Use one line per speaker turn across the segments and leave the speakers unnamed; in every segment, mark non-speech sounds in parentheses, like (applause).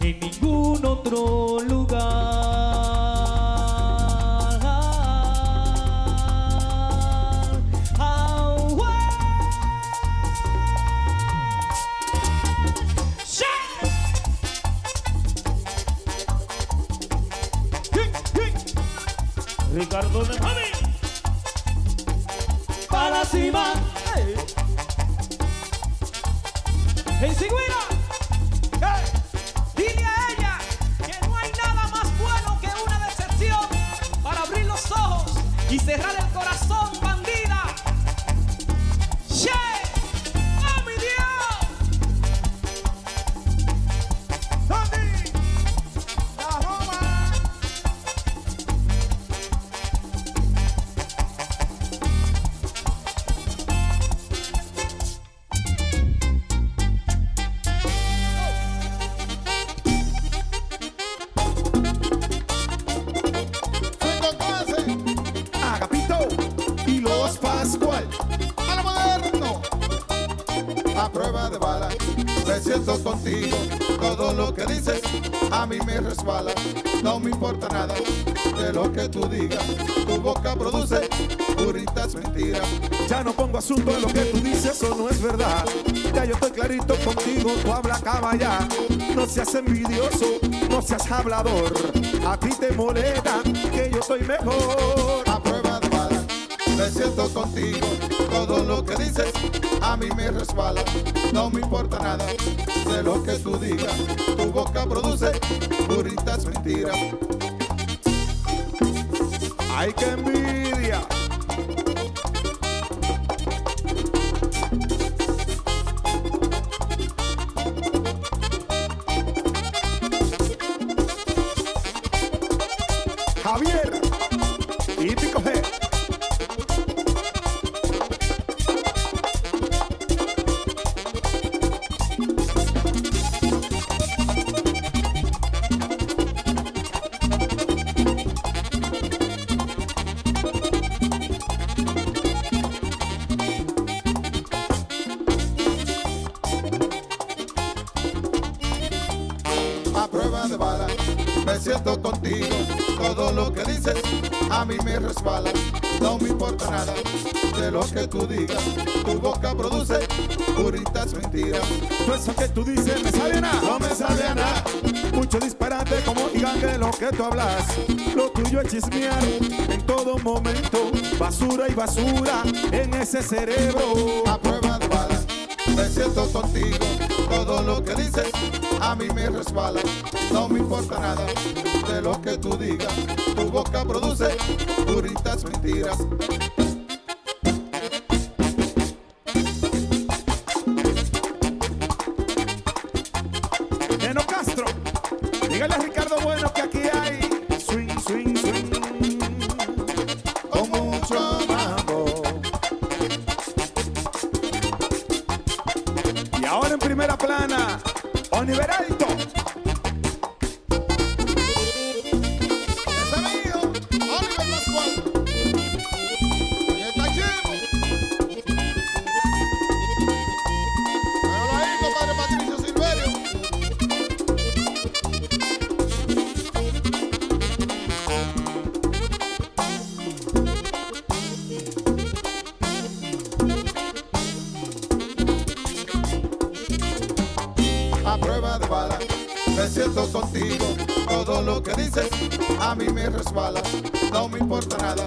en ningún otro lugar. Away. Shine. Hic, hic. Ricardo de Para la cima. En Sigüira. Dile a ella que no hay nada más bueno que una decepción para abrir los ojos y cerrar el corazón, bandida. ¡Che! ¡Oh, mi Dios!
Sandy, la roba. Cuento clase, Agapito y los Pascual. A lo moderno, a prueba de bala. Me siento contigo, todo lo que dices a mí me resbala. No me importa nada de lo que tú digas. Tu boca produce puritas mentiras.
Ya no pongo asunto en lo que tú dices, eso no es verdad. Ya yo estoy clarito contigo, tú habla caballá. No seas envidioso, no seas hablador. A ti te molesta que yo estoy mejor.
a prueba de bala. Me siento contigo, todo lo que dices a mí me resbala. No me importa nada de lo que tú digas. Tu boca produce puritas mentiras.
¡Ay, qué envidia! Javier y Pico G.
a prueba de bala. Me siento contigo, todo lo que dices a mí me resbala. No me importa nada de lo que tú digas. Tu boca produce puritas mentiras.
Todo eso que tú dices me sabe a nada, no me sabe a nada. Mucho disparate como digan que lo que tú hablas. Lo tuyo es chismear en todo momento. Basura y basura en ese cerebro.
a prueba de bala. Me siento contigo, todo lo que dices a mí me resbala. No me importa nada de lo que tú digas. Tu boca produce puritas mentiras.
Neno Castro, dígale a Ricardo Bueno que aquí hay swing, swing, swing.
Con mucho mambo,
Y ahora en primera plana, Oliver Alto.
es amigo Oliver Pascual. Ahí está Chimo. Míralo ahí, compadre Patricio Silverio. a prueba de bala. Me siento contigo, todo lo que dices a mí me resbala. No me importa nada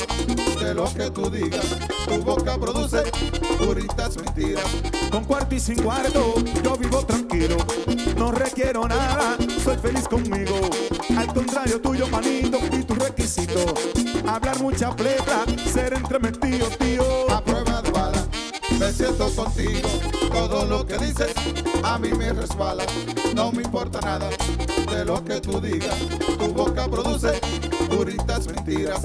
de lo que tú digas. Tu boca produce puritas mentiras.
Con cuarto y sin cuarto, yo vivo tranquilo. No requiero nada, soy feliz conmigo. Al contrario tuyo, manito, y tu requisito. Hablar mucha pleta, ser entremetido, tío.
a prueba de bala. Me siento contigo, todo lo que dices a mí me resbala. No me importa nada de lo que tú digas. Tu boca produce puritas mentiras.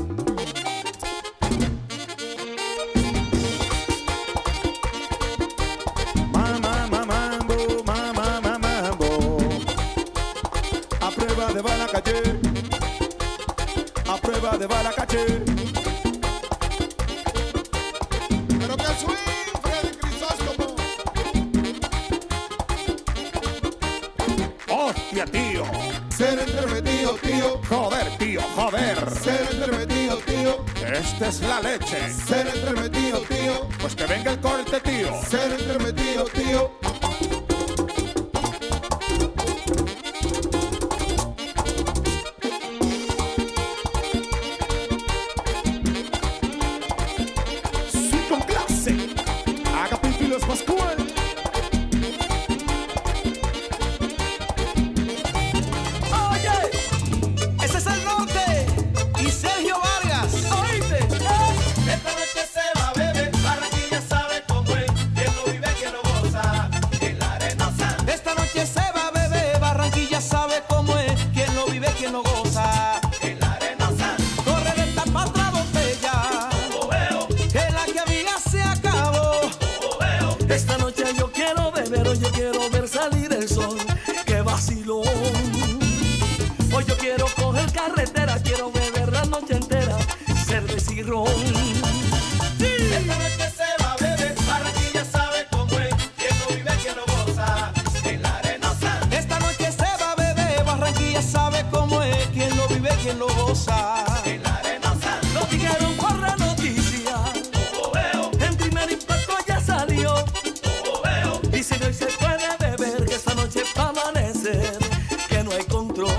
Mamá, mamando, mamá, mamando. A prueba de bala caché. A prueba de bala caché.
Pero que swing, Freddy Crisóstomo.
Oh, bestia, tío.
Ser entrevenido, tío.
Joder, tío, joder.
Ser entrevenido, tío.
Esta es la leche.
Ser entrevenido, tío.
Pues que venga el corte, tío.
Ser entrevenido, tío.
Sí, con clase. Haga pipilos Pascual.
Oye, ese es el norte y Sergio Vargas. Oíste. eh.
Esta noche se va a beber, Barranquilla sabe cómo es, quien lo vive, quien lo goza, en la arena santa.
Esta noche se va a beber, Barranquilla sabe cómo es, quien lo vive, quien lo goza.
En la arena sal,
Corre de tapa otra botella,
lo veo,
que la que había se acabó.
lo veo,
Esta noche yo quiero beber, hoy yo quiero ver salir el sol, qué vacilón. Hoy yo quiero coger carretera, quiero beber la noche entera, cerveza y ron.
esta noche se va a beber, Barranquilla sabe cómo es, quien lo vive, quien lo goza, en la arena sal,
Esta noche se va a beber, Barranquilla sabe cómo es, quien lo vive, quien lo goza.
en la arena sal,
Nos dijeron por la noticia,
lo veo,
en primer impacto ya salió.
lo veo,
Dicen hoy se puede beber, que esta noche va a amanecer, que no hay control.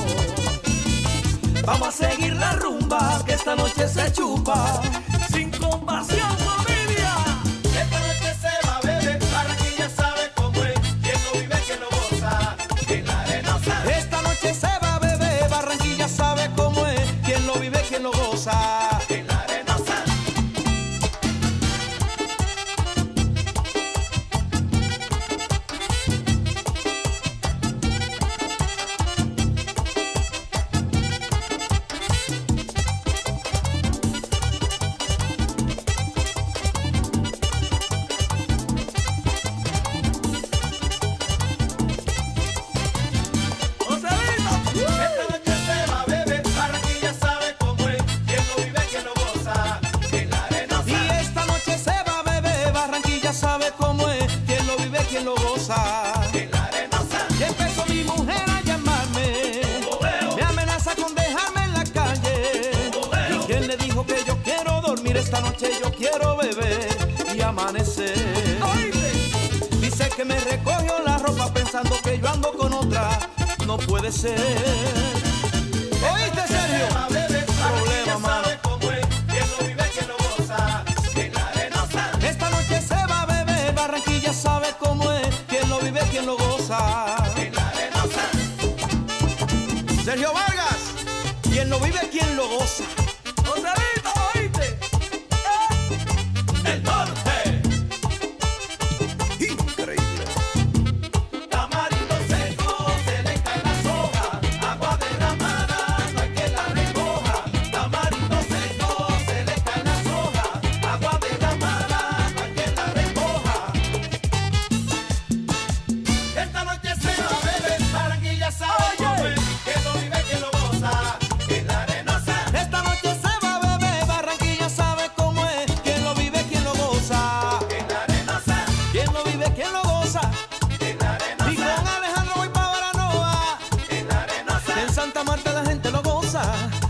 Vamos a seguir la rumba, que esta noche se chupa, sin compasión familia.
esta noche se va a beber, Barranquilla sabe cómo es, quien lo vive, quien lo goza, en la arena sal,
Esta noche se va a beber, Barranquilla sabe cómo es, quien lo vive, quien lo goza.
en la arena sal. Esta
Joselito,
noche se va a beber, Barranquilla sabe cómo es, quien lo vive, quien lo goza, en la arena
Y
sal.
esta noche se va a beber, Barranquilla sabe cómo es, quien lo vive, quien lo goza.
En la arena sal,
Y empezó mi mujer a llamarme, me amenaza con dejarme en la calle. Y quien le dijo que yo quiero dormir esta noche, yo quiero beber y amanecer. Dice que me recogió la ropa pensando que yo ando con otra, no puede ser. ¿Oíste, Sergio?
va a beber,
Problema,
Barranquilla
mano.
sabe cómo es, quien lo vive, quien lo goza, en la arena sal.
Esta noche se va a beber, Barranquilla sabe cómo es, quien lo vive, quien lo goza. Sergio Vargas, quien lo vive, quien lo goza.
Joselito, oíste.
El norte,
Increíble.
tamarindo seco, se le cae la soja, agua derramada, no hay que la recoja. Tamarindo seco, se le cae la soja, agua derramada, no hay que la recoja. Esta noche se va a beber, Barranquilla sabe cómo es, que lo vive, que lo goza, en la arena sal.
Esta noche se va a beber, Barranquilla sabe cómo es, quien lo vive, quien lo goza.
En la arena sal,
Quien lo vive, quien lo goza.
en la arena
Y con Alejandro voy pa' Baranoa,
en la arena
que en Santa Marta la gente lo goza.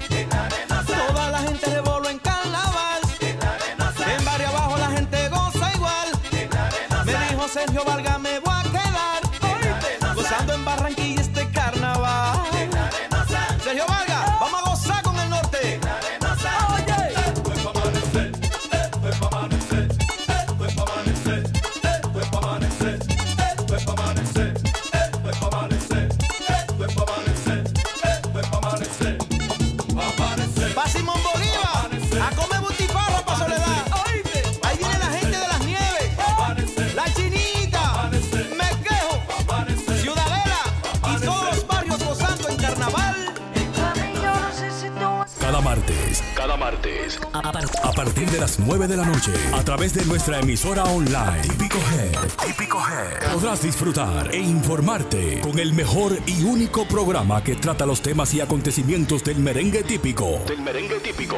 en la arena
Toda la gente revoló en carnaval,
en la arena
en barrio abajo la gente goza igual.
en la arena
Me dijo Sergio Vargas, me voy a quedar hoy, gozando en Barranquilla este carnaval. Sergio Vargas, vamos a gozar con el norte. Va Simón Bolívar, a comer butifarra pa' Soledad. Ahí viene la gente de las nieves, la chinita, me quejo, ciudadela y todos los barrios gozando en carnaval.
Cada martes. Cada martes. A partir de las 9 de la noche. A través de nuestra emisora online. Típico Head. Típico Head. Podrás disfrutar e informarte con el mejor y único programa que trata los temas y acontecimientos del merengue típico. Del merengue típico.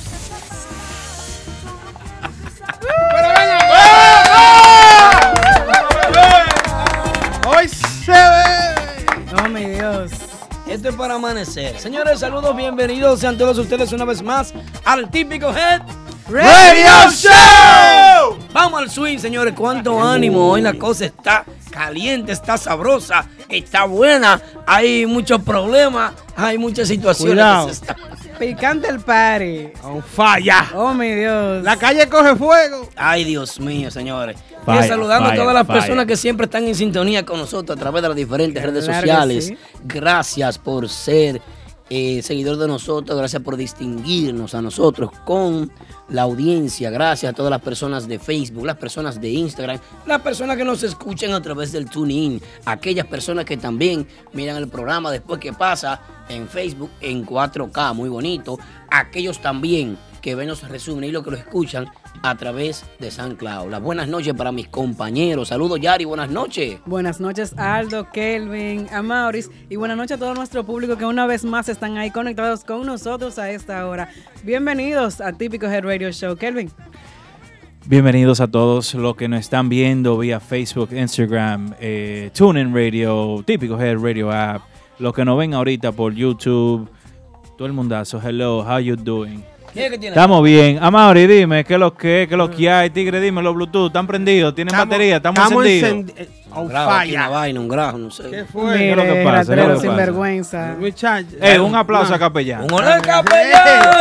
Hoy se ve.
Oh, mi Dios. Esto es para amanecer. Señores, saludos, bienvenidos sean todos ustedes una vez más al típico Head
Radio Show.
Vamos al swing, señores. Cuánto ánimo. Hoy la cosa está caliente, está sabrosa, está buena. Hay muchos problemas, hay muchas situaciones.
Cuidado.
que se están-
Picante el party.
Falla.
Oh, mi Dios.
La calle coge fuego.
Ay, Dios mío, señores.
Falla,
y saludando
falla,
a todas las
falla.
personas que siempre están en sintonía con nosotros a través de las diferentes redes
Claro que
sociales.
sí.
Gracias por ser eh, seguidor de nosotros, gracias por distinguirnos a nosotros con la audiencia, gracias a todas las personas de Facebook, las personas de Instagram, las personas que nos escuchan a través del TuneIn, aquellas personas que también miran el programa después que pasa en Facebook en 4K, muy bonito, aquellos también que ven los resúmenes y los que lo escuchan a través de SoundCloud. Las buenas noches para mis compañeros. Saludos Yari, buenas noches.
Buenas noches, Aldo, Kelvin, a Mauris y buenas noches a todo nuestro público que una vez más están ahí conectados con nosotros a esta hora. Bienvenidos a Típico Head Radio Show. Kelvin,
Bienvenidos a todos los que nos están viendo vía Facebook, Instagram, eh, TuneIn Radio, Típico Head Radio App, los que nos ven ahorita por YouTube, todo el mundazo, hello, how you doing?
¿Qué es que tiene?
Estamos bien. Amauri, dime, ¿qué es lo que es? ¿Qué es lo que hay? Tigre, dime, los Bluetooth, ¿están prendidos? ¿Tienen batería? ¿Estamos encendidos?
eh, On
Grabo aquí una
fire.
vaina, un grajo, no sé.
¿Qué
es
fue?
lo que
mire,
pasa, es lo
ratero
que
sin
pasa.
vergüenza.
Muchachos.
Eh, un aplauso a Capellán.
¡Un olor, capellán!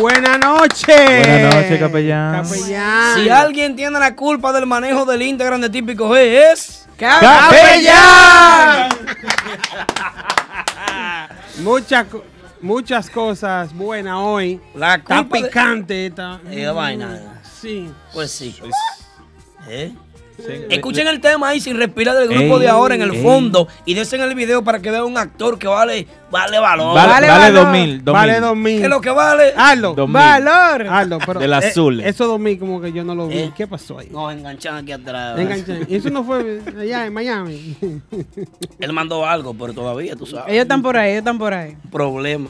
Buenas noches.
Buenas noches, capellán.
Capellán.
Si alguien tiene la culpa del manejo del Instagram de Típico G es... Ah.
¡Capellán! (laughs) muchas, co- muchas cosas buenas hoy.
La
Está
culpa de-
picante esta.
Eh, la vaina.
Sí.
Pues sí.
Pues,
¿Eh?
sí.
Escuchen el tema ahí sin respirar del grupo
Ey,
de ahora en el
ey.
fondo y desen el video para que vean un actor que vale, vale valor.
Vale,
Vale
vale,
valor.
2000, 2000.
Vale dos mil. Ah.
Que lo que vale...
Aldo,
Dos mil.
valor. Aldo, pero
Del azul.
eh, eso dos mil como que yo no lo vi.
Eh.
¿Qué pasó ahí?
Nos enganchan aquí atrás. (laughs)
Enganché. Eso no fue allá en Miami.
Él mandó algo, pero todavía, tú sabes.
Ellos están por ahí, ellos están por ahí.
problema.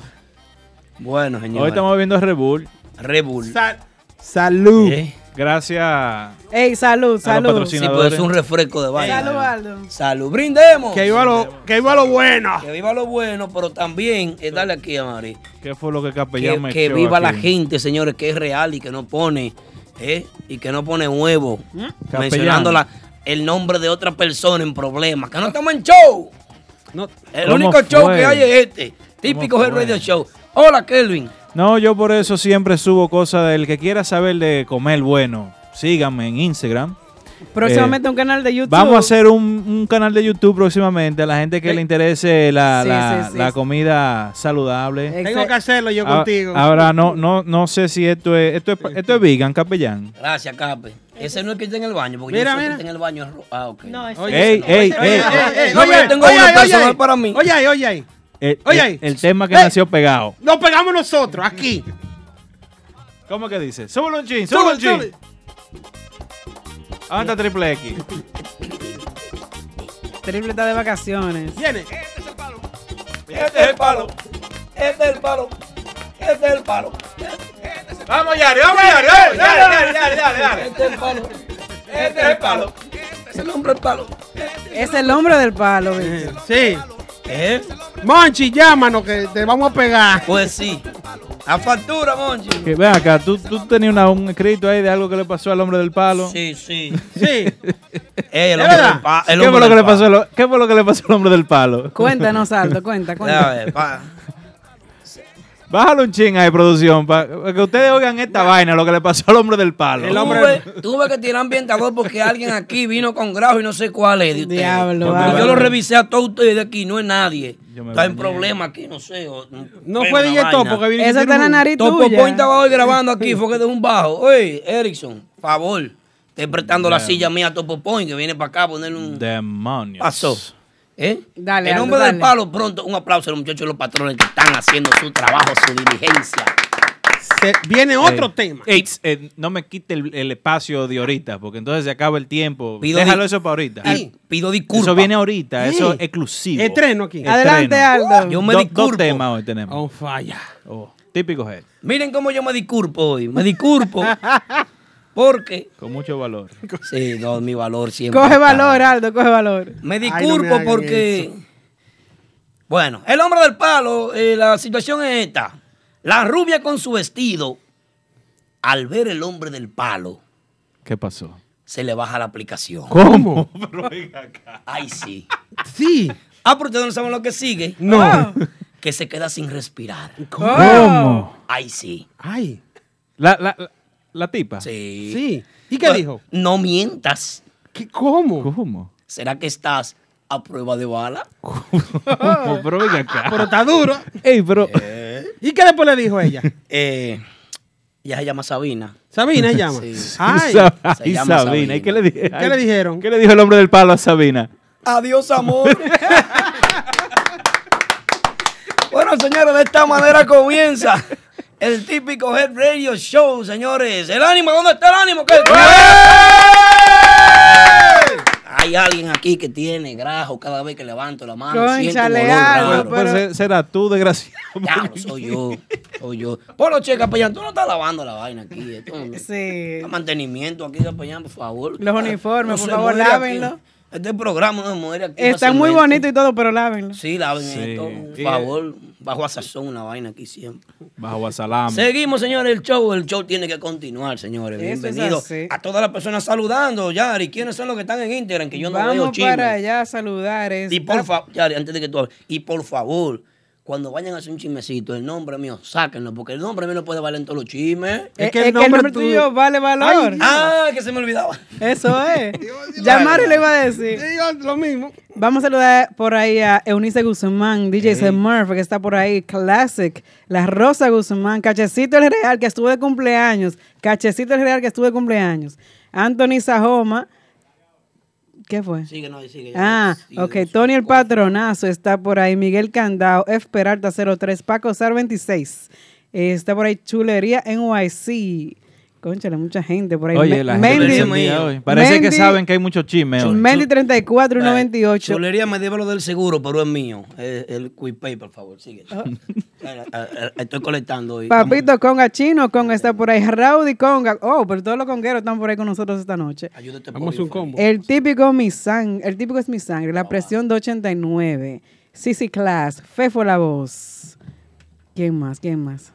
Bueno,
Hoy
señor.
estamos viendo Red Bull.
Red Bull.
Sal- Salud.
¿Eh?
Gracias.
Ey, salud, salud.
patrocinadores.
Salud,
Sí, pues es un refresco de vaina.
Aldo.
Salud, brindemos.
Que viva lo, que viva lo bueno.
Que viva lo bueno, pero también, eh, dale aquí a Mari.
¿Qué fue lo que Capellán
Que,
me
que
echó
viva la
aquí?
gente, señores, que es real y que no pone, ¿eh? Y que no pone huevo.
¿Mm?
Capellán.
Mencionando la- el nombre de otra persona en problemas. Que no estamos en show.
No,
El
¿Cómo
único show
fue?
que hay es este. Típico
¿Cómo
del
fue?
Radio Show. Hola, Kelvin.
No, yo por eso siempre subo cosas del que quiera saber de comer bueno. Síganme en Instagram.
Próximamente un canal de YouTube.
Eh, Vamos a hacer un, un canal de YouTube próximamente a la gente que le interese la,
Sí,
la-
sí, sí.
la comida saludable.
Ex-
tengo que hacerlo yo
Ah,
contigo.
Ahora no, no, no sé si esto es, esto es esto es vegan, capellán.
Gracias, Cape. Ese no es que está en el baño, porque
Mira,
yo sé
mira.
que está en el baño. es ro- Ah, ok.
No, es
Oye,
Ey, ey,
oye,
ey.
oye, oye,
No, yo
oye,
tengo
oye,
uno
oye,
personal
oye.
para mí.
Oye, oye, oye.
El,
Oye.
el- el tema que
Ey.
nació pegado.
Nos pegamos nosotros aquí.
¿Cómo que dice? Súbelo un chin, súbelo un
Sube,
chin. Aguanta triple X.
Triple está de vacaciones.
Viene.
Este es el palo. Este es el palo. Este es el palo.
Vamos, Yari, vamos, Yari. Dale, dale, dale, dale, dale.
Este es el palo. Este es el palo.
Este
Es el hombre del palo.
Es el hombro del palo, ¿viste?
Sí.
¿Eh?
Monchi, llámanos que te vamos a pegar.
Pues sí. A factura, Monchi.
Que ven acá, tú, tú tenías una- un escrito ahí de algo que le pasó al hombre del palo.
Sí, sí.
Sí.
Ey, el hombre
¿Es verdad?
del palo.
¿Qué fue, lo que le pasó al, ¿Qué fue lo que le pasó al hombre del palo?
Cuéntanos, Aldo, cuenta,
A
cuenta.
ver, pa.
Bájalo un ching ahí, producción, para que ustedes oigan esta vaina, lo que le pasó al hombre del palo.
El hombre-
Tuve, tuve que tirar ambientador porque alguien aquí vino con grajo y no sé cuál es de ustedes.
Diablo,
Porque
bárbaro.
Yo lo revisé a todos ustedes de aquí, no es nadie.
Yo me
Está en
bañé.
problema aquí, no sé. o-
No
pega
fue
una
DJ
vaina.
Topo que vino.
Eso está en la nariz
Topo
tuya.
Point estaba hoy grabando aquí, fue que de un bajo. Oye, Erickson, favor, estoy prestando la silla mía a Topo Point que viene para acá a ponerle un
Demonios.
paso. ¿Eh?
Dale,
en
Aldo,
nombre del
dale.
palo, pronto un aplauso a los muchachos y los patrones que están haciendo su trabajo, su diligencia.
viene
otro
tema.
Eh, no me quite el, el espacio de ahorita, porque entonces se acaba el tiempo.
Pido
Déjalo
di-
eso para ahorita.
Ey, pido disculpas.
Eso viene ahorita,
Ey.
eso es exclusivo.
Estreno aquí.
Estreno.
Adelante, Aldo. Yo me
Do-
disculpo.
Dos temas hoy tenemos. Oh,
falla.
típico head.
Miren cómo yo me disculpo hoy.
(laughs)
Me disculpo. porque.
Con mucho valor.
Sí, no, mi valor siempre.
Coge
está.
valor, Aldo, coge valor.
Me disculpo porque. Bueno, el hombre del palo, eh, la situación es esta. La rubia con su vestido, al ver el hombre del palo,
¿Qué pasó?
se le baja la aplicación. (laughs)
¿Cómo?
(laughs)
Ay, sí.
Sí.
Ah, pero ustedes no saben lo que sigue.
No. (laughs) Ah.
Que se queda sin respirar.
¿Cómo? ¿Cómo?
Ay, sí.
Ay.
La, la, la, la tipa.
Sí.
Sí. ¿Y qué
Bueno,
dijo?
No mientas.
¿Cómo?
¿Cómo?
¿Será que estás a prueba de bala?
(laughs)
¿Cómo? (laughs) Pero ven acá.
Pero
(laughs)
está duro.
Ey, pero.
¿Y qué después le dijo (laughs) ella?
Eh, ella se llama Sabina. (laughs)
Sabina ella llama.
Sí.
Ay.
Ay, Sabina. ¿Y qué le, dije?
¿Qué le dijeron?
¿Qué le dijo el hombre del palo a Sabina?
Adiós,
(laughs)
amor. (laughs) bueno, señores, de esta manera comienza el típico Head Radio Show, señores. El ánimo, ¿dónde está el ánimo? ¿Qué- Hay alguien aquí que tiene grajo cada vez que levanto la mano. siento un
Cónchale,
olor
Aldo,
raro.
pero-
Pues, será tú, desgraciado.
Diablo, soy yo. Soy yo. Bueno, che, capellán, tú no estás lavando la vaina aquí. eh, Esto,
(laughs) Sí.
Da mantenimiento aquí, capellán, por favor.
Los uniformes, por
se
favor,
muere aquí.
lávenlo.
Este programa no se muere aquí.
Están muy
fácilmente.
bonitos y todo, pero lávenlo.
Sí, laven esto, por
Sí.
favor. Bajo a sazón una vaina aquí siempre.
Bajo a salame.
Seguimos, señores, el show. El show tiene que continuar, señores.
Eso es
Bienvenidos
así.
a todas las personas saludando, Yari. ¿Quiénes son los que están en Instagram? Que yo no veo
Vamos
chisme.
para allá a saludar.
Y por
esta-
favor, Yari, antes de que tú hables, y por favor, cuando vayan a hacer un chismecito, el nombre mío, sáquenlo, porque el nombre mío no puede valer en todos los chismes.
Es que el nombre tuyo vale valor.
Ah, que se me olvidaba.
Eso es. Ya Mario le iba a decir.
Digo lo mismo.
Vamos a saludar por ahí a Eunice Guzmán, DJ Smurf, que está por ahí, Classic, La Rosa Guzmán, Cachecito el Real, que estuvo de cumpleaños, Cachecito el Real, que estuvo de cumpleaños, Anthony Sajoma, ¿qué fue?
(laughs) Sigue, no, sigue.
Ah, ok. Tony el Patronazo está por ahí. Miguel Candao, F. Peralta 03, Paco Sar 26. Eh, está por ahí Chulería NYC. Conchale, mucha gente por ahí.
Oye,
Me-
la gente
Mendy-
encendida hoy. Parece que
Mendy-
saben que hay mucho chisme hoy.
Mendy 34 98.
Chulería me lleva lo del seguro, pero es mío. El, el QuiPay, por favor, sigue.
Oh.
(laughs) Ah, ah, ah, Estoy colectando hoy.
Papito Conga Chino, Conga está por ahí. Rowdy Conga. Oh, pero todos los congueros están por ahí con nosotros esta noche.
Ayúdate,
Vamos a un combo.
El típico mi sang- el típico es mi sangre,
Ah,
la presión de 89. Sisi Class, Fefo la voz. ¿Quién más? ¿Quién más?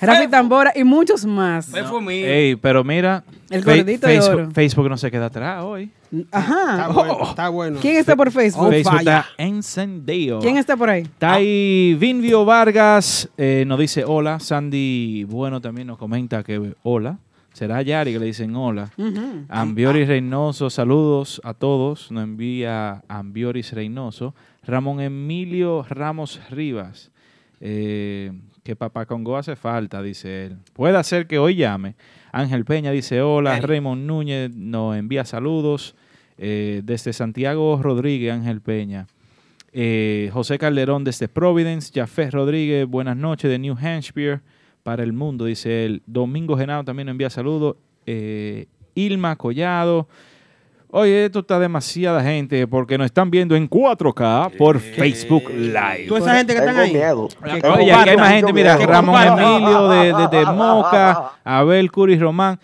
Rafi Tambora y muchos más.
fue mío.
Ey, pero mira.
El
Fe-
gordito de
Facebook,
oro.
Facebook no se queda atrás hoy.
Ajá.
Está bueno. Está bueno.
¿Quién está por Oh, Facebook?
Facebook
falla.
está encendido.
¿Quién está por ahí?
Está ahí Vinvio Vargas, eh, nos dice hola. Sandy Bueno también nos comenta que hola. Será Yari que le dicen hola.
Ujú.
Ambioris Reynoso, saludos a todos. Nos envía Ambioris Reynoso. Ramón Emilio Ramos Rivas. eh, que papá Congo hace falta, dice él. Puede ser que hoy llame. Ángel Peña dice hola. Raymond Núñez nos envía saludos. eh, desde Santiago Rodríguez, Ángel Peña. Eh, José Calderón desde Providence, Jafet Rodríguez, buenas noches de New Hampshire para el mundo, dice él. Domingo Genao también nos envía saludos. Eh, Ilma Collado. Oye, esto está demasiada gente porque nos están viendo en 4K por Facebook Live.
Toda esa gente que están ahí.
Oye, aquí hay más gente, mira,
Que
Ramón
compartan.
Emilio de, de- de Moca, Abel Curis Román.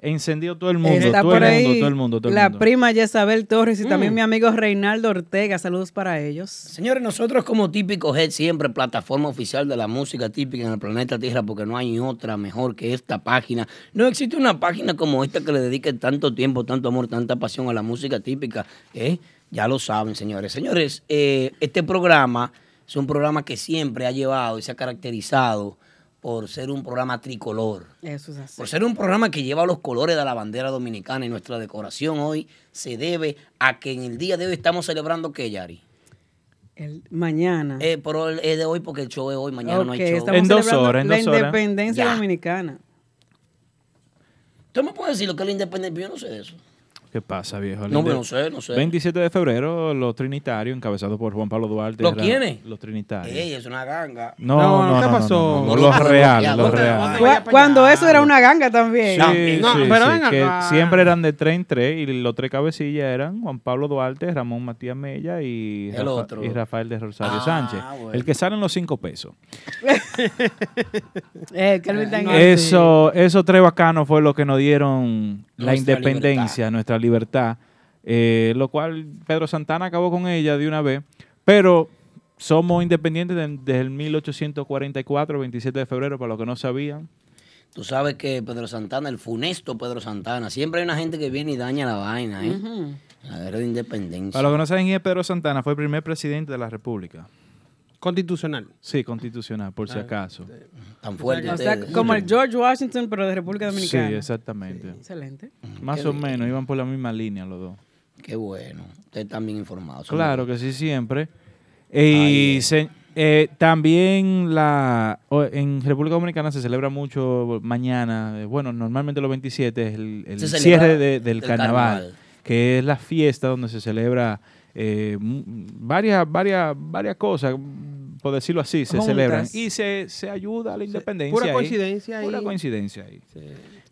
Encendió todo el mundo,
está
todo
por
el
ahí
mundo, todo el mundo, todo el
la
mundo.
prima Jezabel Torres y
Mm.
también mi amigo Reinaldo Ortega. Saludos para ellos.
Señores, nosotros como típico Head, siempre plataforma oficial de la música típica en el planeta Tierra, porque no hay otra mejor que esta página. No existe una página como esta que le dedique tanto tiempo, tanto amor, tanta pasión a la música típica. ¿eh? Ya lo saben, señores. Señores, eh, este programa es un programa que siempre ha llevado y se ha caracterizado por ser un programa tricolor.
Eso es así.
Por ser un programa que lleva los colores de la bandera dominicana y nuestra decoración hoy se debe a que en el día de hoy estamos celebrando que, Yari.
El- mañana.
Eh, pero el- es de hoy porque el show es hoy, mañana no hay
Ok,
show.
estamos
En dos
celebrando
horas, en
la
dos horas.
independencia
Ya.
dominicana.
¿Tú me puedes decir lo que es la independencia? Yo no sé de eso.
¿Qué pasa, viejo?
No, pero no sé, no sé.
27 de febrero, los Trinitarios, encabezados por Juan Pablo Duarte.
¿Los
era-
quiénes?
Los Trinitarios.
Ey, es una ganga.
No, no, no,
¿qué
no, no,
pasó?
no, no,
No,
Los
no,
reales,
no,
los
no,
reales.
no,
Cu- Cuando eso era una ganga también.
Sí, sí,
pero
sí,
ven
que
acá.
siempre eran de tres en tres y los tres cabecillas eran Juan Pablo Duarte, Ramón Matías Mella y,
El otro.
y Rafael de Rosario
Ah,
Sánchez.
bueno.
El que salen los cinco pesos.
Eh, Calvin Tan-
Eso, esos tres bacanos fue lo que nos dieron la
Nuestra
independencia, nuestra libertad, eh, lo cual Pedro Santana acabó con ella de una vez, pero somos independientes de- desde el 1844, 27 de febrero, para los que no sabían.
Tú sabes que Pedro Santana, el funesto Pedro Santana, siempre hay una gente que viene y daña la vaina, ¿eh? La guerra de independencia.
Para los que no saben quién es Pedro Santana, fue el primer presidente de la República.
Constitucional.
Sí, constitucional, por si acaso.
Ah, este, Tan fuerte.
O sea,
ustedes.
como el George Washington, pero de República
Sí,
Dominicana.
exactamente.
Excelente.
Más
Qué
o
bien.
menos, iban por la misma línea los dos.
Qué bueno. Ustedes están bien informados. Son
Claro que sí, siempre. Y se- eh, también la o- en República Dominicana se celebra mucho mañana, eh, bueno, normalmente los 27 es el, el
Se celebra
cierre de- del
el
carnaval,
carnaval.
que es la fiesta donde se celebra eh, mu- varias, varias, varias cosas, por decirlo así, se
Juntas.
celebran. Y se, se ayuda a la independencia.
Pura
ahí.
coincidencia ahí.
Pura coincidencia ahí.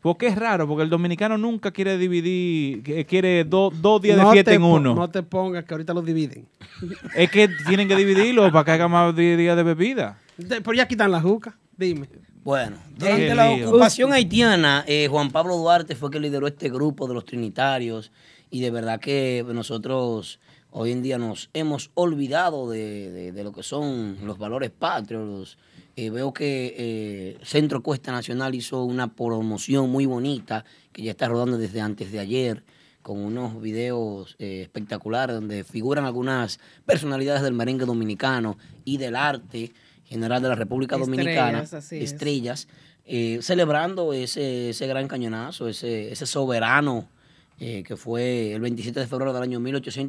Porque es raro, porque el dominicano nunca quiere dividir, que- quiere do- dos días de fiesta
te
en
po-
uno.
No te pongas que ahorita los dividen.
(laughs) Es que tienen que dividirlo para que haga más di- días de bebida.
De- Pero ya quitan la juca. Dime.
Bueno, durante
Qué
la
lío.
ocupación haitiana, eh, Juan Pablo Duarte fue que lideró este grupo de los trinitarios y de verdad que nosotros hoy en día nos hemos olvidado de, de- de lo que son los valores patrios. los- eh, veo que eh, Centro Cuesta Nacional hizo una promoción muy bonita que ya está rodando desde antes de ayer con unos videos eh, espectaculares donde figuran algunas personalidades del merengue dominicano y del arte general de la República Dominicana,
Estrellas, así es.
estrellas, eh, celebrando ese, ese gran cañonazo, ese, ese soberano eh, que fue el 27 de febrero del año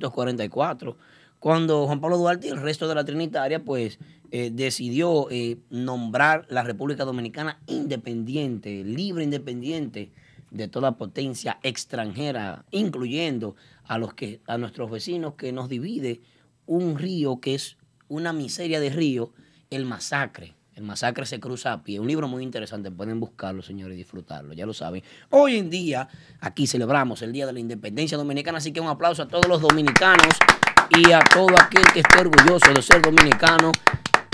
1844, cuando Juan Pablo Duarte y el resto de la Trinitaria, pues, eh, decidió eh, nombrar la República Dominicana independiente, libre independiente de toda potencia extranjera, incluyendo a los que a nuestros vecinos que nos divide un río que es una miseria de río, el masacre. El masacre se cruza a pie. Un libro muy interesante. Pueden buscarlo, señores, y disfrutarlo. Ya lo saben. Hoy en día, aquí celebramos el Día de la Independencia Dominicana. Así que un aplauso a todos los dominicanos y a todo aquel que esté orgulloso de ser dominicano.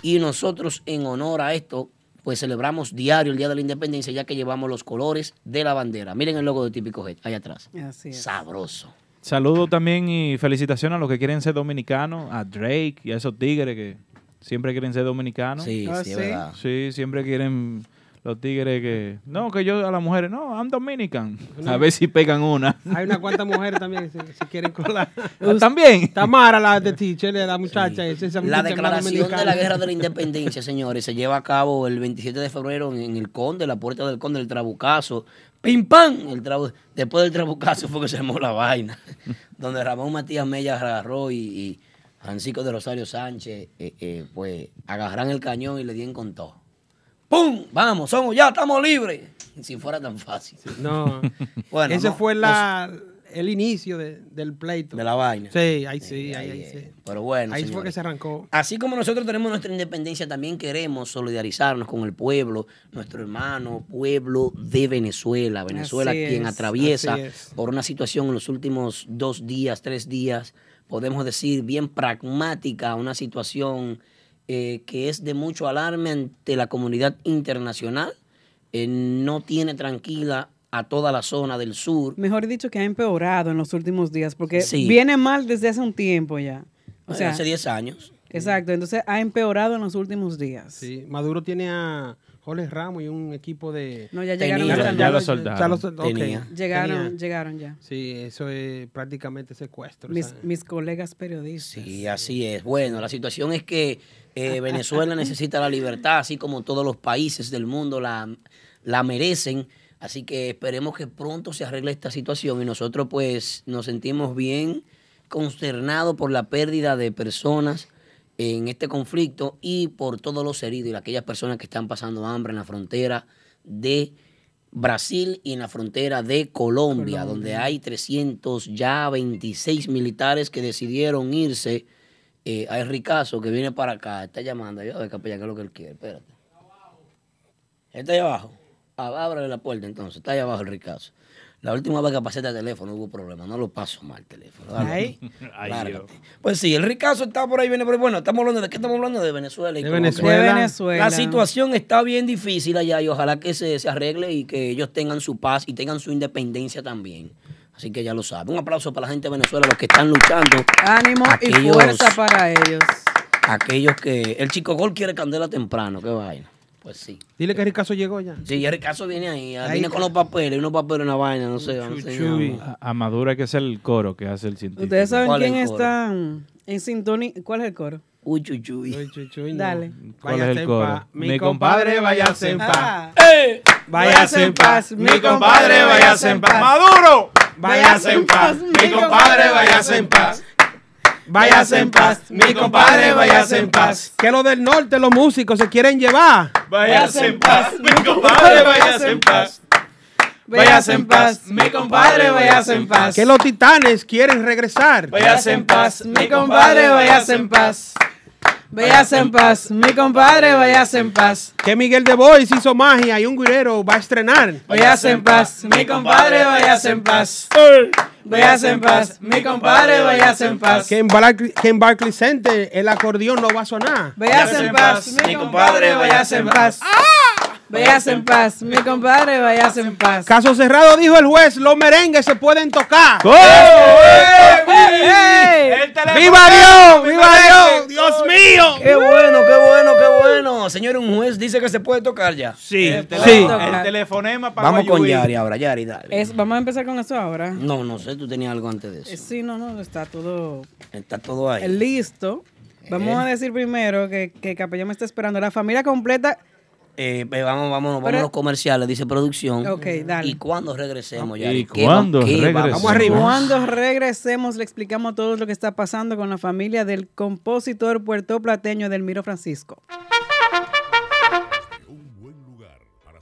Y nosotros, en honor a esto, pues celebramos diario el Día de la Independencia, ya que llevamos los colores de la bandera. Miren el logo de Típico Head, ahí atrás.
Así es.
Sabroso.
Saludo también y felicitaciones a los que quieren ser dominicanos, a Drake y a esos tigres que siempre quieren ser dominicanos.
Sí,
Ah,
sí,
sí.
es verdad.
Sí, siempre quieren los tigres que... No, que yo a las mujeres, no, I'm Dominican. A ver si pegan una.
Hay unas cuantas mujeres también que se, se
(laughs)
quieren colar.
Ah,
También.
Tamara, la de teacher, la muchacha. esa- esa
La
muchacha
declaración de la
dominicana.
guerra de la independencia, (laughs) señores, se lleva a cabo el 27 de febrero en, en el Conde, la puerta del Conde, el Trabucazo. ¡Pim, pam! El trabu- Después del Trabucazo fue que se armó la vaina. (laughs) Donde Ramón Matías Mella agarró y, y Francisco de Rosario Sánchez, eh, eh, pues, agarran el cañón y le dieron con todo. ¡Pum! Vamos, somos ya, estamos libres. Si fuera tan fácil.
No.
(laughs) Bueno,
Ese
no,
fue la, el inicio de- del pleito.
De la vaina.
Sí, ahí sí, ahí, ahí
eh,
sí.
Pero bueno,
Ahí fue
señores.
que se arrancó.
Así como nosotros tenemos nuestra independencia, también queremos solidarizarnos con el pueblo, nuestro hermano pueblo de Venezuela. Venezuela,
Así
quien
es,
atraviesa
así es.
por una situación en los últimos dos días, tres días, podemos decir bien pragmática, una situación eh, que es de mucho alarme ante la comunidad internacional. Eh, no tiene tranquila a toda la zona del sur.
Mejor dicho, que ha empeorado en los últimos días, porque
Sí.
viene mal desde hace un tiempo ya. O sea,
hace 10 años.
exacto. Entonces ha empeorado en los últimos días.
Sí, Maduro tiene a Jorge Ramos y un equipo de...
No, ya
Tenía.
llegaron
Ya-
hasta
ya
el-
lo soldaron.
sol- ok.
Tenía.
Llegaron,
Tenía.
llegaron ya.
Sí, eso es prácticamente secuestro. o
Mis,
sea.
mis colegas periodistas.
Sí, así es. Bueno, la situación es que (laughs) eh, Venezuela necesita la libertad, así como todos los países del mundo la, la merecen. Así que esperemos que pronto se arregle esta situación y nosotros pues nos sentimos bien consternados por la pérdida de personas en este conflicto y por todos los heridos y aquellas personas que están pasando hambre en la frontera de Brasil y en la frontera de Colombia, donde hay 300 ya 26 militares que decidieron irse. Eh, hay Ricazo que viene para acá, está llamando. Yo, a ver, capellán, ¿qué es lo que él quiere? Espérate. Está ahí abajo. Ah, ábrele la puerta entonces, está ahí abajo el Ricazo. La última vez que pasé este teléfono hubo problema, no lo paso mal el teléfono. Dale.
Ay.
Ay, Lárgate. Pues sí, el Ricazo está por ahí, viene por ahí. Bueno, estamos hablando de qué estamos hablando de Venezuela. y
De
Colombia.
Venezuela. De Venezuela.
La situación está bien difícil allá y ojalá que se, se arregle y que ellos tengan su paz y tengan su independencia también. Así que ya lo saben. Un aplauso para la gente de Venezuela, los que están luchando.
Ánimo y
Aquellos-
fuerza para ellos.
Aquellos que. El chico gol quiere candela temprano, qué vaina. Pues sí.
Dile que Ricazo llegó ya.
Sí, el caso viene ahí,
Ahí
viene
está.
con los papeles, unos papeles, una vaina, no sé. no sé, llama.
A, a Maduro hay que hacer el coro que hace el científico.
Ustedes saben
¿Cuál es
quién
el coro?
está en sintonía. ¿Cuál es el coro?
Uy, chuchuy.
Chuchuy, no.
Dale.
¿Cuál es
Váyase
el
en
coro?
paz. Mi, compadre,
Mi compadre,
váyase en paz.
Ah.
Váyase en paz, mi compadre, váyase en paz.
¡Maduro!
Váyase en paz, mi compadre, váyase en paz. Váyase en paz, mi compadre, váyase en paz. Que lo del norte, los músicos se quieren llevar.
Váyase en paz, mi
(laughs)
compadre, váyase en paz.
Váyase en paz,
mi compadre, váyase en paz.
Que los titanes quieren regresar.
Váyase en paz, mi compadre, váyase en paz.
Váyase en paz, mi compadre, váyase en paz.
Que Miguel de Bois hizo magia y un guirero va a estrenar.
Váyase en paz, mi compadre, váyase en paz. Váyase en paz, mi compadre, váyase en paz.
Que en, Barclay, que en Barclay Center el acordeón no va a sonar.
Váyase en paz, mi compadre, váyase en paz. Váyase en paz, mi compadre, váyase en paz.
Caso cerrado, dijo el juez, los merengues se pueden tocar.
¡Oh, eh,
¡Ey!
¡Viva Dios! ¡Viva Dios! ¡Dios mío!
Qué bueno, qué bueno, qué bueno. Señor, un juez dice que se puede tocar ya. Eh,
Sí, el,
teléfono- el
telefonema para
Vamos con Yari ahora, Yari, dale.
Es- Vamos a empezar con eso ahora.
No, no sé, tú tenías algo antes de
Eh,
eso.
Sí, no, no, está todo
Está todo ahí. Eh.
listo. Vamos a decir primero que, que Capellán me está esperando. La familia completa.
Eh, eh, vamos, vámonos,
Pero-
vamos a los comerciales, dice producción.
Ok, dale.
¿Y cuándo regresemos,
¿Y
Yari? ¿Qué
cuándo
va- qué va-
regresemos?
Vamos arriba.
Cuando regresemos, le explicamos todo lo que está pasando con la familia del compositor puertoplateño Delmiro Francisco.
Un buen lugar para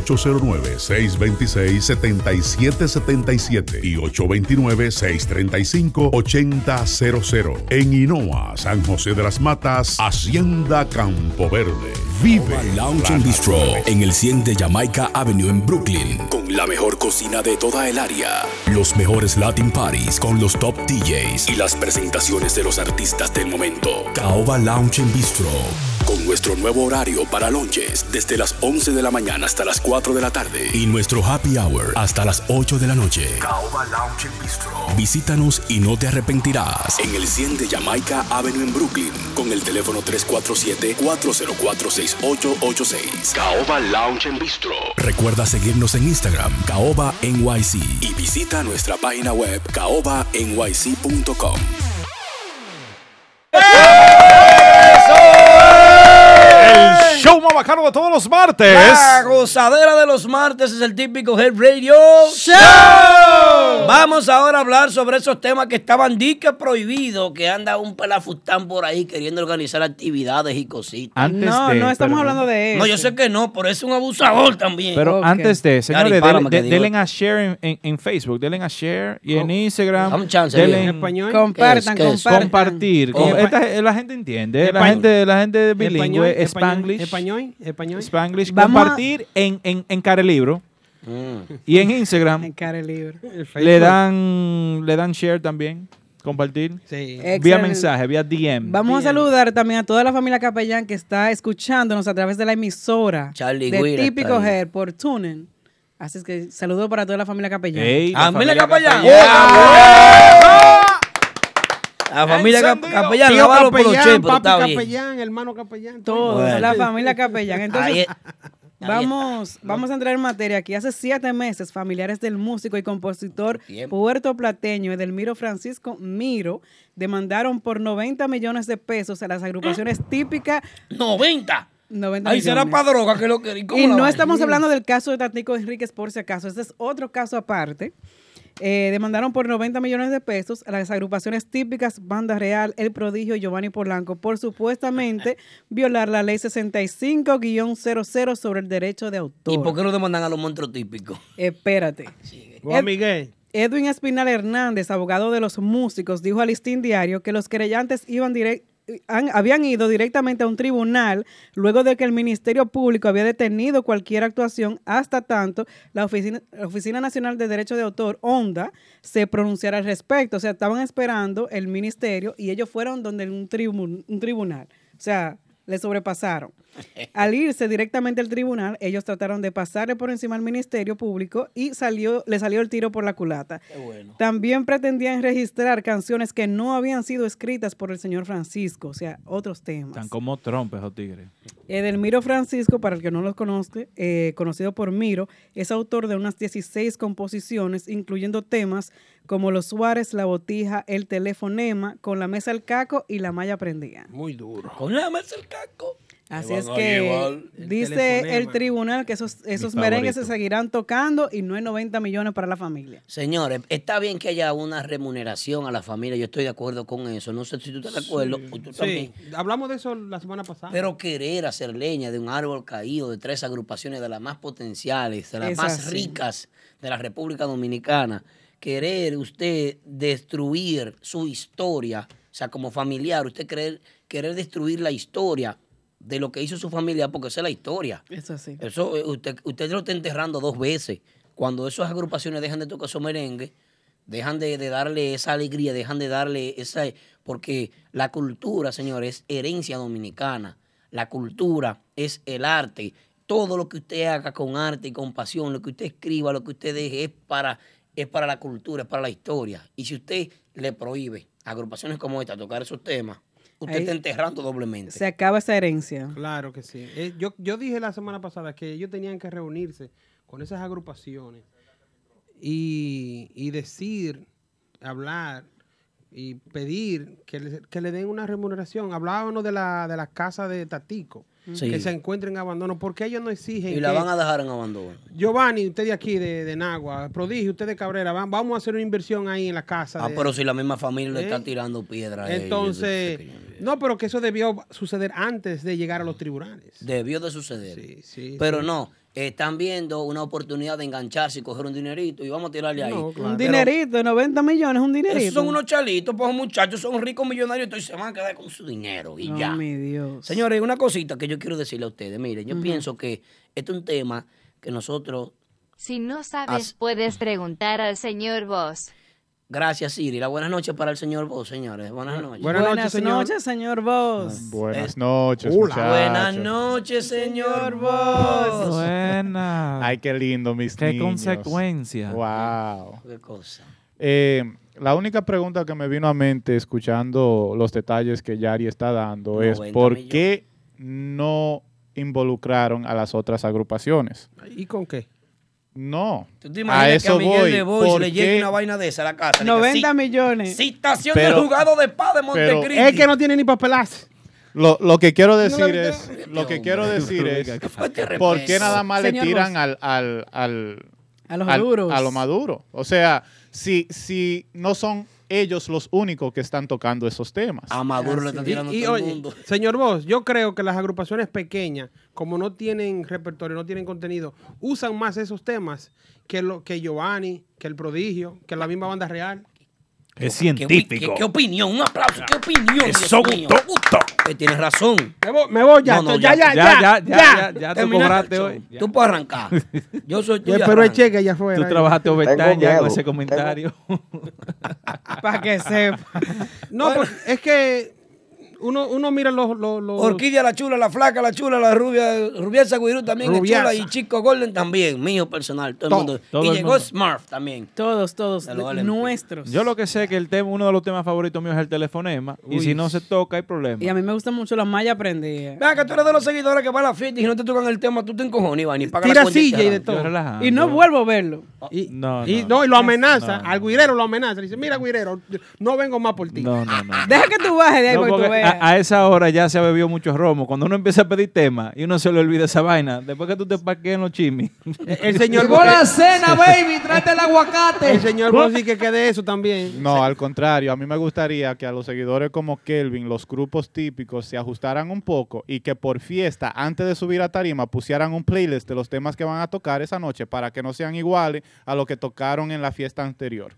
809-626-7777 y 829-635-8000. En Inoa, San José de las Matas, Hacienda Campo Verde. Vive
Lounge
la
and Bistro
naturaleza.
en el 100 de Jamaica Avenue en Brooklyn, con la mejor cocina de toda el área, los mejores Latin parties con los top DJs y las presentaciones de los artistas del momento. Caoba Lounge and Bistro, con nuestro nuevo horario para lunches desde las 11 de la mañana hasta las 4 de la tarde y nuestro happy hour hasta las 8 de la noche. Caoba Lounge and Bistro. Visítanos y no te arrepentirás en el 100 de Jamaica Avenue en Brooklyn con el teléfono 347-404-6886. Caoba Lounge and Bistro. Recuerda seguirnos en Instagram, Caoba NYC, y visita nuestra página web, caobanyc.com.
El show más bacano de todos los martes.
La gozadera de los martes es el típico Head Radio Show. Vamos ahora a hablar sobre esos temas que estaban dique prohibidos, que anda un pelafustán por ahí queriendo organizar actividades y cositas.
Antes
no,
de-
no estamos
perdón.
hablando de eso.
No, yo sé que no, pero es un abusador también.
Pero
Ok.
antes de, señores,
párame
denle-
que
de-
digo-
denle a share en, en- en Facebook, denle a share y en Instagram.
Dame un chance,
denle
viejo.
en-
Español.
Compartan,
¿Qué es? ¿Qué es?
compartan.
compartir. Com-
Compa-
esta- eh, la gente entiende, la
Español.
gente, la gente
Español,
bilingüe,
español,
Spanglish,
Español, español.
Spanglish.
Vamos a-
compartir en, en, en Carelibro
Mm.
y en
En
Instagram
cara el libro.
le dan, le dan share también, compartir
Sí.
vía
Excelente.
mensaje, vía DM.
Vamos a saludar también a toda la familia Capellán que está escuchándonos a través de la emisora
Charlie
de
Guira
Típico
está ahí.
Hair por Tunen. Así es que saludo para toda la familia Capellán.
Ey, la
Ah, mira,
familia
capellán. La familia Cap-
Encendido.
Capellán,
Tío
lávalo por los
capellán,
chefs, pero
papi
está bien.
capellán, hermano capellán.
Todos,
Bueno.
la familia Capellán. Entonces,
Ahí es-
Vamos, vamos a entrar en materia aquí. Hace siete meses, familiares del músico y compositor
Tiempo.
puertoplateño Edelmiro Francisco Miro demandaron por 90 millones de pesos a las
(gasps)
agrupaciones típicas.
¡90!
90
Ahí será
millones.
para droga que lo que. ¿cómo
Y
la
no
vaina?
estamos hablando del caso de Tatico Enríquez, por si acaso. Este es otro caso aparte. Eh, demandaron por 90 millones de pesos a las agrupaciones típicas Banda Real, El Prodigio y Giovanni Polanco por supuestamente violar la ley 65-00 sobre el derecho de autor.
¿Y por qué no demandan a los monstruos típicos? Eh,
Espérate. Eh,
Juan Miguel.
Edwin Espinal Hernández, abogado de los músicos, dijo al Listín Diario que los querellantes iban direc- han- habían ido directamente a un tribunal luego de que el Ministerio Público había detenido cualquier actuación hasta tanto la Oficina, la Oficina Nacional de Derecho de Autor, ONDA, se pronunciara al respecto. O sea, estaban esperando el Ministerio y ellos fueron donde un, tribu- un tribunal. O sea, le sobrepasaron. Al irse directamente al tribunal, ellos trataron de pasarle por encima al Ministerio Público y salió, le salió el tiro por la culata. También pretendían registrar canciones que no habían sido escritas por el señor Francisco, o sea, otros temas.
Están como trompes esos tigres.
Edelmiro Eh, Francisco, para el que no los conozca, eh, conocido por Miro, es autor de unas 16 composiciones, incluyendo temas como Los Suárez, La Botija, El Telefonema, Con la Mesa El Caco y La Malla Prendida.
Muy duro. Con la mesa el caco.
Así
Me
es
van a llevar
que
el
dice
telefonema.
el tribunal que esos, esos
favorito.
merengues se seguirán tocando y no hay 90 millones para la familia.
Señores, está bien que haya una remuneración a la familia. Yo estoy de acuerdo con eso. No sé si tú estás de acuerdo. o tú
Sí,
también.
hablamos de eso la semana pasada.
Pero querer hacer leña de un árbol caído de tres agrupaciones de las más potenciales, de las
Es
más
así.
ricas de la República Dominicana, querer usted destruir su historia, o sea, como familiar, usted querer, querer destruir la historia de lo que hizo su familia, porque esa es la historia.
Eso sí.
Eso eh, usted, usted lo está enterrando dos veces. Cuando esas agrupaciones dejan de tocar esos merengue, dejan de, de darle esa alegría, dejan de darle esa... Porque la cultura, señores, es herencia dominicana. La cultura es el arte. Todo lo que usted haga con arte y con pasión, lo que usted escriba, lo que usted deje, es para, es para la cultura, es para la historia. Y si usted le prohíbe a agrupaciones como esta tocar esos temas, usted
Ahí-
está enterrando doblemente.
Se acaba esa herencia.
Claro que sí. Eh, yo, yo dije la semana pasada que ellos tenían que reunirse con esas agrupaciones y, y decir, hablar y pedir que le, que le den una remuneración. Hablábamos de la, de la casa de Tatico,
Sí.
que se encuentra en abandono. ¿Por qué ellos no exigen?
y la
que-
van a dejar en abandono.
Giovanni, usted de aquí, de, de Nagua, Prodigio, usted de Cabrera, van- vamos a hacer una inversión ahí en la casa.
Ah,
de-
pero si la misma familia le
¿Eh?
está tirando piedra a ellos.
Entonces, no, pero que eso debió suceder antes de llegar a los tribunales.
Debió de suceder.
sí,
pero
sí.
no, están viendo una oportunidad de engancharse y coger un dinerito y vamos a tirarle ahí.
Un
Pero
dinerito, de 90 millones, un dinerito.
esos son unos chalitos, pues muchachos, son ricos millonarios, entonces se van a quedar con su dinero y
No,
ya.
mi Dios.
Señores, una cosita que yo quiero decirle a ustedes. Miren, yo
Ujú.
pienso que este es un tema que nosotros,
Si no sabes,
As-
puedes preguntar al señor Boss.
gracias Siri, la buenas noches para el señor Vos, señores. Buenas noches.
Buenas, noches, señor Vos.
Ah,
Eh.
Buenas noches, muchachos.
Buenas noches, señor Vos.
Buenas. Ay, qué lindo, mis
Qué
niños.
consecuencia.
Wow.
Qué cosa.
Eh, la única pregunta que me vino a mente escuchando los detalles que Yari está dando es
90
¿por
millones.
qué no involucraron a las otras agrupaciones?
¿Y con qué?
No.
¿Tú te
A
imaginas que a
eso
Miguel
voy.
de Bois
¿Por
le llegue
qué?
una vaina de esa a la casa?
90
millones.
millones.
Citación
Pero-
del juzgado de paz de
pero-
Montecristi.
Es que no tiene ni papelazo.
Lo, lo que quiero decir
No le-
es, lo que quiero decir es,
Venga,
¿por qué
respeto.
nada más le
Señor
tiran
Bosch.
al, al, al-
A los
al-
maduros.
A lo maduro. O sea, si, si no son ellos los únicos que están tocando esos temas.
A Maduro le están tirando
Y
todo el
oye,
mundo.
señor Vos, yo creo que las agrupaciones pequeñas, como no tienen repertorio, no tienen contenido, usan más esos temas que, lo, que Giovanni, que El Prodigio, que la misma banda real.
Es
¿Qué,
científico.
qué- qué opinión? Un aplauso. ¿Qué opinión?
Es
Dios
son
mío?
to-
Que tienes razón.
Me voy, me voy ya,
No, no,
estoy- ya, ya, ya, ya,
ya, ya, ya, tú
Terminaste
cobraste
el show.
hoy.
Tú puedes arrancar. Yo soy tú.
Ya,
ya
pero el
arranca.
cheque eh. ya fue.
Tú trabajaste overtime ya con ese comentario.
Para que sepa.
No, porque es pues, que uno, uno mira los, los, los-
Orquídea la chula, la flaca la chula, la rubia, Rubiaza Guirú también es
Rubiaza.
chula y Chico Golden también, mío personal, todo,
Todo,
el mundo.
todo
y
el
llegó
mundo.
Smurf también.
Todos, todos,
De los
de-
Allen.
nuestros.
Yo lo que sé es que el tema, uno de los temas favoritos míos es el telefonema. Y
Uy.
si no se toca, hay problema.
Y a mí me gusta mucho la malla prendida.
Vea que tú eres de los seguidores que van a la fiesta y si no te tocan el tema, tú te encojones, Iván, y pagas la cuenta te Ah.
silla y de
arrancas.
todo.
Y no vuelvo a verlo.
Y,
no,
y, no, y lo amenaza, al guirero lo amenaza. Le dice, mira, guirero, no vengo más por ti. Ah,
No, no, no.
Deja que tú bajes de ahí
No,
porque tú
porque
veas.
a, a esa hora ya se ha bebido mucho romo. Cuando uno empieza a pedir tema y uno se le olvida esa vaina, después que tú te parques en
(laughs)
los chimis.
El señor
Llegó la (laughs)
eh.
cena,
baby, tráete el aguacate. El señor
¿Cuál?
Bossi que quede eso también.
No, al contrario, a mí me gustaría que a los seguidores como Kelvin, los grupos típicos se ajustaran un poco y que por fiesta, antes de subir a tarima, pusieran un playlist de los temas que van a tocar esa noche para que no sean iguales a lo que tocaron en la fiesta anterior.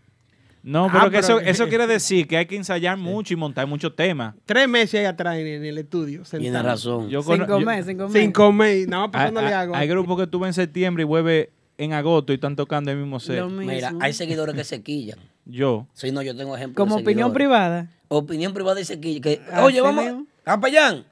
No,
Ah,
pero, que
pero-
eso,
(laughs)
(laughs)
eso quiere decir que hay que ensayar mucho y montar muchos temas.
Tres meses ahí atrás en, en el estudio. sentado.
Tiene razón. Yo
sin
cono- yo- Ah,
comer, sin comer. Sin comer, nada más
Hay,
pasándole
hay-
agua.
hay grupos que tú ves en septiembre y vuelve en agosto y están tocando el mismo set.
Mira, hay seguidores que se quillan.
Yo.
Sí, no, yo tengo ejemplos.
Como
de
opinión
seguidores.
privada. Ah,
Opinión privada y sequilla. que-
Así
oye, vamos.
mismo.
Capellán,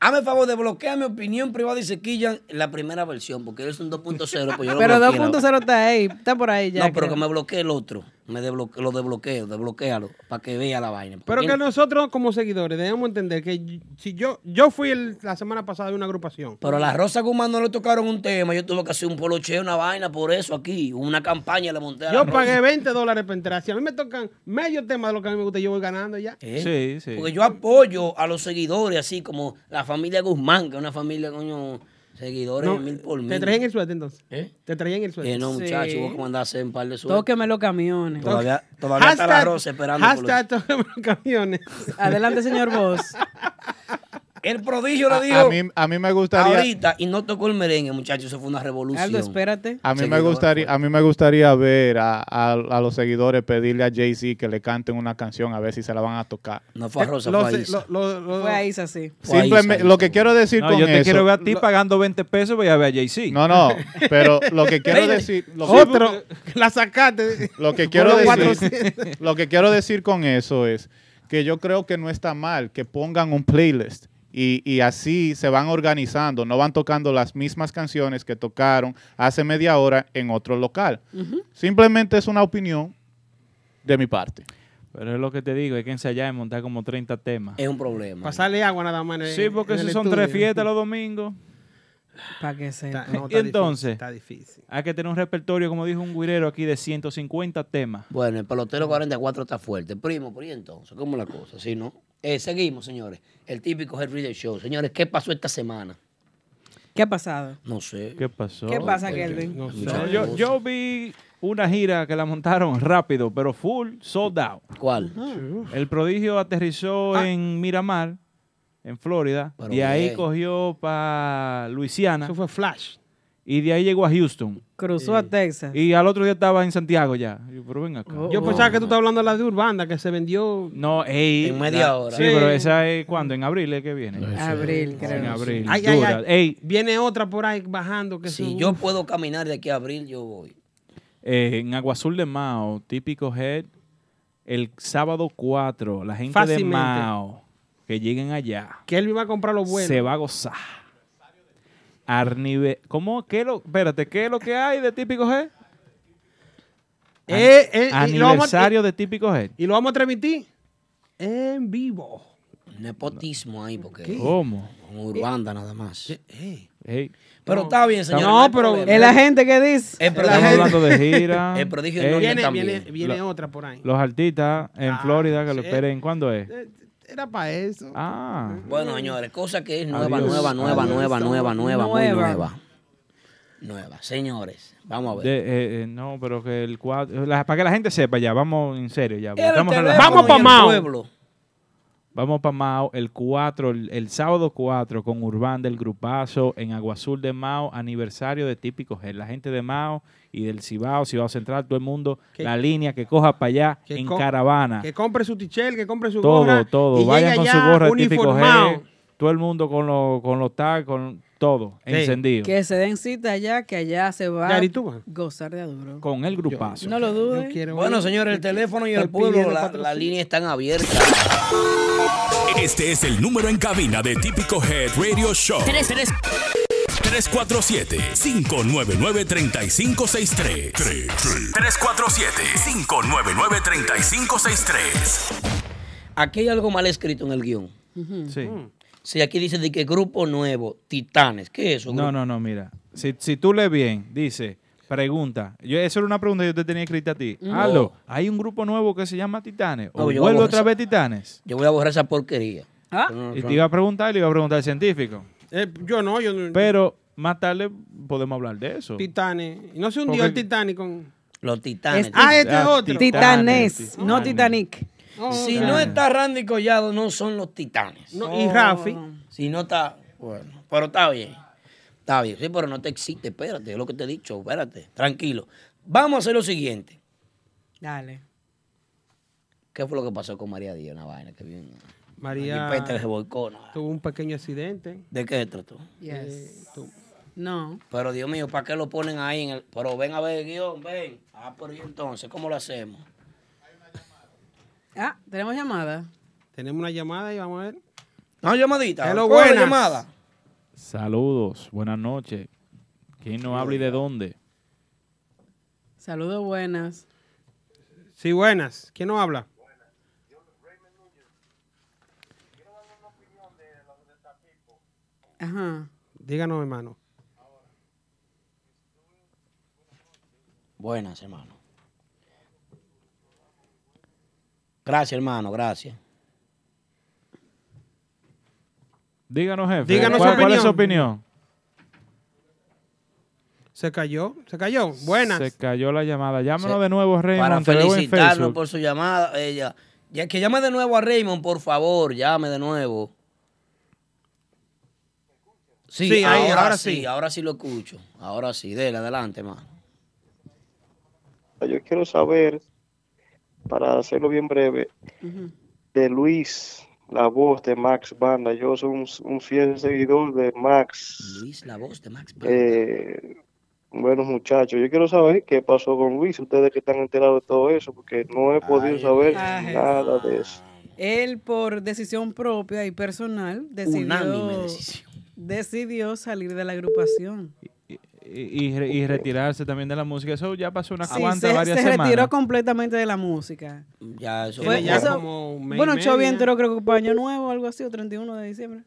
hazme el favor de bloquear mi opinión privada y sequilla la primera versión, porque es un 2.0. pues yo lo
Pero
bloqueé la-
2.0 está ahí, está por ahí ya.
No, pero
creo.
que me bloquee el otro. Me desbloque- lo desbloqueo, desbloquealo, para que vea la vaina.
Pero
Porque
que nosotros como seguidores debemos entender que y- si yo yo fui el- la semana pasada de una agrupación.
Pero a la Rosa Guzmán no le tocaron un tema. Yo tuve que hacer un polocheo, una vaina por eso aquí. Una campaña le monté a la
Yo
Rosa.
pagué 20 dólares para entrar. Si a mí me tocan medio tema de lo que a mí me gusta, yo voy ganando ya.
¿Eh?
Sí, sí.
Porque yo apoyo a los seguidores, así como la familia Guzmán, que es una familia, coño, seguidores
No,
de mil por mil.
Te traían el suéter entonces. Te traían el suéter.
Eh, no, muchacho, vos que mandás a hacer un par de sueldos.
Tóqueme los camiones.
Todavía, todavía está la
Hashtag-
Rosa esperando. por los-
Hashtag tóqueme los camiones.
(laughs) Adelante, señor Vos.
El prodigio
A-
le dijo.
a mí- a mí me gustaría-
Ahorita, y no tocó el merengue, muchacho, eso fue una revolución.
Aldo, espérate.
A mí, me
Seguidores.
pues.
gustaría, a mí me gustaría ver a, a- a los seguidores pedirle a Jay-Z que le canten una canción a ver si se la van a tocar.
No
fue a Rosa,
Los-
fue a Isa.
lo- lo- lo-
Fue a Isa, sí.
Simplemente, lo que quiero decir
No,
con
yo te
eso-
quiero ver a ti
lo-
pagando 20 pesos voy a ver a Jay-Z.
No, no, pero
(laughs)
lo que quiero
Veinte.
decir... Lo que-
Otro, (laughs) la sacaste.
Lo que
Por
quiero
los
decir,
400.
lo que quiero decir con eso es que yo creo que no está mal que pongan un playlist y, y así se van organizando, no van tocando las mismas canciones que tocaron hace media hora en otro local. Simplemente es una opinión de mi parte.
Pero es lo que te digo, hay que ensayar y montar como 30 temas.
Es un problema.
(laughs)
Pasarle agua nada más. en el-
Sí, porque
en el
si son
estudio.
tres fiestas los domingos.
Para que sepa.
Está- no, está
y
difícil,
entonces,
está difícil.
hay que tener un repertorio, como dijo un guirero aquí, de 150 temas.
Bueno, el pelotero 44 está fuerte. Primo, por ahí entonces, ¿cómo es la cosa? ¿Sí, no? Eh, seguimos, señores. El típico Henry del Show. Señores, ¿qué pasó esta semana?
¿Qué ha pasado?
No sé.
¿Qué pasó?
¿Qué pasa, Kelvin? No sé.
No, yo, yo vi una gira que la montaron rápido, pero full sold out.
¿Cuál?
El prodigio aterrizó
Ah.
en Miramar, en Florida.
Pero
de ahí
bien.
cogió para Luisiana.
Eso fue Flash.
Y de ahí llegó a Houston.
Cruzó a Texas.
Y al otro día estaba en Santiago ya. Yo, pero ven acá.
Yo pensaba que tú estabas hablando de la de Urbanda, que se vendió.
No, ey,
En media
la-
hora.
Sí,
Sí.
pero esa es cuando, en abril es que viene.
Abril,
creo. En abril.
Ay, ay,
dura.
ay.
Ey,
Viene otra por ahí bajando. Que
Si
su-
yo puedo caminar de aquí a abril, yo voy.
eh, en Aguazul de Mao, típico head, el sábado 4, la gente
Fácilmente.
de Mao, que lleguen allá.
Que él iba a comprar los buenos.
Se va a gozar. Arnive ¿Cómo? ¿Qué es lo, espérate, ¿qué es lo que hay de típico G?
Eh, eh, y lo vamos a-
Aniversario de típico G.
Y lo vamos a transmitir en vivo.
Nepotismo ahí, porque.
¿Qué?
¿Cómo?
Con Urbanda nada más.
Ey.
Pero está bien, señor.
No, pero- ¿Es la gente que dice?
El
Es la
prodigio-
gente.
(laughs)
Hablando de gira.
El prodigio
Ey.
no
Viene-
también.
viene- viene
Lo-
otra por ahí. Ah,
Los artistas en Florida que lo
sí. Eh,
esperen. ¿Cuándo es?
Era para eso.
Ah.
Bueno, señores, cosa que es nueva,
Adiós.
nueva, nueva,
Adiós,
nueva, nueva,
somos
nueva, muy
nueva.
nueva. Nueva. Señores, vamos a ver.
De- eh, eh, no, pero que el 4. Para que la gente sepa ya, vamos en serio ya.
El teléfono
relajados.
y el pueblo.
Vamos para Mao el 4, el, el sábado 4 con Urbán del Grupazo en Aguazul de Mao, aniversario de Típico G. La gente de Mao y del Cibao, Cibao Central, todo el mundo,
Que-
la línea que coja para allá
Que
en
co-
caravana.
Que compre su tichel, que compre su
Todo,
gorra.
todo.
y
Vayan
llegue
con su
allá
gorra de Típico G.
uniformado.
Todo el mundo con los con los tags, con todo
Sí.
encendido.
Que se den cita allá, que allá se va
Yari,
a gozar de aduro.
Con el grupazo.
No lo dudes.
Ah, Bueno, señores, el teléfono y el
Estoy
pueblo,
pidiendo
la,
patrocinio.
la línea están abiertas.
Este es el número en cabina de Típico Head Radio Show. 347-599-3563. 347-599-3563.
Aquí hay algo mal escrito en el guión.
Sí.
Sí, aquí dice de que grupo nuevo, Titanes. ¿Qué es eso?
No, no, no, mira. Si, si tú lees bien, dice, pregunta. Yo, eso era una pregunta que yo te tenía escrita a ti.
Mm.
Aló, hay un grupo nuevo que se llama Titanes.
No,
O
yo voy a
vuelve
borrar
otra
esa-
vez Titanes.
Yo voy a borrar esa porquería.
Ah.
Y te iba a preguntar, le iba a preguntar
(laughs)
al científico.
Eh, yo no, yo no.
Pero más tarde podemos hablar de eso.
Titanes. No se hundió
Porque-
el Titanic con.
Los
Es- ah, este es otro.
Titanes, no Titanic.
Si no está Randy Collado, no son los Titanes. Oh.
No, y Rafi.
Si no está, bueno, pero está bien. Está bien, sí, pero no te excites, espérate, es lo que te he dicho, espérate, tranquilo. Vamos a hacer lo siguiente.
Dale.
¿Qué fue lo que pasó con María Díaz? Una vaina que bien.
María
Allí Peter se volcó, ¿no?
tuvo un pequeño accidente.
¿De qué trató?
Eh, tu-
No.
Pero Dios mío, ¿para qué lo ponen ahí? En el... Pero ven a ver el guión, ven. Ah, pero ¿y entonces cómo lo hacemos?
Ah, tenemos llamada.
Tenemos una llamada y vamos a ver.
No, Ah, llamadita.
Hello,
¿Cuál es la
buenas.
llamada?
Saludos, buenas noches. ¿Quién nos habla y de dónde?
Saludos buenas.
Sí, buenas. ¿Quién nos habla?
Ajá.
Díganos, hermano.
Buenas, hermano. Gracias, hermano, gracias.
Díganos, jefe.
Díganos
¿Cuál,
su
cuál es su
opinión.
opinión?
Se cayó, se cayó. Buenas.
Se cayó la llamada. Llámenos
Se-
de nuevo, Raymond.
Para
te veo en
felicitarnos
Facebook.
por su llamada. Ella. Ya que llame de nuevo a Raymond, por favor, llame de nuevo. Sí,
Sí,
ahora,
ahí, ahora
sí,
sí.
ahora sí lo escucho. Ahora sí, dele, adelante, hermano.
Yo quiero saber, para hacerlo bien breve, de Luis, la voz de Max Banda. Yo soy un, un fiel seguidor de Max.
Luis, la voz de Max
Eh, buenos muchachos, yo quiero saber qué pasó con Luis, ustedes que están enterados de todo eso, porque no he podido saber
ay.
nada de eso.
Él, por decisión propia y personal, decidió,
Unánime decisión.
decidió salir de la agrupación.
Y, y re- y retirarse también de la música. Eso ya pasó una
Sí,
cuanta
se,
varias
se
semanas.
retiró completamente de la música.
Ya, eso
Fue-
fue ya
eso-
como un mes
bueno,
y
Chovy
medio.
entró creo que para Año Nuevo o algo así, o 31 de diciembre.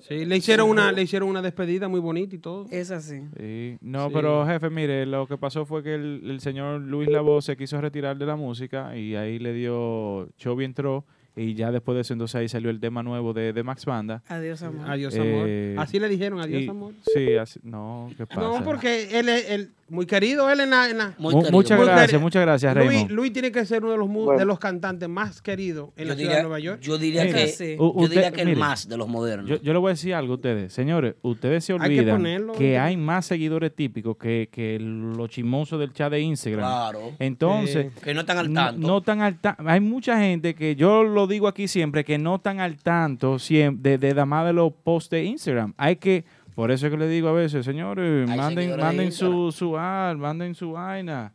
Sí, le hicieron una, le hicieron una despedida muy bonita y todo.
Es así.
Sí. No,
Sí.
pero jefe, mire, lo que pasó fue que el, el señor Luis Lavoe se quiso retirar de la música y ahí le dio, Chovy entró y ya después de eso entonces ahí salió el tema nuevo de, de Max Banda.
Adiós, amor.
Adiós, amor.
Eh,
Así le dijeron, adiós,
y-
amor.
Sí, así, no, ¿qué pasa?
No, porque él es el, muy querido, él en la... en la-
Mu- muchas
Muy
gracias,
querido.
muchas gracias,
Luis,
Raymond.
Luis tiene que ser uno de los, mu-
Bueno.
de los cantantes más queridos
Yo
en la ciudad
diría-
de Nueva York.
yo diría
Sí.
que-
Sí.
yo
U-
diría
usted-
que el
mire,
más de los modernos.
Yo, yo le voy a decir algo a ustedes. Señores, ustedes se
que
olvidan
ponerlo,
que,
oye.
hay más seguidores típicos que, que los chismosos del chat de Instagram.
Claro.
Entonces.
Eh,
Sí. Que no están al
n-
tanto.
No están al ta- Hay mucha gente que yo lo digo aquí siempre, que no están al tanto siem- de, de la más de los posts de Instagram. Hay que. Por eso es que le digo a veces, señores,
Hay
manden,
seguidores de
manden su, su al, manden su vaina.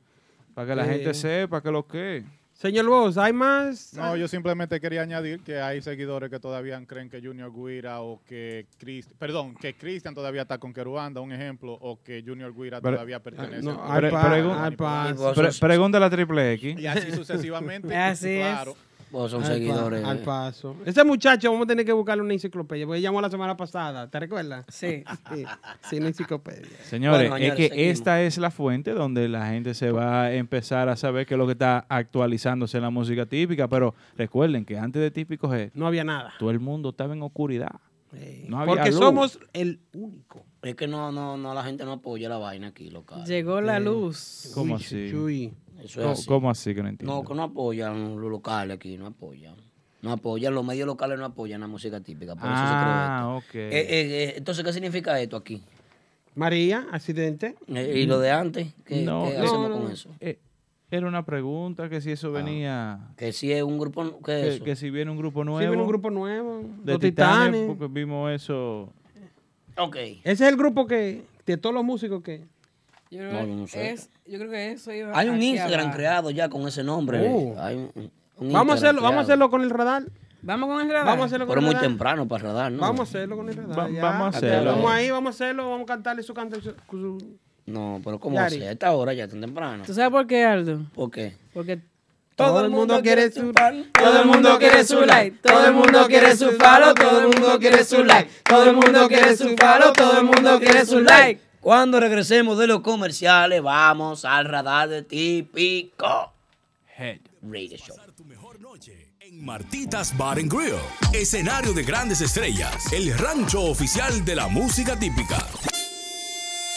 Para que la
Sí.
gente sepa que lo que. es.
Señor Vos, ¿hay más?
No, yo simplemente quería añadir que hay seguidores que todavía creen que Junior Guira o que Chris, perdón, que Cristian todavía está con Keruanda, un ejemplo, o que Junior Guira
Pero- ah,
todavía
Ah,
pertenece.
no,
a-
pre-
a-
pregun-
a-
pre- pregúntale a Triple X.
Y
(laughs)
así sucesivamente.
Así
claro.
Vos son
Al pa-
seguidores.
al paso. Ese muchacho vamos a tener que buscarle una enciclopedia, porque llamó la semana pasada, ¿te recuerdas?
(laughs) Sí.
Sí, sí, una enciclopedia.
Señores,
Bueno,
es
señores,
que
seguimos.
esta es la fuente donde la gente se va a empezar a saber qué es lo que está actualizándose en la música típica, pero recuerden que antes de típicos Head,
No había nada.
todo el mundo estaba en oscuridad. No había
Porque
luz.
somos el único.
Es que no, no, no, la gente no apoya la vaina aquí, local.
Llegó la luz.
¿Cómo así?
Eso es
¿Cómo-
así.
¿Cómo así que no entiendo?
No, que no apoyan los locales aquí, no apoyan. No apoyan, los medios locales no apoyan la música típica. Por
Ah,
eso se creó esto.
ok.
Eh, eh, eh, entonces, ¿qué significa esto aquí?
María, accidente.
Eh, ¿y lo de antes? ¿Qué-
No,
qué
eh,
hacemos
no,
con
no,
eso? Ah,
eh, era una pregunta que si eso venía...
Que si es un grupo... ¿Qué es
Que,
eso?
que si viene un grupo nuevo.
viene un grupo nuevo,
De
los
titanes,
Titanes.
Porque vimos eso...
Ok.
Ese es el grupo que, de todos los músicos que...
Yo
No, yo no sé.
es- yo creo que eso iba
Hay un
aquí
Instagram
abajo.
creado ya con ese nombre.
Oh.
Hay un- un Instagram
Vamos a hacerlo, vamos a
creado.
hacerlo con el radar.
Vamos con el radar.
Vamos a hacerlo con
Pero
el
muy
radar.
temprano para radar, ¿no?
Vamos a hacerlo con el radar.
Va-
ya.
vamos a hacerlo.
Vamos ahí, vamos a hacerlo. Vamos a cantarle su canto. su- su-
No, pero ¿cómo
Yari.
hacer? A esta hora ya tan temprano.
¿Tú sabes por qué, Aldo?
¿Por qué?
Porque
Todo el mundo quiere su
pan,
Todo el mundo quiere su like, todo el mundo quiere su falo, todo el mundo quiere su like, todo el mundo quiere su falo, todo el mundo quiere su like.
Cuando regresemos de los comerciales, vamos al radar de típico.
Head
Radio Show.
Martitas Bar and Grill, escenario de grandes estrellas, el rancho oficial de la música típica.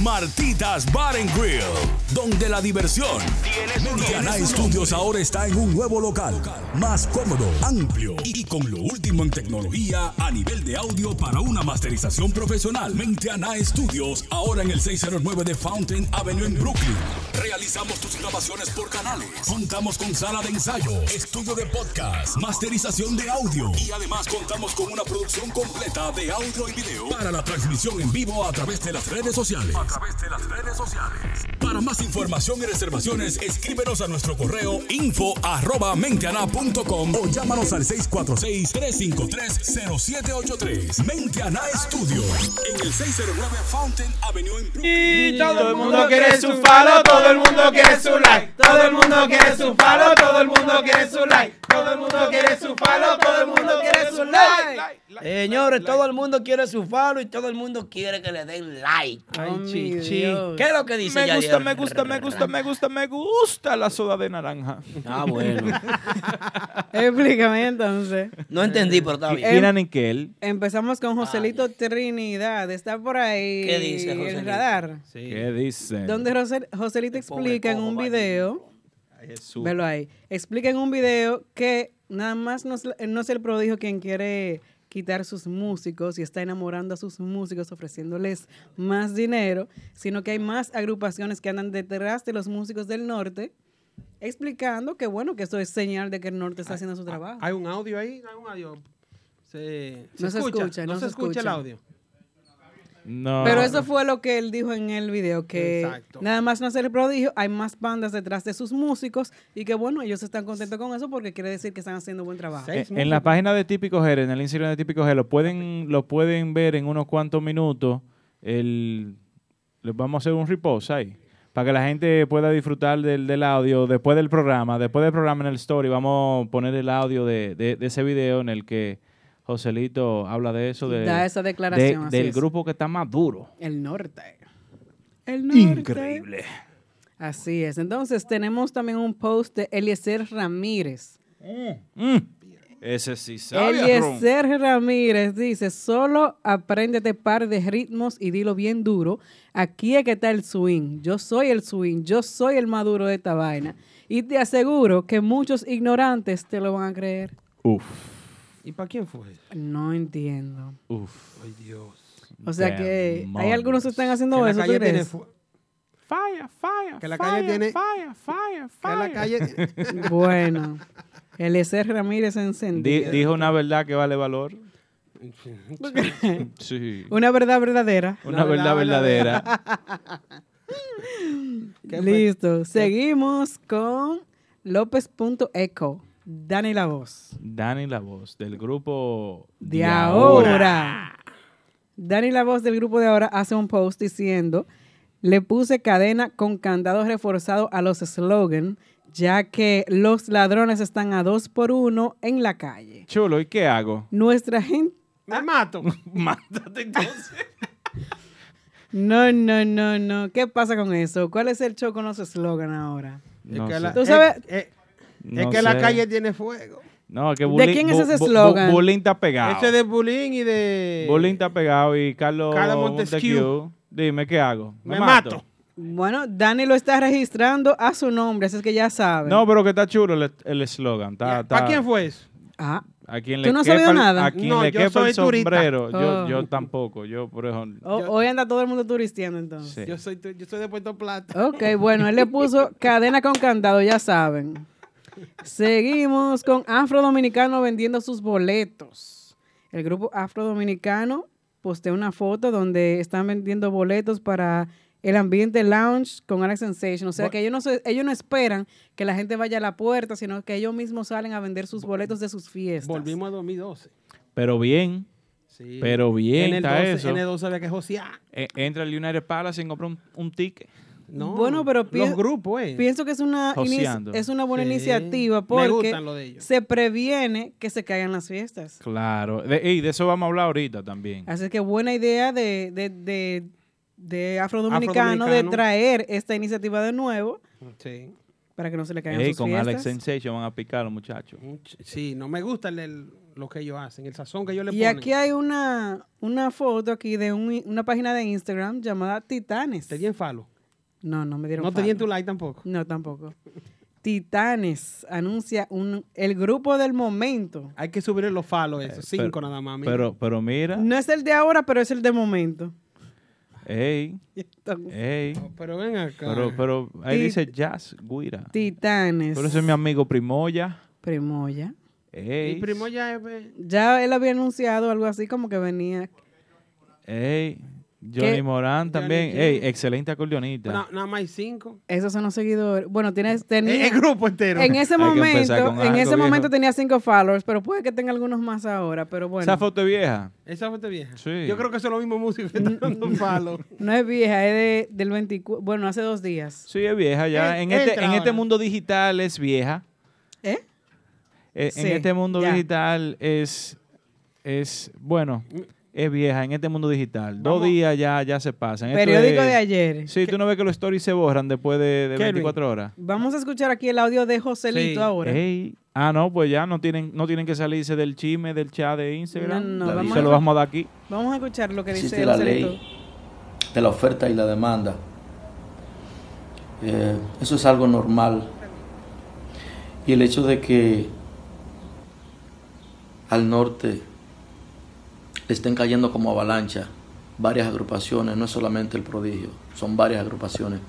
Martitas Bar and Grill, donde la diversión Diana Studios ahora está en un nuevo local, más cómodo, amplio y con lo último en tecnología a nivel de audio para una masterización profesional. Mentiana Studios ahora en el 609 de Fountain Avenue en Brooklyn. Realizamos tus grabaciones por canales. Contamos con sala de ensayo, estudio de podcast, masterización de audio y además contamos con una producción completa de audio y video para la transmisión en vivo a través de las redes sociales. A través de las redes sociales. Para más información y reservaciones, escríbenos a nuestro correo info arroba menteana.com o llámanos al 646-353-0783. Menteana Studios en el 609 Fountain Avenue en Brooklyn.
Todo el mundo quiere su falo, todo el mundo quiere su like, todo el mundo quiere su falo, todo el mundo quiere su like, todo el mundo quiere su falo, todo el mundo quiere su like.
Señores, todo el mundo quiere su falo y todo el mundo quiere que le den like.
Ay, chichi.
¿Qué es lo que dice
Me gusta,
Yadier?
me gusta, me gusta, me gusta, me gusta la soda de naranja.
Ah, bueno.
Explícame entonces. Em-
No entendí, pero está bien.
Kira Nickel.
Empezamos con Joselito Trinidad. Está por ahí.
¿Qué dice
El
Joselito?
radar.
¿Qué
Eh.
dice?
Donde Rosel- Joselito explica en un video.
Jesús.
Velo ahí. Explica en un video que nada más no es, no es el prodigio quien quiere quitar sus músicos y está enamorando a sus músicos ofreciéndoles más dinero, sino que hay más agrupaciones que andan detrás de los músicos del norte explicando que bueno, que eso es señal de que el norte está haciendo su trabajo.
Hay un audio ahí, hay un audio. Se,
No se escucha,
no, se, escucha el audio.
No.
Pero eso fue lo que él dijo en el video, que
Ah. Exacto.
nada más no hacer el prodigio, hay más bandas detrás de sus músicos y que bueno, ellos están contentos con eso porque quiere decir que están haciendo buen trabajo.
Eh, En la página de Típico Jerez, en el Instagram de Típico Jerez, lo pueden, lo pueden ver en unos cuantos minutos. El, les vamos a hacer un repost ahí. Para que la gente pueda disfrutar del, del audio después del programa. Después del programa en el story vamos a poner el audio de, de- de ese video en el que Joselito habla de eso. De,
Da esa declaración,
de-
así
del
es.
grupo que está más duro.
El norte. El norte.
Increíble.
Así es. Entonces tenemos también un post de Eliezer Ramírez.
Mm. Ese sí sabe. Ron.
Eliezer Ramírez dice, solo apréndete par de ritmos y dilo bien duro. Aquí es que está el swing. Yo soy el swing, yo soy el maduro de esta vaina. Y te aseguro que muchos ignorantes te lo van a creer.
¿Y para quién fue?
No entiendo.
Uf.
Ay, Dios.
O sea que hay algunos que están haciendo
Que la
eso. ¿tú
calle tiene
crees?
fu-
Fire, fire.
Que la calle tiene-
Fire, fire, fire.
la
eh,
calle-
bueno, Eliezer Ramírez
(laughs) Di-
encendido.
dijo una verdad que vale (laughs) valor. (laughs) Sí.
(laughs) Una verdad verdadera.
Una verdad verdadera.
(laughs) Listo. Seguimos con López.eco. Dani la voz.
Dani la voz del grupo
De ahora. Dani la voz del grupo de ahora hace un post diciendo, le puse cadena con candado reforzado a los slogan, ya que los ladrones están a dos por uno en la calle.
Chulo, ¿y qué hago?
Nuestra gente... ah.
Me
(laughs)
mato.
Mátate entonces.
No, no, no, no. ¿Qué pasa con eso? ¿Cuál es el show con los slogan ahora?
No
que eh,
sé.
la-
Tú sabes-
Es, es-
No
es que la
sé.
calle tiene fuego.
No, que
¿De
Bulín-
quién es
Bu-
ese
Bu- Bu-
eslogan?
Bulín está pegado.
Ese de Bulín y de.
Bulín está pegado y Carlos
Carlos
Montesquieu.
Montesquieu.
Dime, ¿qué hago?
Me mato.
Bueno, Dani lo está registrando a su nombre, así es que ya saben.
No, pero que está chulo el- el eslogan. Está- está-
¿Para
quién fue eso?
Ah.
¿A quién
¿Tú
le
no has
quepa,
sabido
el-
nada?
A quien
No,
le
yo
quepa el
soy turista.
sombrero. Yo,
Oh.
yo tampoco. Yo, por ejemplo.
O- hoy anda todo el mundo turistiendo entonces.
Sí.
Yo soy, tu- yo soy de Puerto Plata.
Ok, bueno, él le puso cadena con candado, ya saben. Seguimos con Afro Dominicano vendiendo sus boletos. El grupo Afro Dominicano posteó una foto donde están vendiendo boletos para el ambiente lounge con Alex Sensation. O sea
Bu-
que ellos no, se- ellos no esperan que la gente vaya a la puerta, sino que ellos mismos salen a vender sus boletos de sus fiestas.
Volvimos a 2012.
Pero bien.
Sí.
Pero bien
en el
está
12,
eso.
En el 12 había que josear.
E- entra al United Palace y compra un, un ticket.
No,
Bueno, pero pien-
los grupos, eh.
pienso que es una, ini-
Joseando.
es una buena
Sí.
iniciativa
Me
porque
gustan lo de ellos.
se previene que se caigan las fiestas.
Claro. De, y de eso vamos a hablar ahorita también.
Así que buena idea de, de, de, de afrodominicano, de
Afrodominicano.
traer esta iniciativa de nuevo
Sí.
para que no se le caigan
Ey,
sus
con
fiestas.
Alex Sensation van a picar los muchachos.
Sí, no me gusta el- el- lo que ellos hacen, el sazón que ellos le
y
ponen.
aquí hay una, una foto aquí de un- una página de Instagram llamada Titanes. ¿Te
dieron falo?
No, no me dieron
No te
follow.
dieron tu like tampoco.
No, tampoco. Titanes anuncia un, el grupo del momento.
Hay que subir los falos, esos
pero-
cinco nada más. mira.
Pero, pero mira.
No es el de ahora, pero es el de momento. (laughs)
Ey. Ey.
Pero pues, ven acá.
Pero, pero ahí
Tit-
dice Jazz Guira.
Titanes.
Pero ese es mi amigo Primoya.
Primoya.
Ey.
primo ya es... eh,
Ya él había anunciado algo así como que venía.
Ey. Johnny
¿Qué?
Morán también.
¿quién?
Ey, excelente acordeonista.
Na- nada más hay cinco.
Esos son los seguidores. Bueno, tienes tenía,
El grupo entero.
En ese
Hay que
momento,
empezar con
en
algo,
ese
viejo.
momento tenía cinco followers, pero puede que tenga algunos más ahora. Pero bueno,
Esa foto es vieja.
Esa foto es vieja. Mm,
Sí.
Yo creo que eso es lo mismo músico que está dando falos.
no es vieja, es de- del 24, bueno, hace dos días.
Sí, es vieja ya.
En-
en, este,
Eh, entra
en este
ahora.
mundo digital es vieja.
¿Eh?
Eh,
Sí,
en este mundo
ya.
digital es, es, bueno, es vieja. En este mundo digital. Dos
Vamos.
días ya, ya se pasan. Esto
Periódico
es-
de ayer.
Sí, tú no ves que los stories se borran después de, de
Kelvin.
24 horas.
Vamos a escuchar aquí el audio de Joselito ahora.
Ey. Ah, no, pues ya no tienen, no tienen que salirse del chisme, del chat de Instagram.
No, no, vamos
se
a-
lo vamos a dar aquí.
Vamos a escuchar lo que dice
existe la
Joselito.
ley de la oferta y la demanda. Eh, eso es algo normal. Y el hecho de que al norte estén cayendo como avalancha varias agrupaciones, no es solamente el prodigio, son varias agrupaciones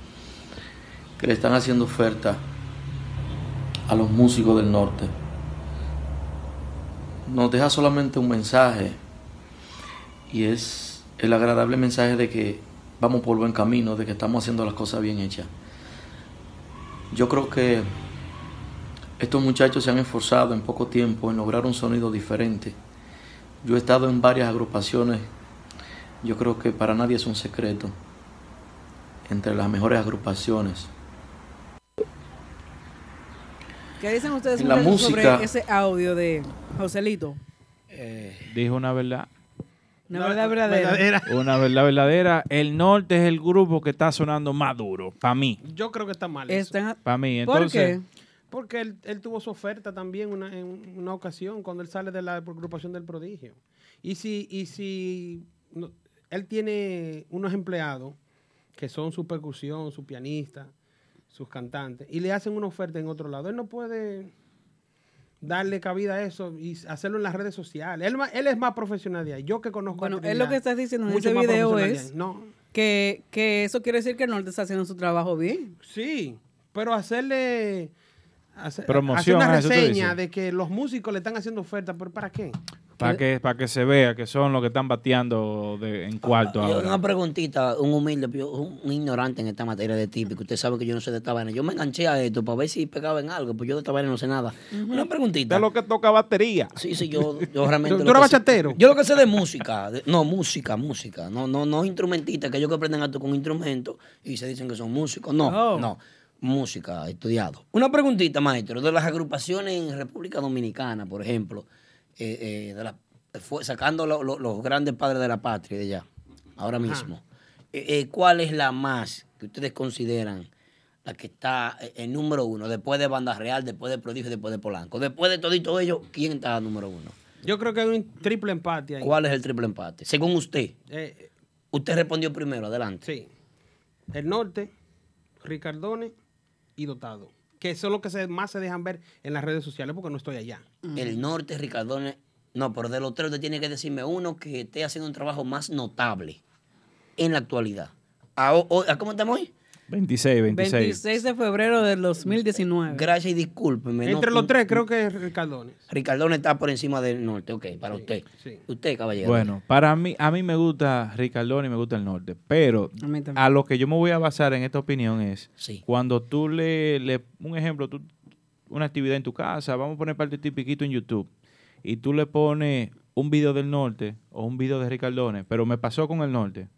que le están haciendo oferta a los músicos del norte. Nos deja solamente un mensaje y es el agradable mensaje de que vamos por buen camino, de que estamos haciendo las cosas bien hechas. Yo creo que estos muchachos se han esforzado en poco tiempo en lograr un sonido diferente. Yo he estado en varias agrupaciones, yo creo que para nadie es un secreto, entre las mejores agrupaciones.
¿Qué dicen ustedes
En la
muchachos,
música- Eh,
sobre ese audio de Joselito?
Dijo una verdad.
Una verdad verdadera.
Una verdad verdadera. El norte es el grupo que está sonando más duro, para mí.
Yo creo que está mal eso.
Están-
Para mí,
¿Por
entonces.
Porque él, él tuvo su oferta también una, en una ocasión cuando él sale de la agrupación del prodigio. Y si, y si no- él tiene unos empleados que son su percusión, su pianista, sus cantantes, y le hacen una oferta en otro lado, él no puede darle cabida a eso y hacerlo en las redes sociales. Él, ma- él es más profesional de ahí. Yo que conozco
Bueno,
a
es lo que estás diciendo en
mucho
ese
más
video
profesional de
es
ahí. No,
que, que eso quiere decir que el norte está haciendo su trabajo bien.
Sí, pero hacerle hace-
Promoción,
hacer una
eso tú
reseña
dices.
de que los músicos le están haciendo ofertas, pero ¿para qué?
Para que, para que se vea que son los que están bateando de- en cuarto
Yo,
ahora.
una preguntita, un humilde, yo- un un ignorante en esta materia de típico. Usted sabe que yo no sé de esta vaina. Yo me enganché a esto para ver si pegaba en algo, pues yo de esta vaina no sé nada. Una preguntita.
De lo que toca batería.
Sí, sí, yo, yo
(laughs)
realmente.
¿Tú-
lo
tú eres
que sé-
bachatero?
yo lo que sé de música, de- no, música, música. No, no, no instrumentista, que ellos que aprenden alto con instrumentos y se dicen que son músicos. No,
Oh.
no. Música, estudiado. Una preguntita, maestro. De las agrupaciones en República Dominicana, por ejemplo, eh, eh, de la- fue- sacando lo- lo- los grandes padres de la patria de allá, ahora mismo, eh, eh, ¿cuál es la más que ustedes consideran la que está eh, en número uno, después de Banda Real, después de Prodigio, después de Polanco? Después de todito ellos, ¿quién está número uno?
Yo creo que hay un triple empate ahí.
¿Cuál es el triple empate? Según usted,
Eh,
usted respondió primero, adelante.
Sí. el norte, Ricardone y Dotado. Que eso es lo que se- más se dejan ver en las redes sociales porque no estoy allá.
Mm. El norte, Ricardone. No, pero de los tres usted tiene que decirme uno que esté haciendo un trabajo más notable en la actualidad. A, o- ¿a ¿Cómo estamos hoy?
26, 26.
26 de febrero del 2019.
Gracias y discúlpeme.
Entre los
tres, creo que es Ricardone.
Ricardone está por encima del norte, ok, para usted. Usted, caballero.
Bueno, para mí, a mí me gusta Ricardone y me gusta el norte, pero
A mí también.
a, lo que yo me voy a basar en esta opinión es cuando tú le, le- un ejemplo, tú, una actividad en tu casa, vamos a poner parte tipiquito en YouTube, y tú le pones un video del norte o un video de Ricardone, pero me pasó con el norte.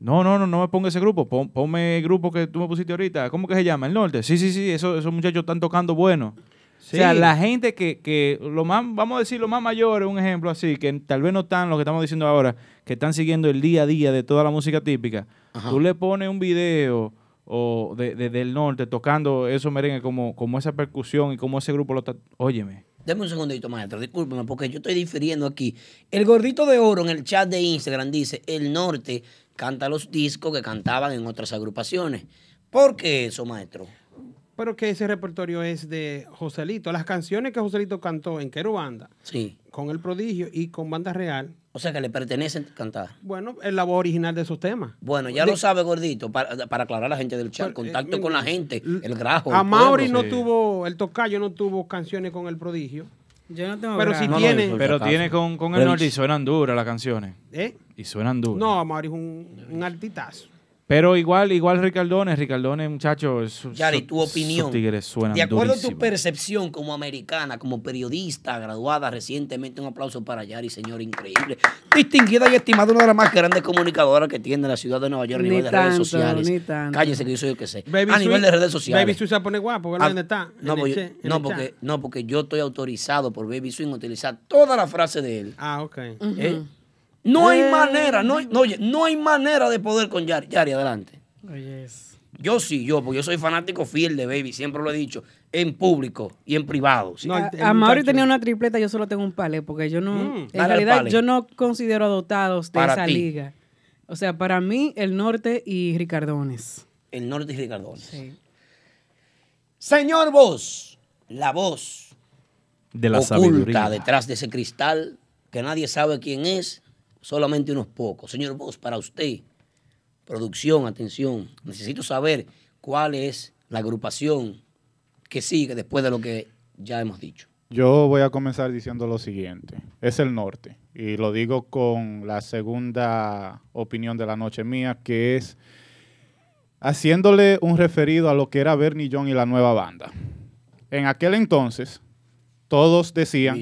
No, no, no, no me ponga ese grupo, pon- ponme el grupo que tú me pusiste ahorita, ¿cómo que se llama? El norte. Sí, sí, sí, eso- esos muchachos están tocando bueno. O sea,
Sí.
la gente que, que lo más, vamos a decir, lo más mayor, un ejemplo así, que tal vez no están, lo que estamos diciendo ahora, que están siguiendo el día a día de toda la música típica. Tú le pones un video o de, de- del norte tocando eso merengue, como, como esa percusión y como ese grupo lo está. Óyeme.
Deme un segundito, maestro, discúlpeme, porque yo estoy difiriendo aquí. El gordito de oro en el chat de Instagram dice, el norte canta los discos que cantaban en otras agrupaciones. ¿Por qué eso, maestro?
Pero que ese repertorio es de Joselito. Las canciones que Joselito cantó en Quero Banda,
Sí.
con El Prodigio y con Banda Real,
O sea, que le pertenecen cantar.
bueno, es la voz original de esos temas.
Bueno, ya
De- Pues, eh,
lo sabe, gordito, para, para aclarar a la gente del chat, contacto con la gente, el grajo. el
A Ah, Mauri no
pueblo.
tuvo, el tocayo no tuvo canciones con El Prodigio.
Yo no tengo
Pero
grado.
si
No, no,
tiene...
por Pero si acaso. tiene con- con el Pero- norte y suenan duras las canciones.
¿Eh?
Y suenan duros.
No, Mauri es un, un artitazo.
Pero igual, igual Ricardone, Ricardone, muchachos.
Yari, tu opinión.
tigres suenan
De acuerdo a tu
durísimo.
percepción como americana, como periodista graduada recientemente, un aplauso para Yari, señor increíble, distinguida y estimada, una de las más grandes comunicadoras que tiene la ciudad de Nueva York a
Ni
nivel de redes
tanto,
sociales.
ni tanto.
Cállese que yo soy el que sé.
Baby
a nivel
Sui-
de redes sociales.
Baby Sui se pone guapo, ¿verdad?
Ah,
¿Dónde está?
No,
En el
porque-
che- en
no,
el
porque,
chat.
no, porque yo estoy autorizado por Baby Swing a utilizar toda la frase de él.
Ah, ok.
¿Eh? No
Eh,
Eh,
hay manera, no, hay- no, oye, no hay manera de poder con Yari. Yari, adelante. Yo sí, yo, porque yo soy fanático fiel de Baby, siempre lo he dicho, en público y en privado. sí.
A- a Mauri tenía una tripleta, yo solo tengo un palé, porque yo no,
Mm,
en
Dale al
realidad
palé.
yo no considero dotados de
Para
esa
ti.
liga. O sea, para mí, el norte y Ricardones.
El norte y Ricardones. Señor Voz, la voz
De la
oculta
sabiduría.
detrás de ese cristal que nadie sabe quién es, solamente unos pocos. Señor Voz, para usted, producción, atención, necesito saber cuál es la agrupación que sigue después de lo que ya hemos dicho.
Yo voy a comenzar diciendo lo siguiente. Es el norte. Y lo digo con la segunda opinión de la noche mía, que es haciéndole un referido a lo que era Bernie John y la nueva banda. En aquel entonces, todos decían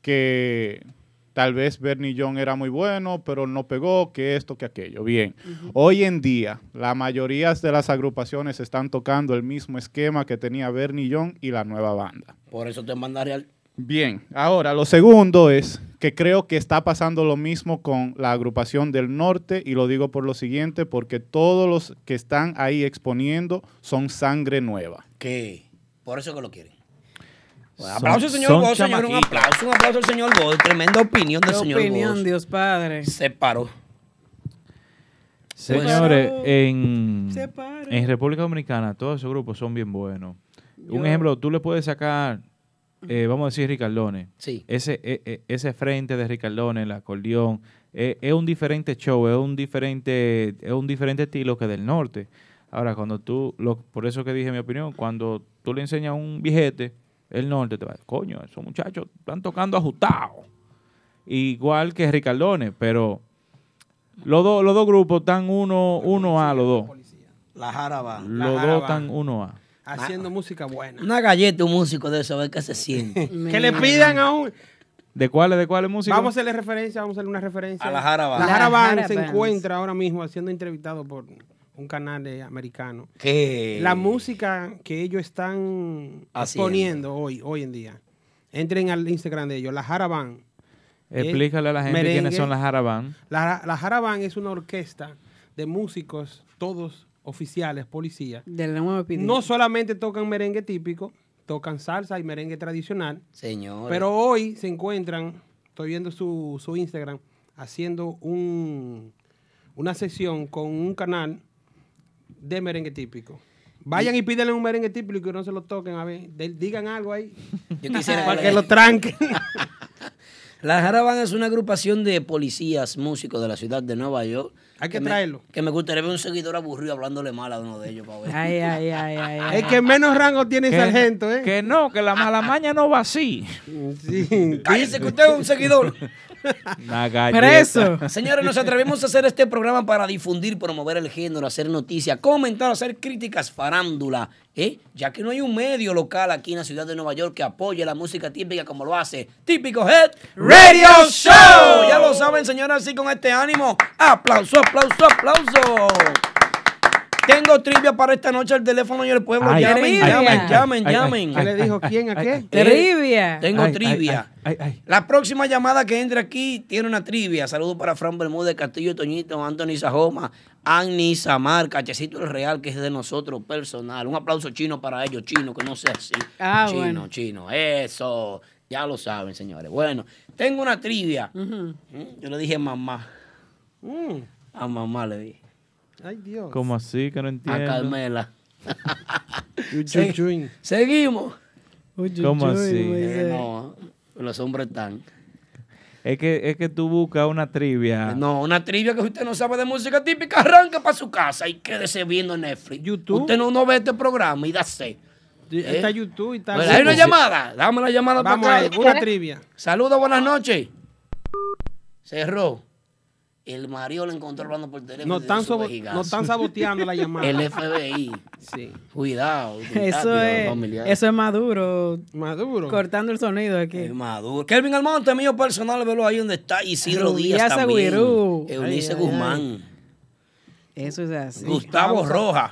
que tal vez Bernie John era muy bueno, pero no pegó, que esto, que aquello. Bien. Hoy en día, la mayoría de las agrupaciones están tocando el mismo esquema que tenía Bernie John y la nueva banda.
Por eso te manda real.
Bien, ahora lo segundo es que creo que está pasando lo mismo con la agrupación del norte y lo digo por lo siguiente, porque todos los que están ahí exponiendo son sangre nueva.
¿Qué? Por eso que lo quieren. Pues,
Son-
aplauso, señor
son
Voz, señor. Un
chamaquitos.
aplauso, un aplauso al señor Voz. Tremenda opinión del
Qué
señor
opinión,
Voz.
Dios Padre.
Se paró.
Señores, en,
Separa.
en República Dominicana todos esos grupos son bien buenos.
Yo-
Un ejemplo, tú le puedes sacar, eh, vamos a decir, Ricardone.
Sí.
Ese, e- e- ese frente de Ricardone, el acordeón, eh, es un diferente show, es un diferente, es un diferente estilo que del norte. Ahora, cuando tú, lo- por eso que dije mi opinión, cuando tú le enseñas un viejete, el norte te va a decir, coño, esos muchachos están tocando ajustados. Igual que Ricardone, pero... Los dos, los dos grupos están uno, uno A, los dos.
La jaraba.
Los dos están uno A.
Haciendo música buena.
Una galleta, un músico de eso, a ver qué se siente.
Que le pidan a un...
¿De cuáles, de cuáles músicos?
Vamos a hacerle referencia, vamos a hacerle una referencia.
A la Jarabán.
La
La
Jarabán se
Jarabán.
encuentra ahora mismo siendo entrevistado por un canal eh, americano.
¿Qué?
La música que ellos están
Eh. Haciendo.
poniendo hoy, hoy en día. Entren al Instagram de ellos, la Jarabán.
Explícale a la gente quiénes son las Jarabán.
La, la Jarabán es una orquesta de músicos, todos oficiales, policías.
Del nuevo PD.
No solamente tocan merengue típico, tocan salsa y merengue tradicional.
Señor.
Pero hoy se encuentran, estoy viendo su, su Instagram, haciendo un, una sesión con un canal de merengue típico. Vayan y pídanle un merengue típico y que no se lo toquen, a ver. de- digan algo ahí.
Yo quisiera
Para que lo tranquen.
(laughs) La Jaraban es una agrupación de policías, músicos de la ciudad de Nueva York.
Hay que
me-
traerlo.
que me gustaría ver un seguidor aburrido hablándole mal a uno de ellos para ver.
Ay, ay, ay, ay, ay.
Es que menos rango tiene
Que-
sargento, ¿eh?
Ah, Que no, que la mala maña no va así.
Cállese que usted es un seguidor.
Una galleta.
Señores, nos atrevemos a hacer este programa para difundir, promover el género, hacer noticias, comentar, hacer críticas, farándula, ¿eh? ya que no hay un medio local aquí en la ciudad de Nueva York que apoye la música típica como lo hace Típico Head
Radio Show.
Ya lo saben, señores, así con este ánimo. Aplauso, aplauso, aplauso. Tengo trivia para esta noche al teléfono y el pueblo.
Ay,
llamen,
ay,
llamen,
ay,
llamen,
ay,
llamen.
ay, ¿Qué le dijo quién a qué?
Eh,
Trivia.
Tengo
Ay, ay,
trivia.
ay, ay, ay.
La próxima llamada que entre aquí tiene una trivia. Saludos para Fran Bermúdez, Castillo Toñito, Anthony Sajoma, Annie Samar, Cachecito El Real, que es de nosotros personal. Un aplauso chino para ellos, chino, que no sea así.
Ah,
chino,
bueno.
chino, eso. Ya lo saben, señores. Bueno, tengo una trivia.
Ujú.
Mm, Yo le dije a mamá.
Mm.
A mamá le dije.
Ay, Dios.
¿Cómo así? Que no entiendo.
A
(laughs)
Carmela.
chuin,
Se- Seguimos.
¿Cómo chuin, así? güey,
Eh,
sí.
no, los hombres están.
Es que, es que tú buscas una trivia.
Eh, No, una trivia que usted no sabe de música típica, arranca para su casa y quédese viendo Netflix. Usted no, no ve este programa y da sed.
Está YouTube y está.
Eh, Bueno, hay una llamada. Dame la llamada
Vamos
para
ahí,
acá.
una trivia.
Saludos, buenas noches. Cerró. El marido le encontró hablando por teléfono.
Nos
de
están,
su
sabo-
vejigazo.
nos están saboteando
(laughs)
la llamada.
El FBI.
Sí.
Cuidado.
(laughs) Eso es, eso es Maduro.
Maduro.
Cortando el sonido aquí.
Maduro. Kelvin Almonte, mío personal, velo ahí donde está. Isidro Díaz
Rubiasa
también.
Guirú.
Eunice
Ay, ay,
Guzmán.
Eso es así.
Gustavo
Vamos a-
Rojas.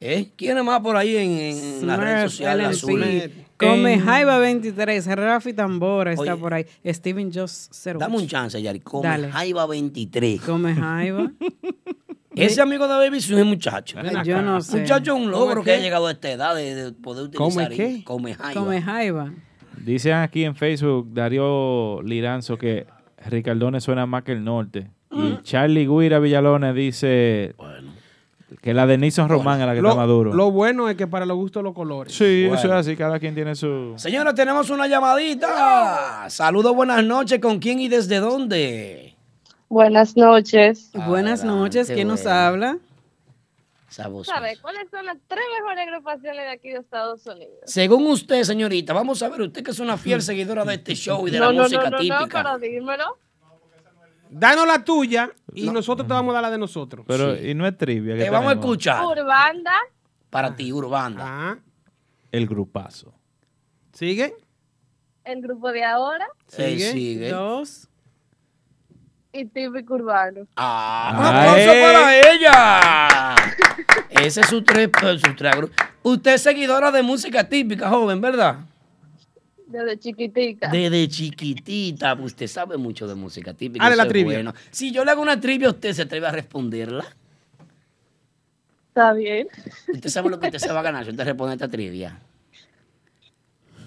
¿Eh? ¿Quién es más por ahí en, en las redes
Smurf,
sociales
LNP,
azules? Eh,
Come
En-
Eh.
Jaiba 23, Rafi Tambora está
Oye.
por ahí. Steven Joss 08.
Dame un chance, Yari. Come
Dale.
Jaiba 23.
Come Jaiba.
Ese amigo de Baby Swing es muchacho.
Ven acá. Yo no sé.
Muchacho es un logro
¿Come
que ha
qué?
llegado a esta edad de, de poder
¿Come
utilizar. y-
qué?
Come Jaiba.
Come Jaiba.
Dicen aquí en Facebook, Darío Liranzo, que Ricardone suena más que el norte.
Ah.
Y Charlie Guira Villalones dice que la de Nixon Román es la que
Lo,
está más duro.
lo bueno es que para los gustos los colores.
sí, eso es así, cada quien tiene su...
Señora, tenemos una llamadita. Saludos, buenas noches. ¿Con quién y desde dónde? Ah,
Buenas noches.
Buenas noches, ¿quién nos habla?
¿Sabe cuáles son las tres mejores agrupaciones de aquí de Estados Unidos?
Según usted, señorita, vamos a ver, usted que es una fiel seguidora de este show y de
no,
la
no,
música
no, no,
típica.
no, pero dímelo.
Danos la tuya y nosotros te vamos a dar la de nosotros.
Pero, y no es trivia. que
Te vamos a
tenemos.
escuchar.
Urbanda,
Ah.
Para ti, Urbanda.
El grupazo.
¿Sigue?
el grupo de ahora
Eh,
Sigue.
Dos.
y típico urbano.
Ah, Un
Ah,
aplauso
¡Ay!
eh.
para ella. Ese es su tres, su tres agru- Usted es seguidora de música típica, joven, ¿verdad?
Desde chiquitica.
Desde chiquitita, usted sabe mucho de música típica.
Dale
eso
la
es
trivia.
bueno. Si yo le hago una trivia, ¿usted se atreve a responderla?
Está bien.
Usted sabe lo que usted se va a ganar si usted responde esta trivia.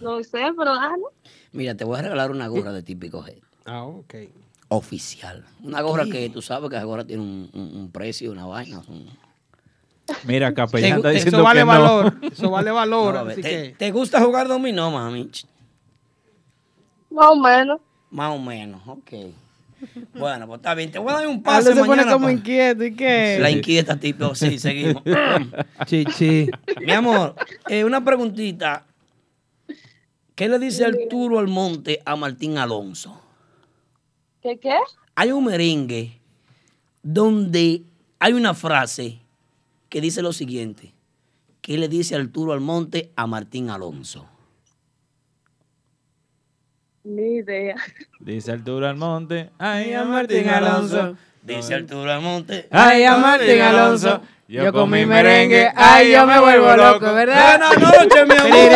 No sé, pero ah, no.
Mira, te voy a regalar una gorra de típico G.
Ah, ok.
Oficial. Una gorra que tú sabes que esa gorra tiene un, un- un precio, una vaina. un-
Mira, Capellán está
Te-
diciendo
eso vale
que no.
valor.
(laughs)
Eso vale valor.
No, a ver,
así
¿te,
que...
te gusta jugar dominó, mami?
más o menos.
Más o menos, ok. Bueno, pues está bien. Te voy a dar un
Aldo
pase
se pone
mañana.
como
pa-
inquieto, ¿y qué?
La inquieta, tipo, sí,
(laughs)
seguimos.
Chichi.
Mi amor, eh, una preguntita. ¿Qué le dice Arturo Almonte a Martín Alonso?
¿Qué qué?
Hay un merengue donde hay una frase que dice lo siguiente. ¿Qué le dice Arturo Almonte a Martín Alonso?
(laughs) Ni idea.
Dice Arturo Almonte. Ay, a
Martín
Martín Alonso.
Dice Arturo Almonte.
Ay, a Martín Alonso. Yo comí merengue.
(laughs)
Ay, yo me vuelvo loco, ¿verdad?
Buenas noches, mi amor.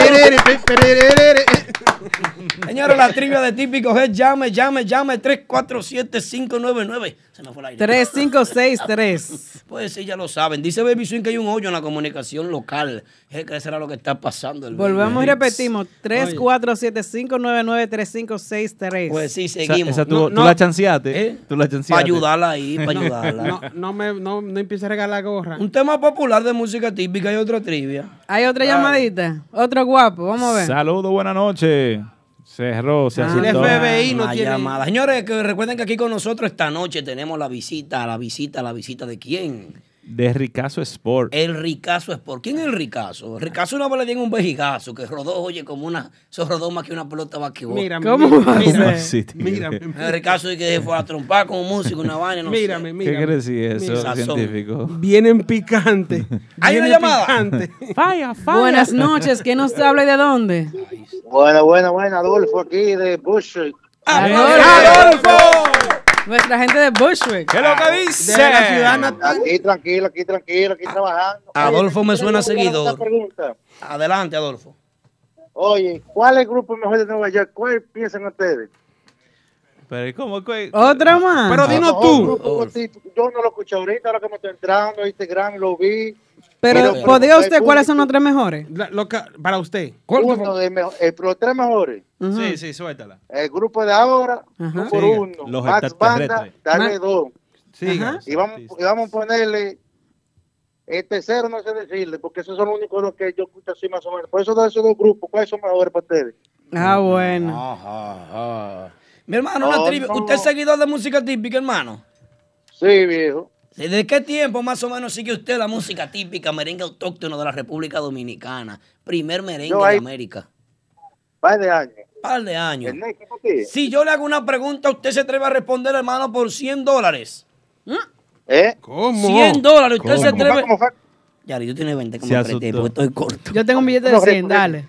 Señores, la trivia de típicos es llame, llame, llame 347-599. Se me fue el aire.
3563.
Pues sí, ya lo saben. Dice Baby Swing que hay un hoyo en la comunicación local. Es que será lo que está pasando. el
Volvemos y
Baby
repetimos.
Oye.
3475993563.
Pues sí, seguimos. ¿Eh?
Esa, tú, tú la chanceaste. Tú la chanceaste. (laughs)
No, No, no, me, no, no empiece a regalar gorra.
Un tema popular de música típica y otra trivia.
Hay
(laughs)
otra llamadita. Otro guapo. Vamos a ver.
Saludos, buenas noches. Cerró,
Ah,
se asustó.
Una llamada. Señores, que recuerden que aquí con nosotros esta noche tenemos la visita, la visita, la visita de quién?
De Ricazo Sport.
El ricazo es por. ¿Quién es el ricazo? El ricazo una vez le en un vejigazo que rodó, oye, como una. Eso rodó más que una pelota de basquetbol.
Mírame, ¿Cómo mírame, va a mírame, ser? mírame,
El ricazo es que se fue a trompar con un músico, una vaina, no
Mírame,
sé.
¿Qué quiere decir eso,
Mira. Sazón.
científico?
Vienen
(laughs)
picante.
Hay una
Vienen
llamada.
picante.
Falla, Buenas noches. ¿Quién nos habla y de dónde?
(laughs)
Buena, buena, buena, Adolfo aquí de Bushwick.
Nuestra gente de Bushwick.
¿Qué
De la ciudad natal.
Aquí tranquilo, aquí tranquilo, aquí trabajando.
Adolfo me suena
Oye, tengo
seguidor.
una pregunta.
Adelante, Adolfo.
Oye, ¿cuál es el grupo mejor de Nueva York? ¿Cuál piensan ustedes?
Pero ¿y ¿cómo? que-
Otra más.
Pero dinos tú.
Ah, Un grupo cortito. Yo no lo escuché ahorita, ahora que me estoy entrando, Instagram lo vi.
Pero, ¿podría usted cuáles son los tres mejores?
La- lo que- para usted.
Uno de mejo- eh, los tres mejores.
Sí, sí, suéltala.
El grupo de ahora, número
Siga.
uno.
Los
Max Banda,
extraterrestres.
dale dos.
Siga.
Ajá. Y vamos, y vamos a ponerle el tercero, no sé decirle, porque esos son los únicos dos que yo escucho así más o menos. Por eso de esos dos grupos, ¿cuáles son mejores para ustedes?
Ah, bueno.
Mi hermano, una
No,
trivia.
no.
¿Usted es seguidor de música típica, hermano?
Sí, viejo.
¿Desde qué tiempo más o menos sigue usted la música típica, merengue autóctono de la República Dominicana? Primer merengue
Yo
de
ahí-
América.
Par de años.
Par de años.
Ernesto, ¿por qué?
Si yo le hago una pregunta, ¿usted se atreve a responder, hermano, por 100 dólares?
¿Eh?
¿Cómo? 100 dólares. ¿Usted se
¿Cómo?
atreve?
¿Cómo fue?
Yari, tú tienes 20 como
Se
apreté,
asustó.
porque estoy corto.
Yo tengo un billete de
Vamos a
100, dale.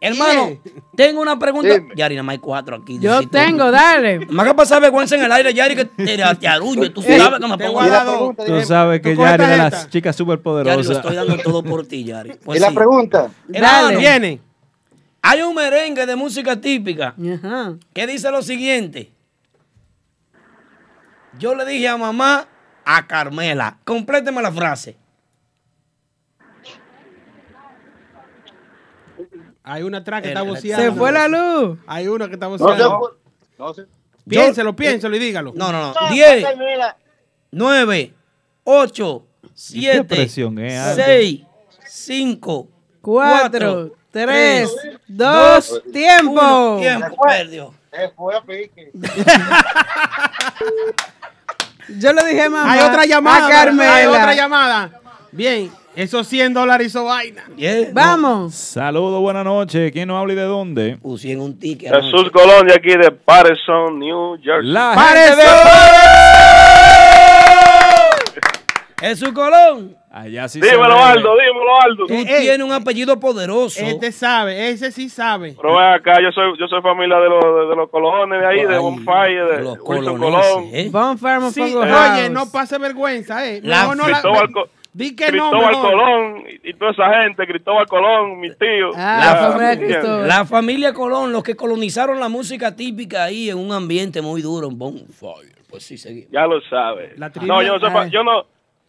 Hermano, tengo una pregunta. Yari, nada más hay cuatro aquí.
Yo
Diosito.
tengo, dale.
Más que pasar vergüenza en el aire, Yari, que te, te arullo. Tú sabes que me pongo a dar dos.
Tú sabes que Yari es de las chicas
Yari, lo
superpoderosas.
estoy dando
(laughs)
todo por ti,
(laughs)
Yari. Pues Eh,
¿Y la pregunta?
Hermano,
Dale.
viene. Hay un merengue de música típica que dice lo siguiente. Yo le dije a mamá, a Carmela, compléteme la frase.
Hay una atrás que
El-
está
el-
boceando.
Se fue la
luz.
Hay una que está
No, se
boceando.
fue-
Piénselo, piénselo y dígalo.
No, no, no. 10, 9, 8, 7,
presión, eh, Aldo?
6, 5,
Cuatro,
4,
tres,
3,
dos,
2,
tiempo.
Tiempo, perdió.
Fue a pique.
Yo le dije, mamá.
Hay otra llamada.
A Carmela.
Hay otra llamada. Bien, esos 100 dólares hizo vaina.
Vamos.
Saludos, buenas noches. ¿Quién nos habla y de dónde?
Pusieron un ticket.
Jesús Colón de aquí de Patterson, New Jersey.
La
gente de Jesús Colón.
Allá sí
Dímelo, Aldo, dímelo, Aldo.
Tú tienes un apellido poderoso.
Eh, Este sabe, ese sí sabe.
Pero ven acá, yo soy, yo soy familia de los, de, de los colones de ahí, de Bonfire, de Wilson Colón.
Bonfire,
Sí,
Mofongo
eh.
oye,
House.
no pase vergüenza, eh.
La-
Mejor no
Cristóbal Co-
Di que no,
Cristóbal
mejor.
Colón y, y toda esa gente, Cristóbal Colón, mi tío.
Ah,
La,
Ya,
familia,
¿entiendes?
la familia Colón, los que colonizaron la música típica ahí en un ambiente muy duro, en Bonfire. Pues sí, seguimos.
Ya lo sabes.
trivia-
No, yo no, soy
ah.
fa-
Ay.
yo no,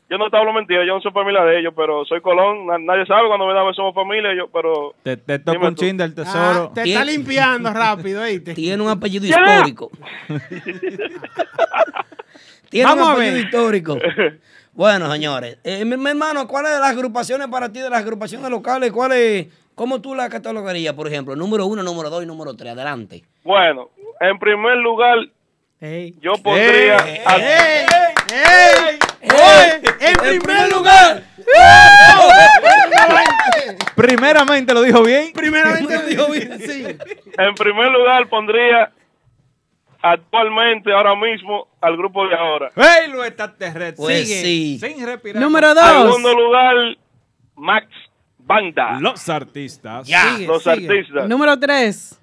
yo no te hablo mentira, yo no soy familia de ellos, pero soy Colón. na- nadie sabe cuando me da somos familia, yo, pero...
Te, te toca un chin del tesoro.
Ah, Te está limpiando rápido, ¿oíste?
Tiene un apellido
Ya.
histórico. Tiene
Vamos
un
a
apellido
ver.
(laughs)
histórico. Bueno, señores. eh, mi, mi hermano, ¿cuáles de las agrupaciones para ti, de las agrupaciones locales, cuáles, cómo tú las catalogarías, por ejemplo? Número uno, número dos y número tres. Adelante.
Bueno, en primer lugar, yo pondría... a-
En
primer lugar.
Primeramente lo dijo bien.
Primeramente
lo dijo bien.
En primer lugar pondría actualmente, ahora mismo, al grupo de ahora.
¡Ey, lo extraterrestre!
Pues
Sigue,
sí.
Sin respirar.
Segundo lugar, Max Banda.
Los artistas.
Sigue,
los
sigue.
artistas.
Número tres.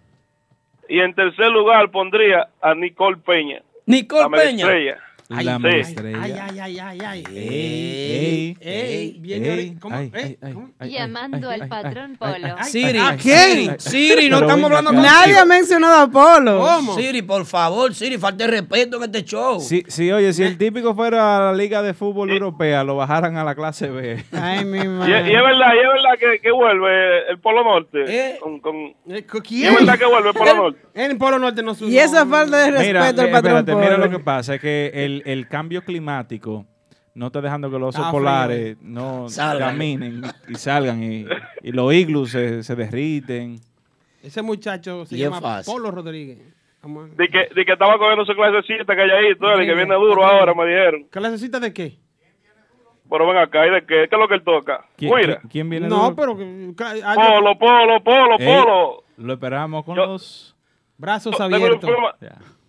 Y en tercer lugar pondría a Nicole Peña.
Nicole
la
Peña.
Estrella.
Ay, La
sí.
maestrella.
Ay, ay, ay, ay, ay.
Ey, ey,
ey, bien,
ey,
¿cómo?
ay,
Eh,
ay,
¿cómo?
ay,
Llamando al patrón Polo.
Siri.
¿A quién?
Siri, no
Pero
estamos
ven
hablando
acá.
Nadie ha mencionado a Apolo.
Siri, por favor, Siri, falta de respeto en este show.
Sí, sí, oye,
Eh.
si el típico fuera la Liga de Fútbol Europea, lo bajaran a la clase B.
Ay, mi
(laughs) Y, y es verdad, y es verdad que, que vuelve el Polo Norte. Con, con- Y es verdad que vuelve el Polo Norte.
En Polo Norte no
Y esa falta de respeto
Mira,
al
eh,
patrón
espérate, mira
Polo.
lo que pasa, es que el, el cambio climático no está dejando que los osos
Ah, frío.
polares no
Salgan.
caminen y salgan y, y los iglus se, se derriten.
Ese muchacho se
Y es
llama
fácil.
Polo Rodríguez. Vamos a-
De que, de que estaba cogiendo su clasecita calladito, de
Mira,
que viene duro
mira.
ahora, me dijeron.
¿Clasecita de qué?
Pero ven acá, ¿y de qué? ¿Qué es lo que él toca? Mira.
No, pero... que- cla- ah, yo-
Polo, polo, polo,
Ey,
polo.
Lo esperamos con los...
Brazos
Tengo
abiertos.
informa-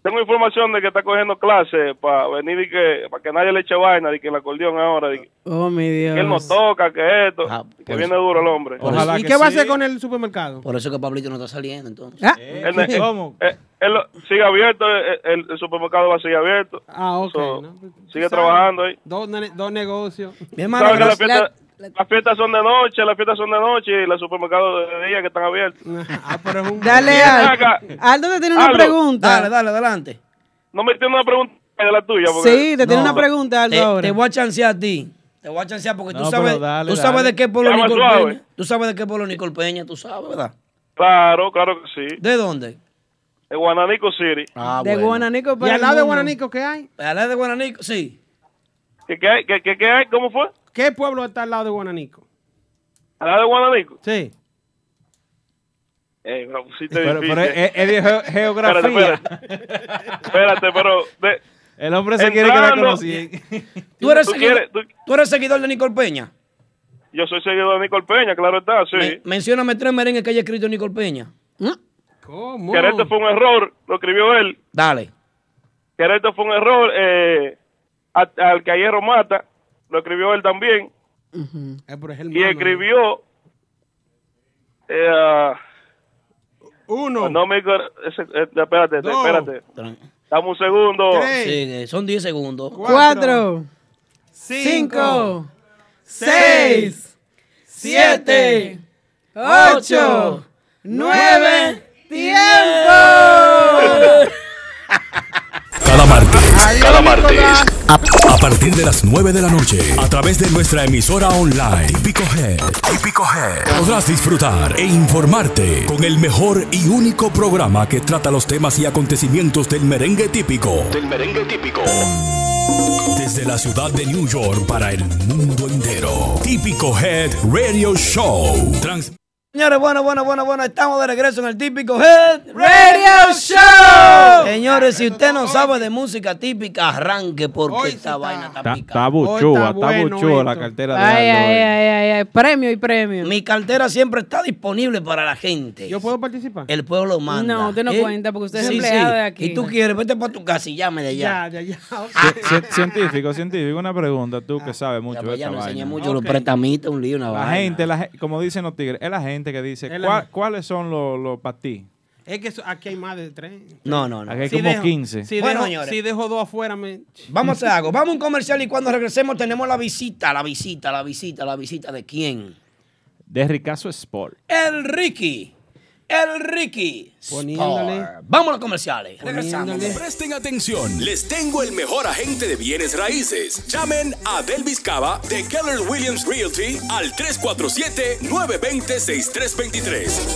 Tengo información de que está cogiendo clases para venir y que, para que nadie le eche vaina, de que el acordeón ahora, de que,
Oh, mi Dios.
que él no toca, que esto, que viene duro el hombre.
¿Y qué va a hacer con el supermercado? Ah.
Por eso que Pablito no está saliendo, entonces.
Eh,
Él- él- él- él lo- sigue abierto, eh, el, el supermercado va a seguir abierto.
Ah, ok.
So,
¿no? Tú
Sigue
sabes,
trabajando ahí.
Dos, ne- dos negocios.
Sabes que las fiestas- las fiestas son de noche, las fiestas son de noche y los supermercados de día que
(laughs)
están abiertos.
Dale,
Ven
Aldo.
acá,
Aldo te tiene una
Aldo.
pregunta.
Dale, dale,
adelante.
No me tiene una pregunta de la tuya. porque-
Sí, te tiene una pregunta, Aldo,
te,
ahora.
eh, Te voy a chancear a ti. Te voy a chancear porque
No,
tú sabes,
pero dale,
tú
dale.
sabes de qué Polo
Llama
Nicol
suave.
Peña. Tú sabes de qué Polo Nicol Peña, tú sabes, ¿verdad?
Claro, claro que sí.
¿De dónde?
De Guananico City.
Ah,
Ah,
De bueno.
Guananico
¿Y al lado de Guananico qué hay?
¿Al lado de Guananico? Sí.
¿Qué, qué, hay? qué, qué- qué hay? ¿Cómo
Eh,
fue?
¿Qué pueblo está al lado de Guananico?
¿Al lado de Guananico?
Sí.
Eh, me la pusiste
Pero,
difícil.
pero eh, es, es de ge-
Espérate,
geografía.
espérate. Espérate, pero... de-
(laughs) El hombre se quiere quedar con los
Entrando.
100.
¿Tú eres,
¿Tú
seguidor,
quieres?
tú eres seguidor de Nicol Peña?
Yo soy seguidor de Nicol Peña, claro está, sí.
Mencióname tres merengues que haya escrito ¿Mm? Nicol Peña.
¿Cómo?
Quererte fue un error, lo escribió él.
Dale.
Quererte fue un error, eh, a- al que a hierro mata, lo escribió él también.
Eh, pero es
Y
hermano.
escribió... eh,
Uno.
No me... cor- ese- eh, espérate,
Dos.
espérate. Dame un segundo.
Sí, eh, son 10 segundos.
Cuatro, cinco, seis, siete, ocho, nueve, tiempo.
Cada martes, cada martes, a, a partir de las 9 de la noche, a través de nuestra emisora online, Típico Head, Típico Head, podrás disfrutar e informarte con el mejor y único programa que trata los temas y acontecimientos del merengue típico. Del merengue típico. Desde la ciudad de New York para el mundo entero. Típico Head Radio Show. Trans-
Señores, bueno, bueno, bueno, bueno, estamos de regreso en el típico Head
Radio Show.
Señores, si usted no sabe de música típica, arranque porque esta vaina está
Está,
picante.
está buchúa, está buchúa la cartera de
Ay, ay,
Aldo. eh.
ay, ay, ay, premio y premio.
Mi cartera siempre está disponible para la gente. ¿Yo
puedo participar?
El pueblo manda.
No, usted no
¿eh?
cuenta porque usted es
Sí,
empleado
sí.
de aquí.
Y tú quieres, vete para tu casa y Ah, llame de allá.
Ya, ya, ya.
Cien- Científico, científico, una pregunta, tú que sabes mucho de
me
esta vaina.
pues, enseñé mucho los pretamitas, un lío, una
La
vaina.
gente, la ge- como dicen los tigres, es la gente que dice,
Es la
"¿Cuál-
gente".
¿cuáles son los, los para ti?
Es que eso- aquí hay más de tres.
No, no, no.
Aquí hay
Sí,
como
dejo-
15.
Si,
Bueno,
dejo,
señores.
si dejo dos afuera, me...
Vamos a hacer algo. Vamos a un comercial y cuando regresemos tenemos la visita, la visita, la visita, la visita de quién?
De Ricazo Sport.
El Ricky. El Ricky.
Poniéndole.
Sport. Vamos a los comerciales. Regresamos.
Presten atención, les tengo el mejor agente de bienes raíces. Llamen a Delvis Cava de Keller Williams Realty al 347-920-6323.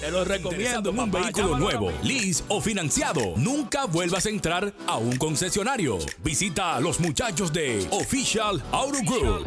Te lo recomiendo en un vehículo nuevo, lease o financiado. Nunca vuelvas a entrar a un concesionario. Visita a los muchachos de Official Auto Group.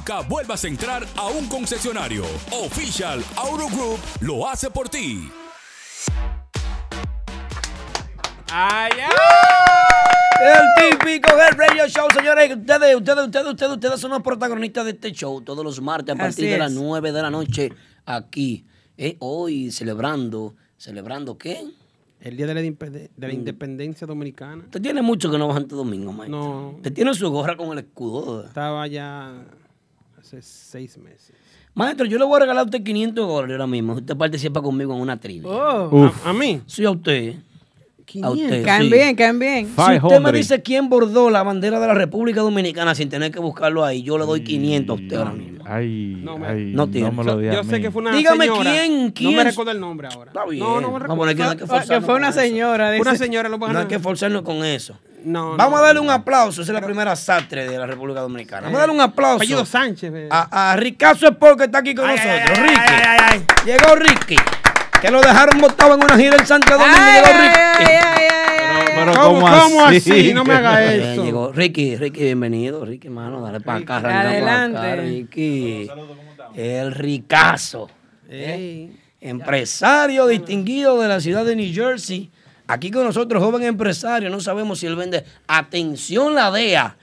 vuelvas a entrar a un concesionario. Official Auto Group lo hace por ti.
El típico del Radio Show, señores. Ustedes, ustedes, ustedes, ustedes, ustedes son los protagonistas de este show todos los martes a partir
Así
de
es.
las 9 de la noche aquí. Eh, hoy celebrando, ¿celebrando qué? Mm.
El Día de la, Independe- de la Independencia Dominicana.
Usted tiene mucho que no va Santo Domingo, maestro.
No.
Usted tiene su gorra con el escudo.
Estaba ya hace seis meses.
Maestro, yo le voy a regalar a usted 500 dólares ahora mismo. Usted participa conmigo en una trivia.
Oh, ¿A, a mí?
Sí, a usted. A usted,
Caen
sí.
bien, caen bien.
Si usted me dice quién bordó la bandera de la República Dominicana sin tener que buscarlo ahí, yo le doy 500 a usted ahora mismo.
Ay,
No, me-
ay,
no tiene.
me lo diga a
Yo sé
mí.
que fue una
Dígame
señora.
quién,
No
quién.
me recuerdo el nombre ahora.
Está bien.
No, no
Vamos a
me recuerdo.
poner que no hay que forzarnos con eso.
Una señora. Lo
No hay que forzarnos con eso.
No,
Vamos
no. Eh,
a darle un aplauso. Esa es la primera sastre de la República Dominicana. Vamos a darle un aplauso.
Apellido Sánchez. eh.
a, a Ricazo Sport que está aquí con nosotros. Ricky. Llegó Ricky. Que lo dejaron botado en una gira en Santo Domingo. Llegó Ricky.
Pero
¿Cómo- cómo así?
No me haga
Eh,
eso.
Llegó Ricky, Ricky, bienvenido. Ricky, hermano, dale para acá. arranca pa' acá,
Adelante.
Ricky. El ricazo. ¿eh? Empresario distinguido de la ciudad de New Jersey. Aquí con nosotros, joven empresario. No sabemos si él vende. Atención, la DEA.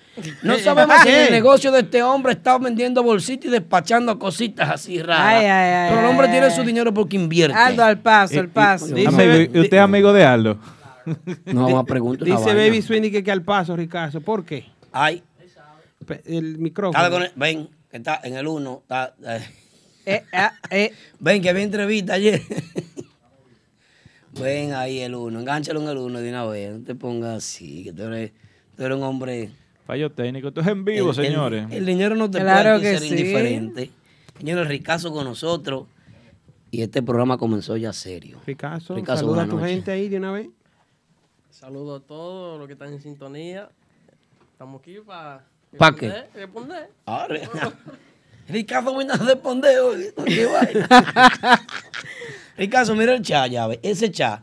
No sabemos si en el negocio de este hombre está vendiendo bolsitas y despachando cositas así raras.
Ay, ay, ay,
Pero el hombre
ay,
tiene
ay.
su dinero porque invierte.
Aldo, al paso, al paso.
Amigo, Eh, ¿y usted es amigo de Aldo?
No, va a preguntar.
una
Dice
vaina.
Baby Sweeney que, que al paso, Ricardo. ¿Por qué?
Ay.
Pe- El
Dale
micrófono.
con el- ven, que está en el 1.
Eh, ah,
Ven, que había entrevista ayer. ven ahí el 1. Engánchalo en el 1 de una vez. No te pongas así, que tú eres, tú eres un hombre.
Fallo técnico. Esto es en vivo,
El- el-
señores.
El, dinero no te
Claro
puede
que
ser
sí.
indiferente. Señor, el ricazo con nosotros. Y este programa comenzó ya serio.
Ricazo,
Ricazo,
saluda a
buenas
tu
noches.
gente ahí de una vez.
Saludo a todos los que están en sintonía. Estamos aquí para...
¿Pa qué?
Responder.
Ah, re- (laughs) Ricardo vino a responder hoy. ¿Qué vaina?
(laughs)
Ricardo, mira el chat, ya ve. Ese chat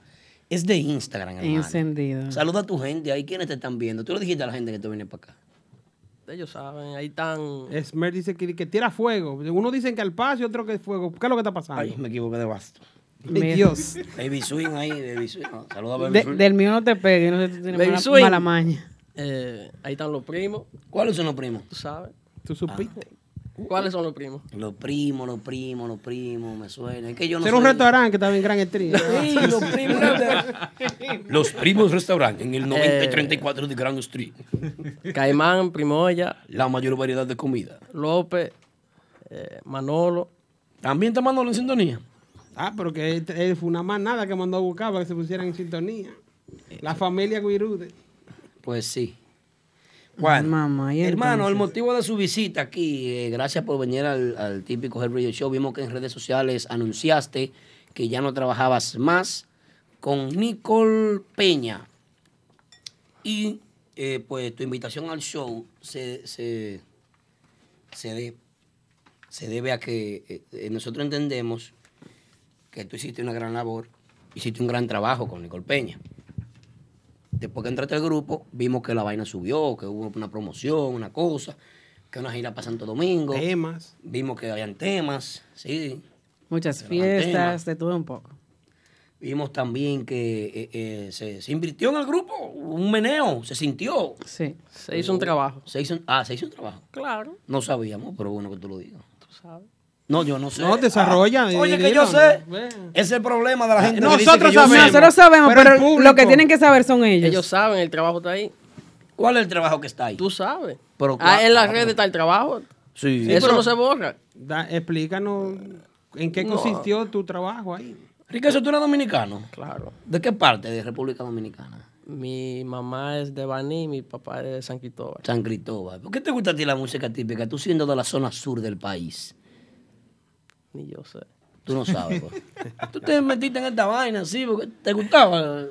es de Instagram, hermano.
Encendido.
Saluda a tu gente ahí. ¿Quiénes te están viendo? Tú le dijiste a la gente que tú vienes para acá.
Ellos saben, ahí están...
Esmer dice que, que tira fuego. Uno dice que al paso y otro que es fuego. ¿Qué es lo que está pasando?
Ay, me equivoqué de basto.
Mi Dios.
Baby Swing ahí, Baby Swing. No, saluda a Baby
De-
Swing.
del mío no te pegues, no sé si tú tienes
Baby
mala,
Swing.
mala maña.
eh, ahí están los primos.
¿Cuáles son los primos?
Tú sabes. Ah.
Tú supiste.
¿Cuáles son los primos?
Los primos, los primos, los primos, me suena. Es que yo no
Será un
soy-
restaurante que estaba en
(laughs)
Gran Estrella.
Sí, los
(laughs)
primos. Eh. Los primos restaurante en el 90 y 34 de Grand Street.
Caimán, Primoya.
La mayor variedad de comida.
López, eh, Manolo.
¿También está Manolo en sintonía?
Ah, pero que él, él fue una más nada que mandó a buscar para que se pusieran en sintonía. La familia Guirude.
Pues sí. Bueno,
Mamá, ¿y
Hermano, el
entonces?
motivo de su visita aquí, eh, gracias por venir al, al típico Hell Radio Show. Vimos que en redes sociales anunciaste que ya no trabajabas más con Nicole Peña. Y eh, pues tu invitación al show se, se, se, de- se debe a que eh, eh, nosotros entendemos que tú hiciste una gran labor, hiciste un gran trabajo con Nicole Peña. Después que entraste al grupo, vimos que la vaina subió, que hubo una promoción, una cosa, que una gira para Santo Domingo.
Temas.
Vimos que habían temas, sí.
Muchas
Pero la
fiestas, de todo un poco.
Vimos también que eh, eh, se, se invirtió en el grupo, hubo un meneo, se sintió.
Sí.
Se hizo un trabajo.
Se hizo, un- ah, se hizo un trabajo.
Claro,
No sabíamos, pero bueno que tú lo digas.
tú sabes.
No, yo no sé.
No, desarrolla,
Ah,
di-
oye, que
dilo,
yo sé. Es el problema de la gente. que dice
Nosotros
que yo sé.
sabemos. Nosotros sabemos, Pero el pero público- lo que tienen que saber son ellos.
Ellos saben, el trabajo está ahí.
¿Cuál es el trabajo que está ahí?
Tú sabes.
Pero
Ah,
cua-
en
ah,
las redes está el trabajo.
Sí.
Eso
pero-
no se borra.
Da- explícanos en qué
No.
consistió tu trabajo ahí.
Ricardo, ¿tú eres dominicano?
Claro.
¿De qué parte de República Dominicana?
Mi mamá es de Baní, mi papá es de San Cristóbal.
San Cristóbal. ¿Por qué te gusta a ti la música típica? Tú siendo de la zona sur del país.
Ni yo sé.
Tú no sabes.
(laughs)
pues. Tú te metiste en esta vaina así porque te gustaba.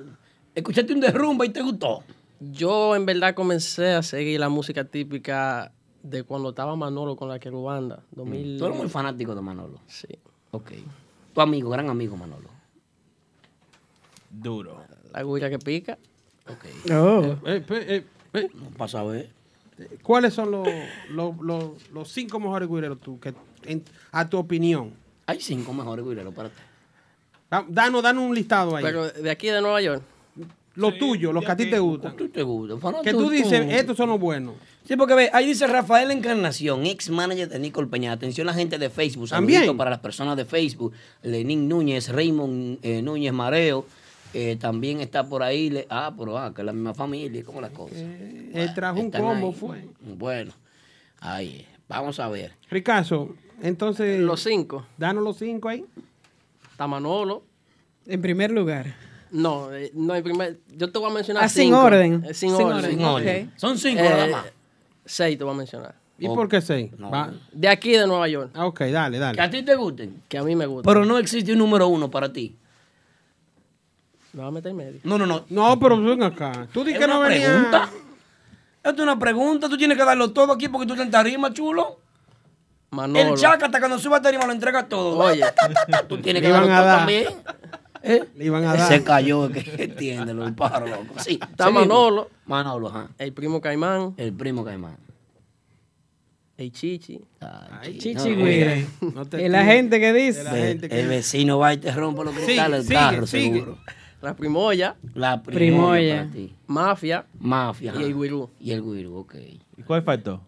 Escuchaste un derrumba y te gustó.
Yo en verdad comencé a seguir la música típica de cuando estaba Manolo con la querubanda. 2000...
Mm. Tú eres muy fanático de Manolo.
Sí.
Ok. Tu amigo, gran amigo Manolo.
Duro.
La guira que pica.
Ok.
Eh, eh, eh, eh,
Pasa a ver.
eh, ¿Cuáles son los, los, los, los cinco mejores guireros tú, que, en- a tu opinión?
Hay cinco mejores guireros para ti.
Danos, danos un listado ahí.
Pero de aquí de Nueva York.
Los tuyos, los que a ti te gustan.
te gustan.
Que tú dices, estos son los buenos.
Sí, porque ve, ahí dice Rafael Encarnación, ex manager de Nicole Peña. Atención la gente de Facebook.
También.
Saludito para las personas de Facebook. Lenín Núñez, Raymond eh, Núñez Mareo. Eh, también está por ahí. le- ah, pero ah, que es la misma familia. ¿Cómo las cosas?
Él trajo un
están
combo,
ahí.
fue.
Bueno, ahí. Vamos a ver.
Ricaso, entonces. Los
cinco.
Danos los cinco ahí.
Está Manolo.
En primer lugar.
No, eh, no, el primer, yo te voy a mencionar
Ah, sin
cinco.
orden.
Eh, sin,
Sin
orden. Eh,
orden, Sin orden. ok.
Son cinco nada más.
Seis te voy a mencionar.
¿Y por qué seis? Va.
De aquí de Nueva York.
Ah, ok, dale, dale.
Que a ti te gusten.
Que a mí me gusta.
Pero no existe un número uno para ti.
Me vas a meter en medio.
No, no, no.
No, pero ven acá. Tú
¿Es
dices que no
una
venía.
pregunta? Esto es una pregunta. Tú tienes que darlo todo aquí porque tú estás en tarima, chulo.
Manolo.
El chaca, hasta cuando suba a tarima, lo entrega todo.
Oye. ¿Eh?
tú tienes
Le
que darlo
iban a
todo
dar.
también.
Le iban
a dar.
Se cayó, que entiéndelo, el pájaro loco. Sí,
Está
sí mismo.
Manolo.
Manolo, ajá.
El primo Caimán.
El primo Caimán.
El Chichi.
Ay,
Chichi Guire.
(laughs)
el agente que dice.
El vecino va y te rompe los
Sigue,
cristales del
sigue,
carro,
sigue.
seguro.
La Primoya.
La Primoya. para ti.
Mafia.
Mafia.
Y el Guirú.
Y el Guirú, ok.
¿Y cuál faltó?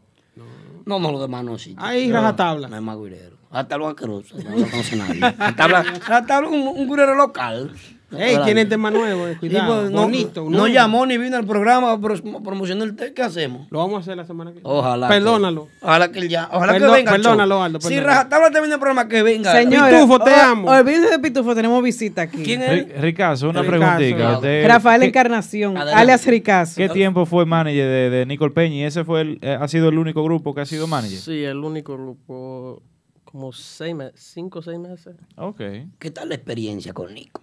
No, no, lo demás no sí.
Ahí,
rajatabla. No es más guirero. Hasta los asquerosos. No lo conoce nadie. Rajatabla, rajatabla un, un guirero local.
Ey, tiene el tema nuevo, eh, cuidado.
Y, pues, no,
Bonito,
no
nuevo.
llamó ni vino al programa pro- promocionó el té. ¿Qué hacemos?
Lo vamos a hacer la semana que viene.
Ojalá.
Perdónalo.
que- ojalá que él ya. Ojalá
Perdón-
que venga. al show.
perdónalo, Aldo,
Si
perdónalo.
Rajatabla termina el programa, que venga.
Señora,
Pitufo,
o- Olvídense de Pitufo, tenemos visita aquí.
¿Quién
Ri- Ricazo, una
Ricazo.
preguntita.
Eh,
Usted-
Rafael
¿qué-
Encarnación, alias Ricazo.
¿Qué tiempo fue manager de, de Nicole Peña? ¿Y ese fue el- eh, ha sido el único grupo que ha sido manager?
Sí, el único grupo. Como seis meses. Cinco o seis meses.
Ok.
¿Qué tal la experiencia con Nico?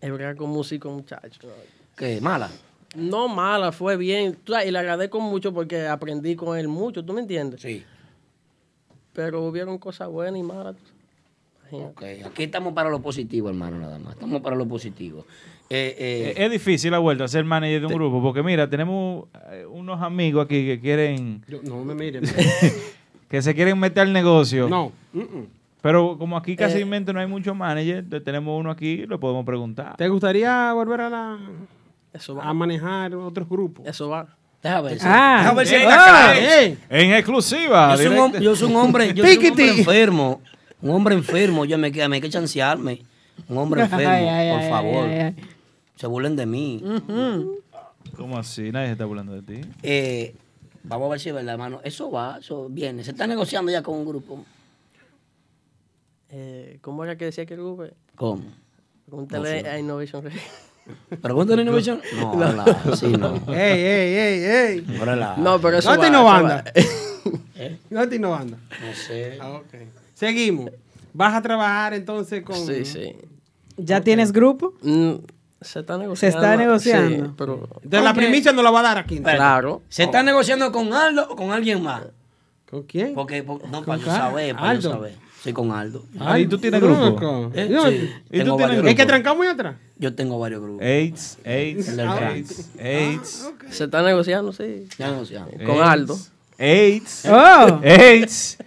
Es verdad, con músico, muchacho.
¿Qué? ¿Mala?
No mala, fue bien. Tú sabes, Y le agradezco mucho porque aprendí con él mucho, ¿tú me entiendes?
Sí.
Pero hubieron cosas buenas y malas.
Ok, aquí estamos para lo positivo, hermano, nada más. Estamos para lo positivo. Eh, eh,
Eh, Es difícil la vuelta a ser manager de un grupo, porque mira, tenemos eh, unos amigos aquí que quieren,
Yo- no me miren.
(laughs) que se quieren meter al negocio.
no. mm-mm.
Pero como aquí casi
Eh.
no hay muchos managers, entonces tenemos uno aquí, lo podemos preguntar.
¿Te gustaría volver a la.
va.
A manejar otros grupos.
Eso va.
Deja ver.
Ah,
Deja ver si
eh,
hay acá,
ah,
eh.
eh.
En exclusiva.
Yo soy, un, hom-
directa.
yo soy un hombre, yo soy un hombre enfermo. Un hombre enfermo, yo me queda, me hay que chancearme. Un hombre enfermo,
Ay, ay,
por
ay,
favor.
ay, ay.
Se burlen de mí.
mm.
¿Cómo así? Nadie se está burlando de ti.
Eh, vamos a ver si es verdad, hermano. Eso va, eso viene. Se está negociando ya con un grupo.
Eh, ¿Cómo era que decía que el grupo?
¿Cómo?
Pregúntale
No sé.
a Innovation Radio.
¿Pregúntale a Innovation? No, no, sí, no.
Ey, ey, ey, ey.
No, relaja.
No, pero eso
No está
va,
innovando.
eso va.
No está innovando.
No sé.
Ah, ok. Seguimos. Vas a trabajar entonces con.
Sí, sí. Mm,
¿Ya tienes grupo?
Se está negociando.
Se está negociando.
Sí, pero...
De la
Ok.
primicia no la va a dar aquí.
Espérate.
Claro.
¿Se está negociando con Aldo o con alguien más?
¿Con quién?
Porque, porque- no, para yo
Ca-
saber, para yo
Aldo.
saber. Soy con Aldo.
Ah, ¿y tú tienes grupo?
Eh,
No,
sí,
¿Y tú
tengo
tienes
varios
grupo?
¿El que trancamos muy atrás?
Yo tengo varios grupos.
AIDS, AIDS,
El Ah, del crack.
AIDS, AIDS.
Se está negociando, sí.
Ya negociamos.
Con Aldo.
AIDS.
Oh.
AIDS.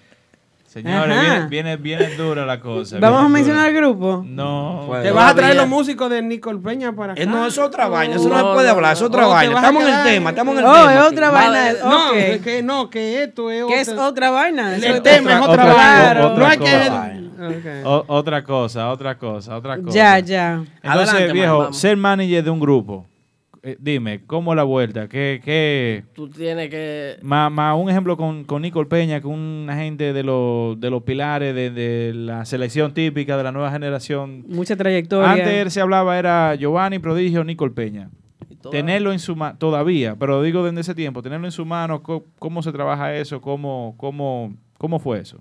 Señores,
Ajá.
viene, viene, viene dura la cosa.
Vamos a
viene
mencionar
dura.
el grupo.
No.
Te vas a traer los músicos de Nicole Peña para acá.
Eh, no, es otra vaina, eso no,
No,
se puede
no,
hablar, es otra
no, te
vaina.
vas a
Estamos en el
quedar-
tema, estamos en el
Oh,
tema.
es
aquí.
otra vaina.
No,
ok.
es que no, que esto es
¿Qué es otra vaina?
El
Eso es otra-
tema es otra vaina.
Claro.
No hay que.
O- otra cosa, otra cosa, otra cosa.
Ya, ya.
Entonces,
Adelante,
viejo,
Manuel, vamos.
ser manager de un grupo. eh, dime, ¿cómo la vuelta? ¿Qué, qué?
Tú tienes que.
Más, más un ejemplo con, con Nicole Peña, con una gente de los, de los pilares de, de la selección típica de la nueva generación.
Mucha trayectoria.
Antes se hablaba era Giovanni Prodigio, Nicole Peña. Tenerlo en su mano, todavía, pero digo desde ese tiempo, tenerlo en su mano, co- cómo se trabaja eso, cómo, cómo, cómo fue eso.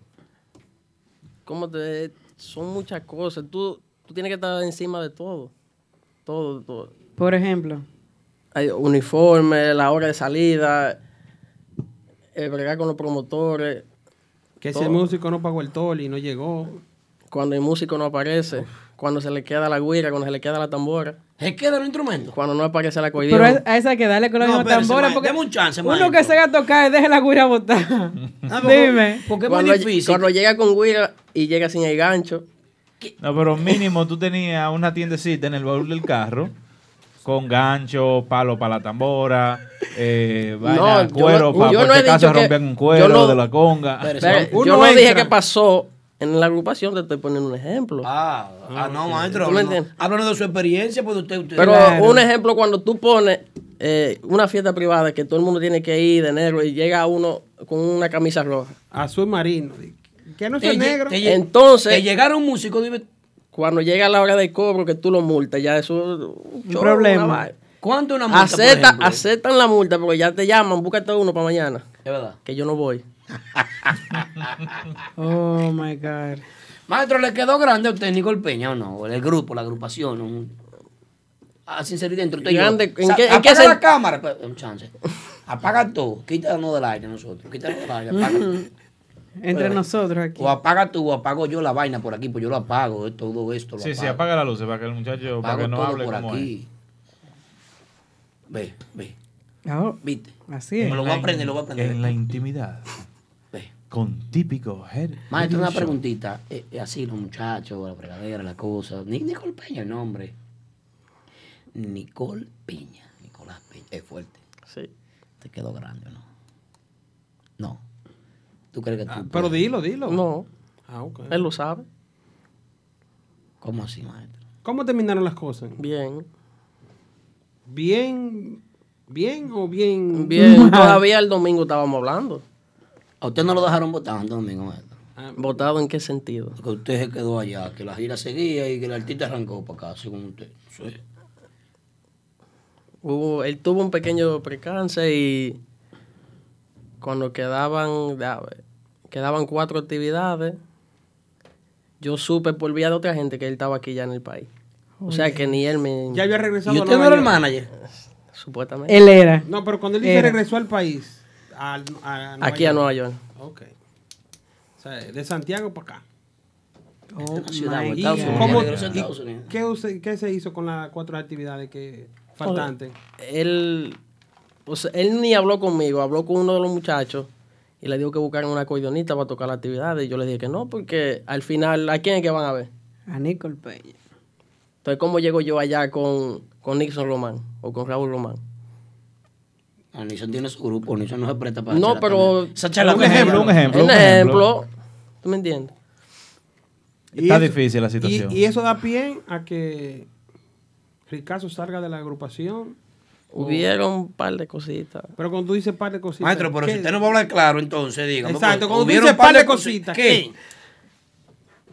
¿Cómo te.? Son muchas cosas. Tú, tú tienes que estar encima de todo. Todo, todo.
Por ejemplo.
Hay uniforme, la hora de salida, eh, bregar con los promotores.
Que ese
todo.
músico no pagó el toll y no llegó.
Cuando el músico no aparece, cuando se le queda la guira, cuando se le queda la tambora.
¿Se queda el instrumento?
Cuando no aparece la
Pero
acordeón.
a a esa hay que darle con la
No,
misma
espérese,
tambora.
ma-
Porque
deme un chance,
uno
maestro.
que se haga tocar, deje la guira botar. (laughs) Dime.
cuando, Cuando llega con guira y llega sin el gancho.
No, pero mínimo tú tenías una tiendecita en el baúl del carro con gancho, palo para la tambora, eh, vaina,
yo
cuero,
no-
para
yo no he dicho que-
rompían un cuero
yo no-
de la conga.
Pero yo no dije que pasó en la agrupación, te estoy poniendo un ejemplo.
Ah, ah, no, maestro.
¿Tú me
no.
entiendes?
Háblanos de su experiencia, pues usted. usted
Pero un ejemplo, cuando tú pones eh, una fiesta privada que todo el mundo tiene que ir de negro y llega uno con una camisa roja.
Azul marino. Que no
Te
sea
lle-
negro.
te lle-
Entonces.
te llegaron músicos, dime.
Cuando llega la hora del cobro, que tú lo multas, ya eso. Un
problema. ¿Cuánto una multa, por ejemplo?
aceptan la multa, porque ya te llaman, búscate uno para mañana.
Es verdad.
Que yo
(laughs)
no voy.
Oh my God.
Maestro, ¿le quedó grande a usted, Nicol Peña o no? El grupo, la agrupación. Un... A sinceridad, entre usted y yo.
Grande, ¿en
Sa-
qué- en
apaga
qué sen-
la cámara, pe- un chance. Apaga todo. Quítanos del aire nosotros. Quítanos del aire.
(laughs)
apaga.
(laughs) Entre
Oye,
nosotros aquí.
O apaga tú, o apago yo la vaina por aquí, pues yo lo apago. eh, Todo esto lo
Sí,
apago.
sí, apaga la luz para que el muchacho para
Apago
que no
todo
hable
por
como
aquí. Ve, ve. ¿Viste?
Así
es.
Me lo voy a aprender, lo voy a aprender.
En la intimidad. Con típico head.
Maestro, una
Show.
preguntita. Eh, eh, así los muchachos, la fregadera, la cosa. Ni Nicole Peña el nombre. Nicole Peña. Nicolás Peña. Es fuerte.
Sí.
¿Te quedó grande o no? No. ¿Tú crees que tú
Pero
puedes?
dilo, dilo.
No.
Ah, ok.
Él lo sabe.
¿Cómo así, maestro?
¿Cómo terminaron las cosas?
Bien.
Bien. ¿Bien o
(laughs)
bien?
Bien, todavía el domingo estábamos hablando.
¿A usted no lo dejaron votar el domingo, maestro?
Ah, ¿Votado en qué sentido?
Que usted se quedó allá, que la gira seguía y que el artista arrancó para acá, según usted. Sí.
Hubo, él tuvo un pequeño percance y cuando quedaban, ya, quedaban cuatro actividades, yo supe por vía de otra gente que él estaba aquí ya en el país. O sea que ni él me...
Ya había regresado
¿Y
a
usted no
Nueva
era el
York.
manager?
Supuestamente.
Él era.
No, pero cuando él dice
Era.
regresó al país. al- a Nueva
Aquí a Nueva York.
Ok. O sea, de Santiago para acá.
Oh, ciudad,
my
Estados
God.
Unidos,
¿Cómo-
regresó a Estados
y
Unidos.
¿Qué, usted- qué se hizo con las cuatro actividades que faltantes?
Él, o sea, él ni habló conmigo, habló con uno de los muchachos y le dijo que buscaran una acordeonista para tocar la actividad. Y yo le dije que no, porque al final, ¿a quién es que van a ver?
A Nicole Peña.
Entonces, ¿cómo llego yo allá con, con Nixon Román o con Raúl Román?
Anison tiene su grupo, Anison no se presta para
No, pero.
charlatanería. Esa charlatanería.
Un ejemplo. ¿Tú me entiendes?
Está
eso-
difícil la
y-
situación.
Y, eso da pie a que Ricazo salga de la agrupación. o-
Hubieron un par de cositas.
Pero cuando tú dices par de cositas.
Maestro, pero
¿qué?
si usted no va a hablar claro, entonces dígame.
Exacto,
pues,
cuando tú
hubieron
dices par de
cosi-
cositas,
¿Qué?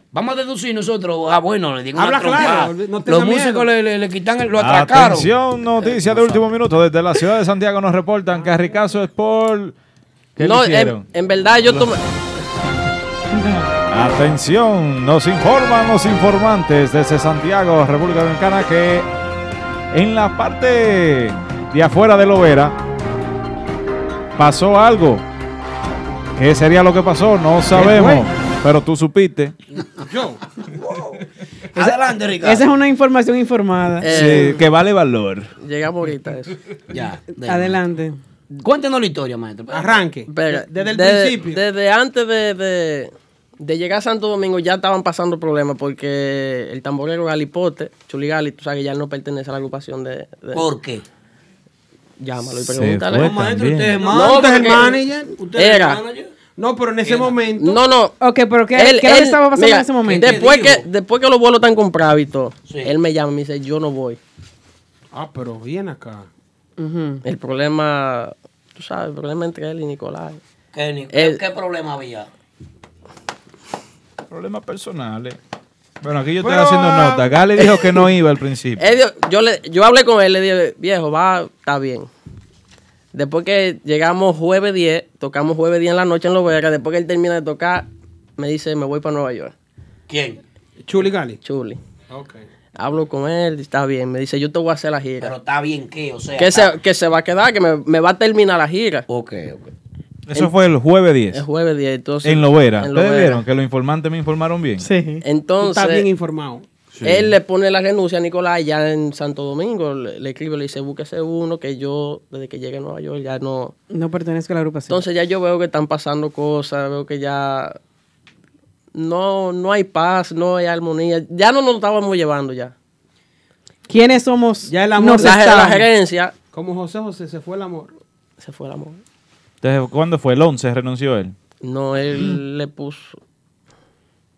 Vamos a deducir nosotros. Ah, bueno, le digo una
Habla
trompa.
claro, no tenga
Los músicos
miedo.
le, le- le quitan, el- lo atracaron.
Atención, noticia de último minuto. Desde la ciudad de Santiago nos reportan que a Ricazo es por. ¿Qué
no,
le
em,
hicieron?
en, en verdad
(laughs)
yo tomé.
Atención, nos informan los informantes desde Santiago, República Dominicana, que en la parte de afuera de Lovera pasó algo. ¿Qué sería lo que pasó? No sabemos, pero tú supiste.
Adelante, Ricardo. Eh,
Esa es una información informada.
Eh,
Sí, que vale valor.
Llegamos ahorita a eso.
ya. de-
Adelante.
Cuéntenos la historia, maestro.
Arranque.
Pero desde- Desde antes de, de- de llegar a Santo Domingo ya estaban pasando problemas porque el tamborero Galipote, Chuli Gali, tú sabes que ya él no pertenece a la agrupación de. de-
¿Por qué?
Llámalo y
Se
pregúntale.
fue No, maestro, también. usted es
No, usted es el
porque-
manager. usted es el
Era.
manager. No, pero en ese momento.
Eh, No, no.
Ok, pero ¿qué,
Él-
qué era lo
él-
que estaba pasando
mira,
en ese momento?
Después que, después que los vuelos están comprados y todo, él me llama y me dice, yo no voy.
Ah, pero bien acá.
El problema, tú sabes, el problema entre él y Nicolás.
¿Qué, ni-
El-
¿qué problema había?
Problemas personales. Bueno, aquí yo estoy
Pero,
haciendo
ah,
nota. Gale dijo
(laughs)
que no iba al principio.
Él dio- yo, le, yo hablé con él, le dije, viejo, va, está bien. Después que llegamos jueves 10, tocamos jueves 10 en la noche en Los Vegas, después que él termina de tocar, me dice, me voy para Nueva York.
¿Quién?
Chuli Gali. Chuli. Hablo con él, está bien, me dice, yo te voy a hacer la gira.
Pero está bien que, o sea.
que,
está-
se, que se va a quedar, que me, me va a terminar la gira.
Ok, ok.
Eso fue el jueves 10.
El jueves 10, entonces.
en Lovera.
en
¿Ustedes
Lovera.
vieron que los informantes me informaron bien?
Sí.
Entonces.
Está bien informado.
Él le pone la renuncia a Nicolás ya en Santo Domingo. Le, le escribe, le dice, búsquese uno que yo, desde que llegue a Nueva York, ya no...
No pertenezco a la agrupación.
Entonces ya yo veo que están pasando cosas, veo que ya no, no hay paz, no hay armonía. Ya no nos estábamos llevando ya.
¿Quiénes somos?
Ya el
amor La- está- la gerencia.
Como José José, se fue el amor.
Se fue el amor.
Entonces, ¿cuándo fue? El 11 renunció él.
No,
Mm.
él le puso...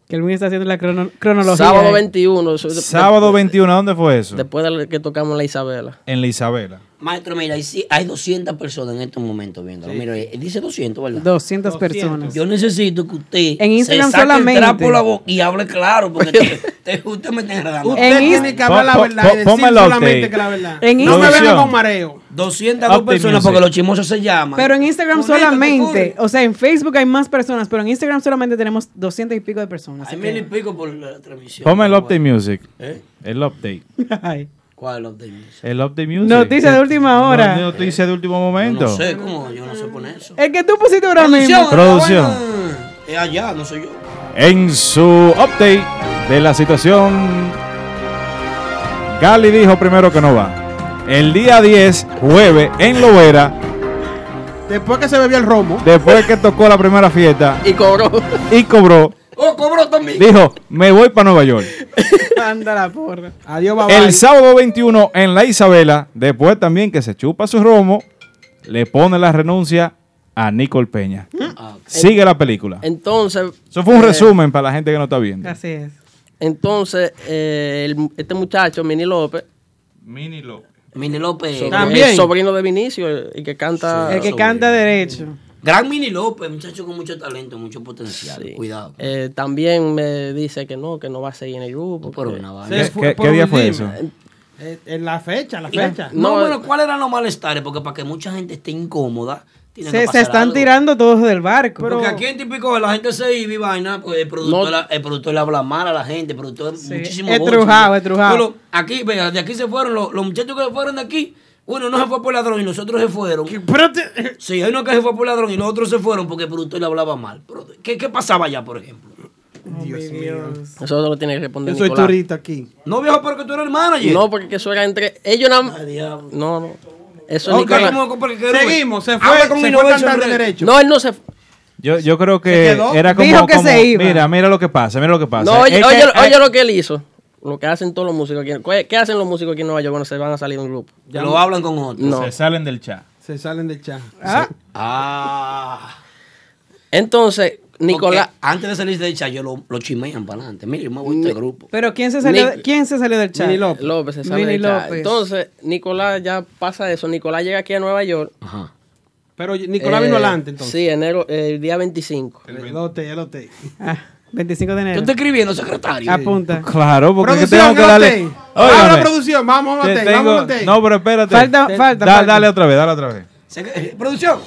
Que el Luis está haciendo la crono- cronología.
Sábado
ahí.
21. eso-
Sábado 21, ¿dónde fue eso?
Después de que tocamos la Isabela.
En la Isabela.
Maestro, mira, hay, ci- hay 200 personas en estos momentos viéndolo. Mira, eh, dice 200, ¿verdad?
200 personas.
Yo necesito que usted
En Instagram
se saque
solamente.
el trapo de la boca y hable claro, porque te- te- usted me está enredando.
Usted En tiene Inst- que hablar la Pon- verdad y pon- decir ponme el solamente update. que la verdad. En No me Inst- venga con mareo.
202
Update
personas,
music.
porque los chismosos se llaman.
Pero en Instagram
Con esto que
solamente,
ocurre.
o sea, en Facebook hay más personas, pero en Instagram solamente tenemos 200 y pico de personas.
Hay
así
mil y
que-
pico por la transmisión.
Ponme el update music.
¿Eh?
El update.
Ay.
¿Cuál es el update music?
El update music.
Noticias de última hora.
No, Noticias de último momento.
No sé cómo, yo no sé poner eso.
El que tú pusiste ahora mismo.
Producción.
Es allá, no soy yo.
En su update de la situación, Gali dijo primero que no va. El día 10, jueves, en Lovera,
Después que se bebió el romo.
después que tocó la primera fiesta
y cobró,
y cobró,
Oh, cobró también.
dijo, me voy para Nueva York.
(laughs) Anda la porra.
Adiós, bye, bye.
El sábado 21 en la Isabela, después también que se chupa su romo, le pone la renuncia a Nicole Peña. Sigue la película.
Entonces...
Eso fue un
eh,
resumen para la gente que no está viendo.
Así es.
Entonces, eh, el- este muchacho, Mini López,
Mini López.
Mini López.
sobre-
También.
el sobrino de Vinicio, el, el que canta...
El que canta derecho.
Gran Mini López, muchacho con mucho talento, mucho potencial. Cuidado.
Eh, también me dice que no, que no va a seguir en el grupo.
Por
que-
una vaina.
Se
¿Qué- qué-
por
qué día
un
fue
dime.
eso?
Eh, En la fecha, la
Y- No,
fecha.
bueno, ¿cuáles eran los malestares? Porque para que mucha gente esté incómoda, tiene que
Se, se
pasar
están
algo.
tirando todos del barco.
Porque aquí en Típico la gente se vive y vaina, pues el productor, la- el productor le habla mal a la gente, el productor es muchísimo boche.
Estrujado, estrujado.
Pero aquí, vea, de aquí se fueron, los, los muchachos que fueron de aquí, uno no se fue por ladrón y los otros se fueron. Sí, hay uno que se fue por ladrón y los otros se fueron porque el productor le hablaba mal. Pero, ¿qué, qué pasaba allá, por ejemplo?
Dios mío. Eso lo tiene que responder
Yo soy
Nicolás.
turista aquí.
No, viejo, porque tú eres el manager.
No, porque eso era entre ellos nada más.
diablo.
No, no. Eso
Ok,
Nicolás.
¿cómo- por qué?
Seguimos, se fue,
Habla
se
con
fue
Innovation
cantando
Red.
derecho.
No, él no se
Yo, yo creo
¿Se
que
quedó?
era como.
Dijo que
como,
se iba.
Mira, mira lo que pasa, mira lo que pasa.
No, oye,
Es que
oye,
hay-
oye lo que él hizo. Lo que hacen todos los músicos aquí. ¿Qué- ¿Qué hacen los músicos aquí en Nueva York cuando se van a salir de un grupo?
Ya lo hablan con otros.
No.
Se salen del chat.
Se salen del chat.
Ah.
Entonces, Nicolás.
Porque antes de salirse del chat, yo lo, lo chimean para adelante. Mire, yo me voy de grupo.
Pero ¿quién se salió,
Ni-
de- ¿quién se salió del chat?
Mini López.
López se sale
Mini
del chat.
López.
Entonces, Nicolás ya pasa eso. Nicolás llega aquí a Nueva York.
Pero Nicolás
Eh,
vino adelante, entonces.
Sí, enero, eh, el día 25.
El hotel, el hotel.
25 Ah, de enero.
Yo estoy
escribiendo, secretario.
Apunta.
Claro, porque es que
Producción,
tengo que darle.
López. Ahora
Óigame,
producción, vamos
te
a hotel,
tengo-
vamos a hotel.
No, pero espérate.
Falta-
Te-
falta,
da-
falta.
Dale otra vez, dale otra vez.
Se- eh, Producción.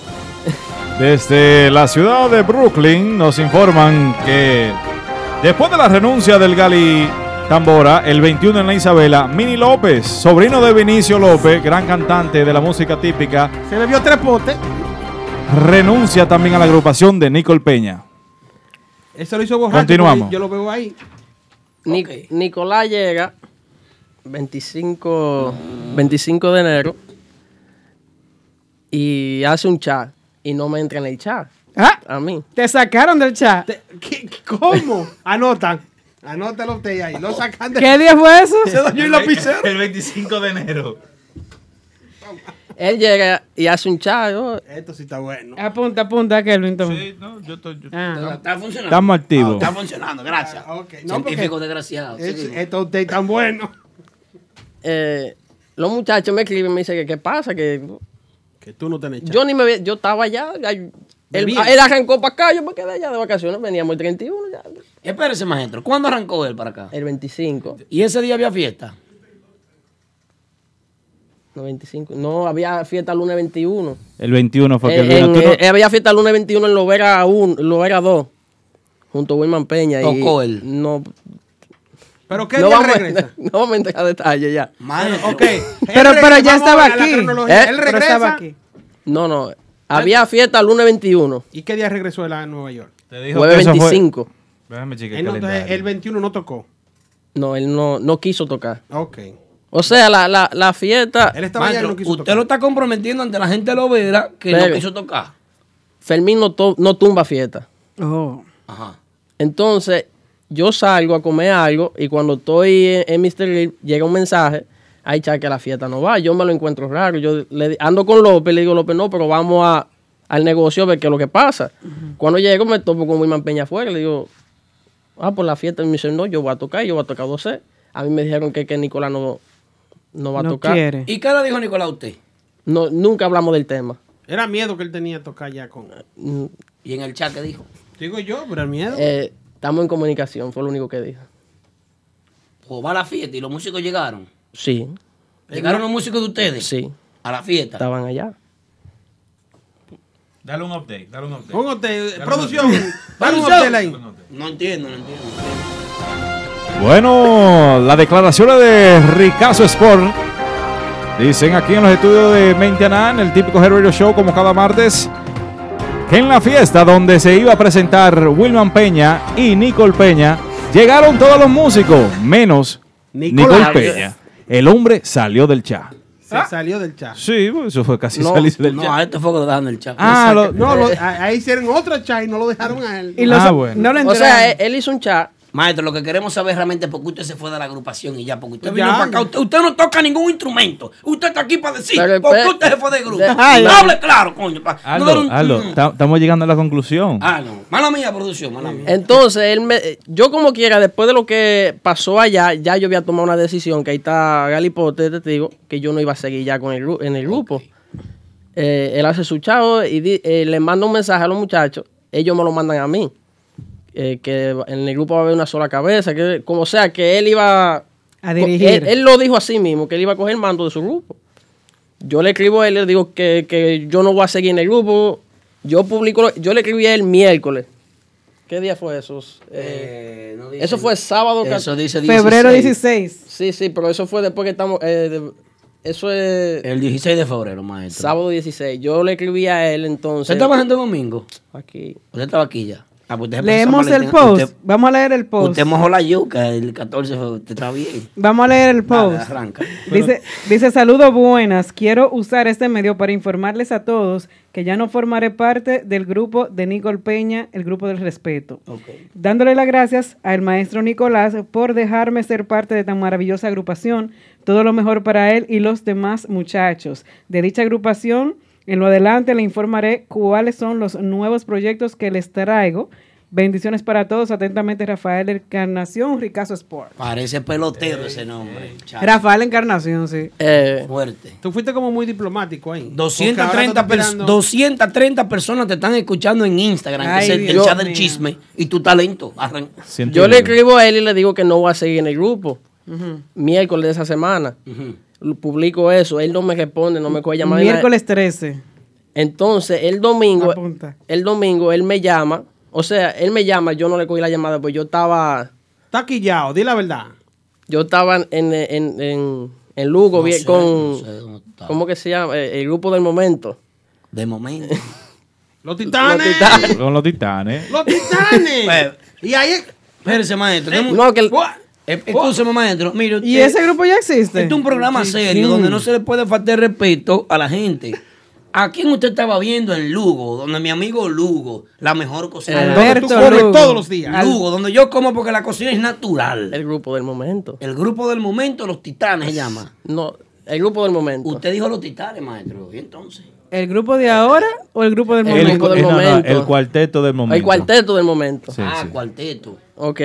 Desde la ciudad de Brooklyn nos informan que después de la renuncia del Gali Tambora, el 21 en la Isabela, Mini López, sobrino de Vinicio López, gran cantante de la música típica,
Se bebió tres potes.
renuncia también a la agrupación de Nicole Peña.
Eso lo hizo borracho. pues,
Continuamos.
Yo lo veo ahí.
Ni- Nicolás llega 25, 25 de enero y hace un chat y no me entra en el chat. A mí.
Ah, Te sacaron del chat.
(laughs)
¿Cómo? Anotan. Anota el hotel ahí. Lo sacan de-
¿Qué día fue eso?
Se dañó el lapicero.
El 25 de enero.
Él llega y hace un chat. yo-
Esto sí está bueno.
Apunta, apunta, Kelvin. toma. Ah.
Está, está funcionando.
Estamos activos.
Ah, está funcionando, gracias.
Ah,
No, porque
Científico desgraciado.
es-
seguimos.
Estos hoteles tan buenos.
(laughs) eh, Los muchachos me escriben y me dicen que qué pasa, que
Que tú no tenés
yo ni me ve- yo estaba allá, ya- él,
Bebía.
él arrancó para acá, yo me quedé allá de vacaciones, veníamos el 31 ya.
Espérese, maestro. ¿Cuándo arrancó él para acá?
El 25.
¿Y ese día había fiesta?
No, 25. No, había fiesta lunes 21.
El 21 fue que
Eh,
él vino.
en-
Tú no-
eh, había fiesta lunes 21 en Lovera 1, Lovera 2, junto a Wilman Peña. y
Tocó él.
No.
¿Pero
qué día
vamos, a-
regresa?
(laughs) No vamos a entrar a detalle ya.
Ok.
Pero- pero ya estaba aquí.
¿Eh?
Él regresa.
No, no. Había fiesta lunes 21.
¿Y qué día regresó él a Nueva York?
Te
dijo Jueves que eso fue- 25. Déjame chequear el
Él Eh, no- entonces,
calendario.
el 21 no tocó.
No, él no, no quiso tocar.
Ok.
O sea, la, la, la fiesta. Él
Maestro, usted lo está comprometiendo ante la gente de Lovera que
Pero-
no quiso tocar.
Fermín no, to- no tumba fiesta.
Ajá.
Entonces, yo salgo a comer algo y cuando estoy en, en Mr. Grill llega un mensaje. Ay, cha, que la fiesta no va. Yo me lo encuentro raro. Yo le di- ando con López, le digo, López, no, pero vamos a, al negocio a ver qué es lo que pasa. Cuando llego, me topo con Wilman Peña afuera. Le digo, ah, por la fiesta. Y me dice, no, yo voy a tocar, yo voy a tocar 12. A mí me dijeron que, que Nicolás no, no va a tocar.
¿Y qué le dijo Nicolás a usted?
No, nunca hablamos del tema.
Era miedo que él tenía de tocar ya con.
Mm,
¿Y en el chat qué dijo?
Digo yo, pero el miedo.
eh, estamos en comunicación, fue lo único que dijo.
Pues va a la fiesta y los músicos llegaron.
Sí, Eh,
¿Llegaron los músicos de ustedes?
Sí.
A la fiesta.
estaban allá.
Dale un update, dale un update.
Un hotel,
(laughs)
producción. Dale un
Producción.
hotel ahí.
No entiendo, no entiendo.
Bueno, las declaraciones de Ricazo Sport dicen aquí en los estudios de Maintenance, el típico Hero Radio Show, como cada martes, que en la fiesta donde se iba a presentar Wilman Peña y Nicole Peña, llegaron todos los músicos, menos
Nicolás.
Nicole Peña. El hombre salió del chat.
Se salió del chat.
Sí, eso fue casi
No,
salirse del
no,
chat.
a este fue que lo dejaron del chat.
Ah,
No,
lo-
no, lo- a- ahí hicieron otro chat y no lo dejaron a él.
Y lo- Ah, bueno. no lo
o sea, él, él hizo un chat.
Maestro, lo que queremos saber realmente es por qué usted se fue de la agrupación y ya, porque usted
Ya.
vino para acá. Usted, usted no toca ningún instrumento. Usted está aquí para decir
Pero el
por qué
pe-
usted se fue de grupo.
Pues, de- Ay,
Hable
ay.
claro, coño. pa- no dar
Aldo,
un-
Aldo, ta- estamos llegando a la conclusión.
Ah, no. Mala mía, producción, mala mía.
Entonces, él me, yo como quiera, después de lo que pasó allá, ya yo había tomado una decisión, que ahí está Galipote, testigo, que yo no iba a seguir ya con el, gru- en el grupo. Eh, él hace su chao y di- eh, le manda un mensaje a los muchachos, ellos me lo mandan a mí, eh, que en el grupo va a haber una sola cabeza, que como sea, que él iba
A dirigir.
Él, él lo dijo así mismo, que él iba a coger el mando de su grupo. Yo le escribo a él, le digo que, que yo no voy a seguir en el grupo. Yo publico, yo le escribí el miércoles. ¿Qué día fue eso? Eh, eso fue sábado.
Eso dice
Febrero
16. Sí, sí, pero eso fue después que estamos... eh, de- eso es
El 16 de febrero, maestro.
sábado 16. Yo le escribí a él entonces...
¿Usted estaba en domingo?
Aquí.
Usted estaba aquí ya. Ah, pues usted se
Leemos
pasó San
el
Valentín.
post. Vamos a leer el
Usted,
post.
usted mojó la yuca el 14 de febrero. Usted está bien.
Vamos a leer el post.
Nada, arranca.
Dice, dice saludos buenas. Quiero usar este medio para informarles a todos que ya no formaré parte del grupo de Nicole Peña, el grupo del respeto. Dándole las gracias al maestro Nicolás por dejarme ser parte de tan maravillosa agrupación. Todo lo mejor para él y los demás muchachos. De dicha agrupación, en lo adelante le informaré cuáles son los nuevos proyectos que les traigo. Bendiciones para todos. Atentamente, Rafael Encarnación, Ricazo Sport.
Parece pelotero ese nombre. Chao.
Rafael Encarnación, sí.
Eh,
Eh.
Fuerte.
eh. Tú fuiste como muy diplomático ahí.
230,
Porque ahora
pers-
estás tirando-
230 personas te están escuchando en Instagram, que
Ay,
es el, el
Dios
chat del
mío.
chisme, y tu talento. Arran-
Yo le escribo a él y le digo que no voy a seguir en el grupo. Miércoles de esa semana. Lo- Publico eso. Él no me responde, no me coge llamar. ni nada.
Miércoles 13.
Entonces, el domingo,
Apunta.
el domingo, él me llama. O sea, él me llama, yo no le cogí la llamada, pues yo estaba.
Está quillado, di la verdad.
Yo estaba en, en, en, en Lugo
No
bien,
sé,
con.
no sé dónde está.
¿Cómo que se llama? Eh, El, grupo del momento.
De momento.
(laughs) Los titanes.
Los titanes.
Con los titanes.
Los titanes. y ahí.
Espérese, maestro. tenemos-
No, que el-
Eh, Escúcheme, maestro. Mire,
¿Y
usted-
ese grupo ya existe?
Eh, Este es un programa
Sí.
serio
Mm.
donde no se le puede faltar respeto a la gente. ¿A quién usted estaba viendo en Lugo? Donde mi amigo Lugo, la mejor cocina.
Alberto Donde tú comes Lugo. todos los días.
Lugo, donde yo como porque la cocina es natural.
El grupo del momento.
El grupo del momento, los titanes se llama.
No, el grupo del momento.
Usted dijo los titanes, maestro. ¿Y entonces?
¿El grupo de ahora o el grupo del
El
El,
momento?
del
eh, no, no,
momento.
el cuarteto del momento.
Ah,
El cuarteto del momento.
Sí,
ah,
sí.
cuarteto.
Ok.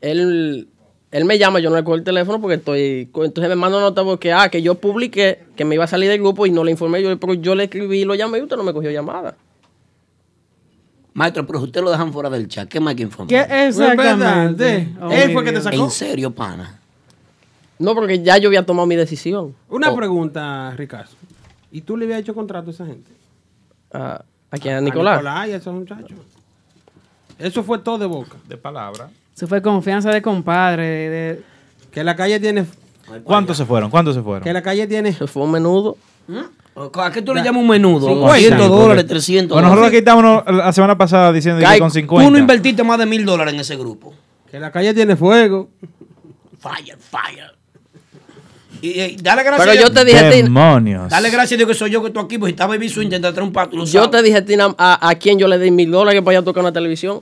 Él, Él me llama, yo no le cojo el teléfono porque estoy. Entonces me manda una nota porque, ah, que yo publiqué que me iba a salir del grupo y no le informé. Yo, pero yo le escribí, lo llamé y usted no me cogió llamada.
Maestro, pero usted lo dejan fuera del chat. ¿Qué más que informar?
¿Qué? Exactamente. Oh,
Él fue
mi
que te
Dios.
sacó. En serio, pana.
No, porque ya yo Oh. había tomado mi decisión.
Una pregunta, Ricardo. ¿Y tú le habías hecho contrato a esa gente?
Ah, aquí a Nicolás.
A Nicolás y a esos muchachos. Eso fue todo de boca.
De palabra.
Eso fue confianza de compadre. de- de-
Que la calle tiene.
¿Cuántos se fueron? ¿Cuántos se fueron?
Que la calle tiene.
Se fue un menudo.
¿A qué tú le llamas un menudo?
50.
200 dólares, 300
Bueno, nosotros
dólares.
le quitamos la semana pasada diciendo que
Ay,
con
Tú no
50.
invertiste más de mil dólares en ese grupo.
Que la calle tiene fuego.
Fire, fire. Y, eh, dale gracias
Pero
a-
yo te dije a ti-
Demonios.
Dale gracias a Dios que soy yo que tú aquí, pues si estaba Ibisu intentando traer un pato, lo
Yo te dije a ti na- a, a quién yo le di mil dólares para allá tocar una televisión.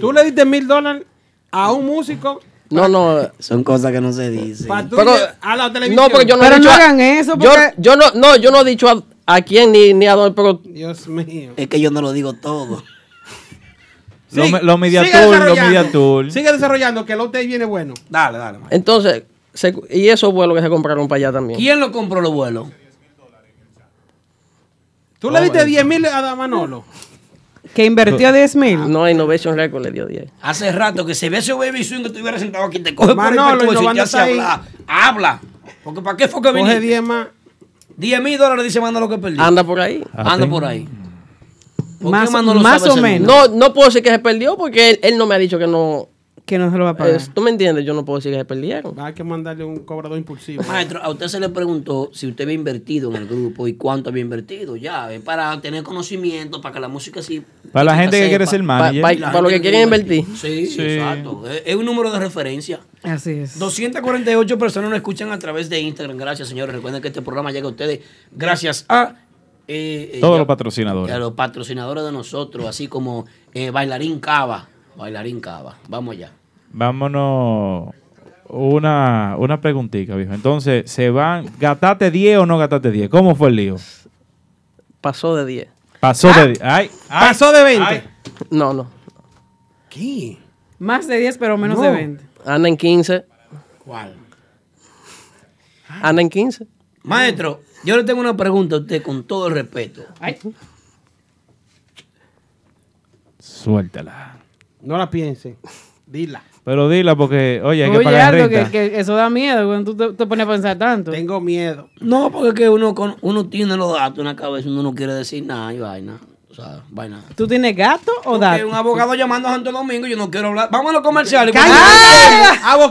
Tú le diste mil dólares a un músico.
No, no.
Son cosas que no se dicen.
Para tú
Pero-
ir a la televisión.
No, porque yo no he dicho. a- yo- Yo, no, no, yo no he dicho a, a quién ni, ni a dónde, pero.
Dios mío.
Es que yo no lo digo todo.
Los
Sí,
me- los media
sigue
tour, los
desarrollando.
media tour.
Sigue desarrollando que el hotel viene bueno.
Dale, dale.
Entonces, se- y esos vuelos que se compraron para allá también.
¿Quién lo compró los vuelos?
Tú le diste 10 mil a Manolo.
Que invirtió 10 mil.
No, Innovation Record le dio 10.
Hace rato que se ve ese baby swing que estuviera sentado aquí, te coge por
Manolo,
el
y
pescuezo y te
Giovanna
hace
está
hablar. Habla. Porque ¿para qué fue que
Coge
viniste?
10
más.
10 mil dólares dice Manolo que perdió.
Anda por ahí.
Anda por ahí. ¿Por
Más-
qué Manolo
más
sabe
o
ese
menos.
número?
No, no puedo decir que se perdió porque él, él no me ha dicho que no.
Que no se lo va a pagar.
Es- ¿Tú me entiendes? Yo no puedo decir que se perdieron.
Hay que mandarle un cobrador impulsivo.
Maestro, a usted se le preguntó si usted había invertido en el grupo y cuánto había invertido. Ya, es para tener conocimiento, para que la música sí.
Para la gente que
sepa.
quiere ser manager. Pa- pa-
Y la
para los
gente
que quieren invertir.
Sí,
Sí.
exacto. Es, es un número de referencia.
Así es.
248 personas nos escuchan a través de Instagram. Gracias, señores. Recuerden que este programa llega a ustedes gracias a. eh, eh,
Todos
ya-
los patrocinadores.
a los patrocinadores de nosotros, así como eh, Bailarín Cava. Bailarín Cava. Vamos allá.
Vámonos. Una, una preguntita, viejo. Entonces, ¿se van? ¿Gataste 10 o no gataste 10? ¿Cómo fue el lío?
Pasó de 10.
Pasó de 10. Ay, ay,
Pasó de 20.
No, no.
¿Qué?
Más de 10, pero menos
No.
de 20.
Anda en 15.
¿Cuál?
Anda en 15.
Maestro, yo le tengo una pregunta a usted con todo el respeto.
Suéltala.
No la piense. Dila.
Pero dila porque, oye, hay que
Oye,
pagar
algo
renta.
que, que eso da miedo cuando tú te, te pones a pensar tanto.
Tengo miedo.
No, porque es que uno, con- uno tiene los datos en la cabeza, uno no quiere decir nada y vaina. O sea, vaina.
¿Tú tienes gato o
Porque
dato?
un abogado llamando a Santo Domingo, yo no quiero hablar. Vamos a los comerciales.
¡Cállate!
¿Hago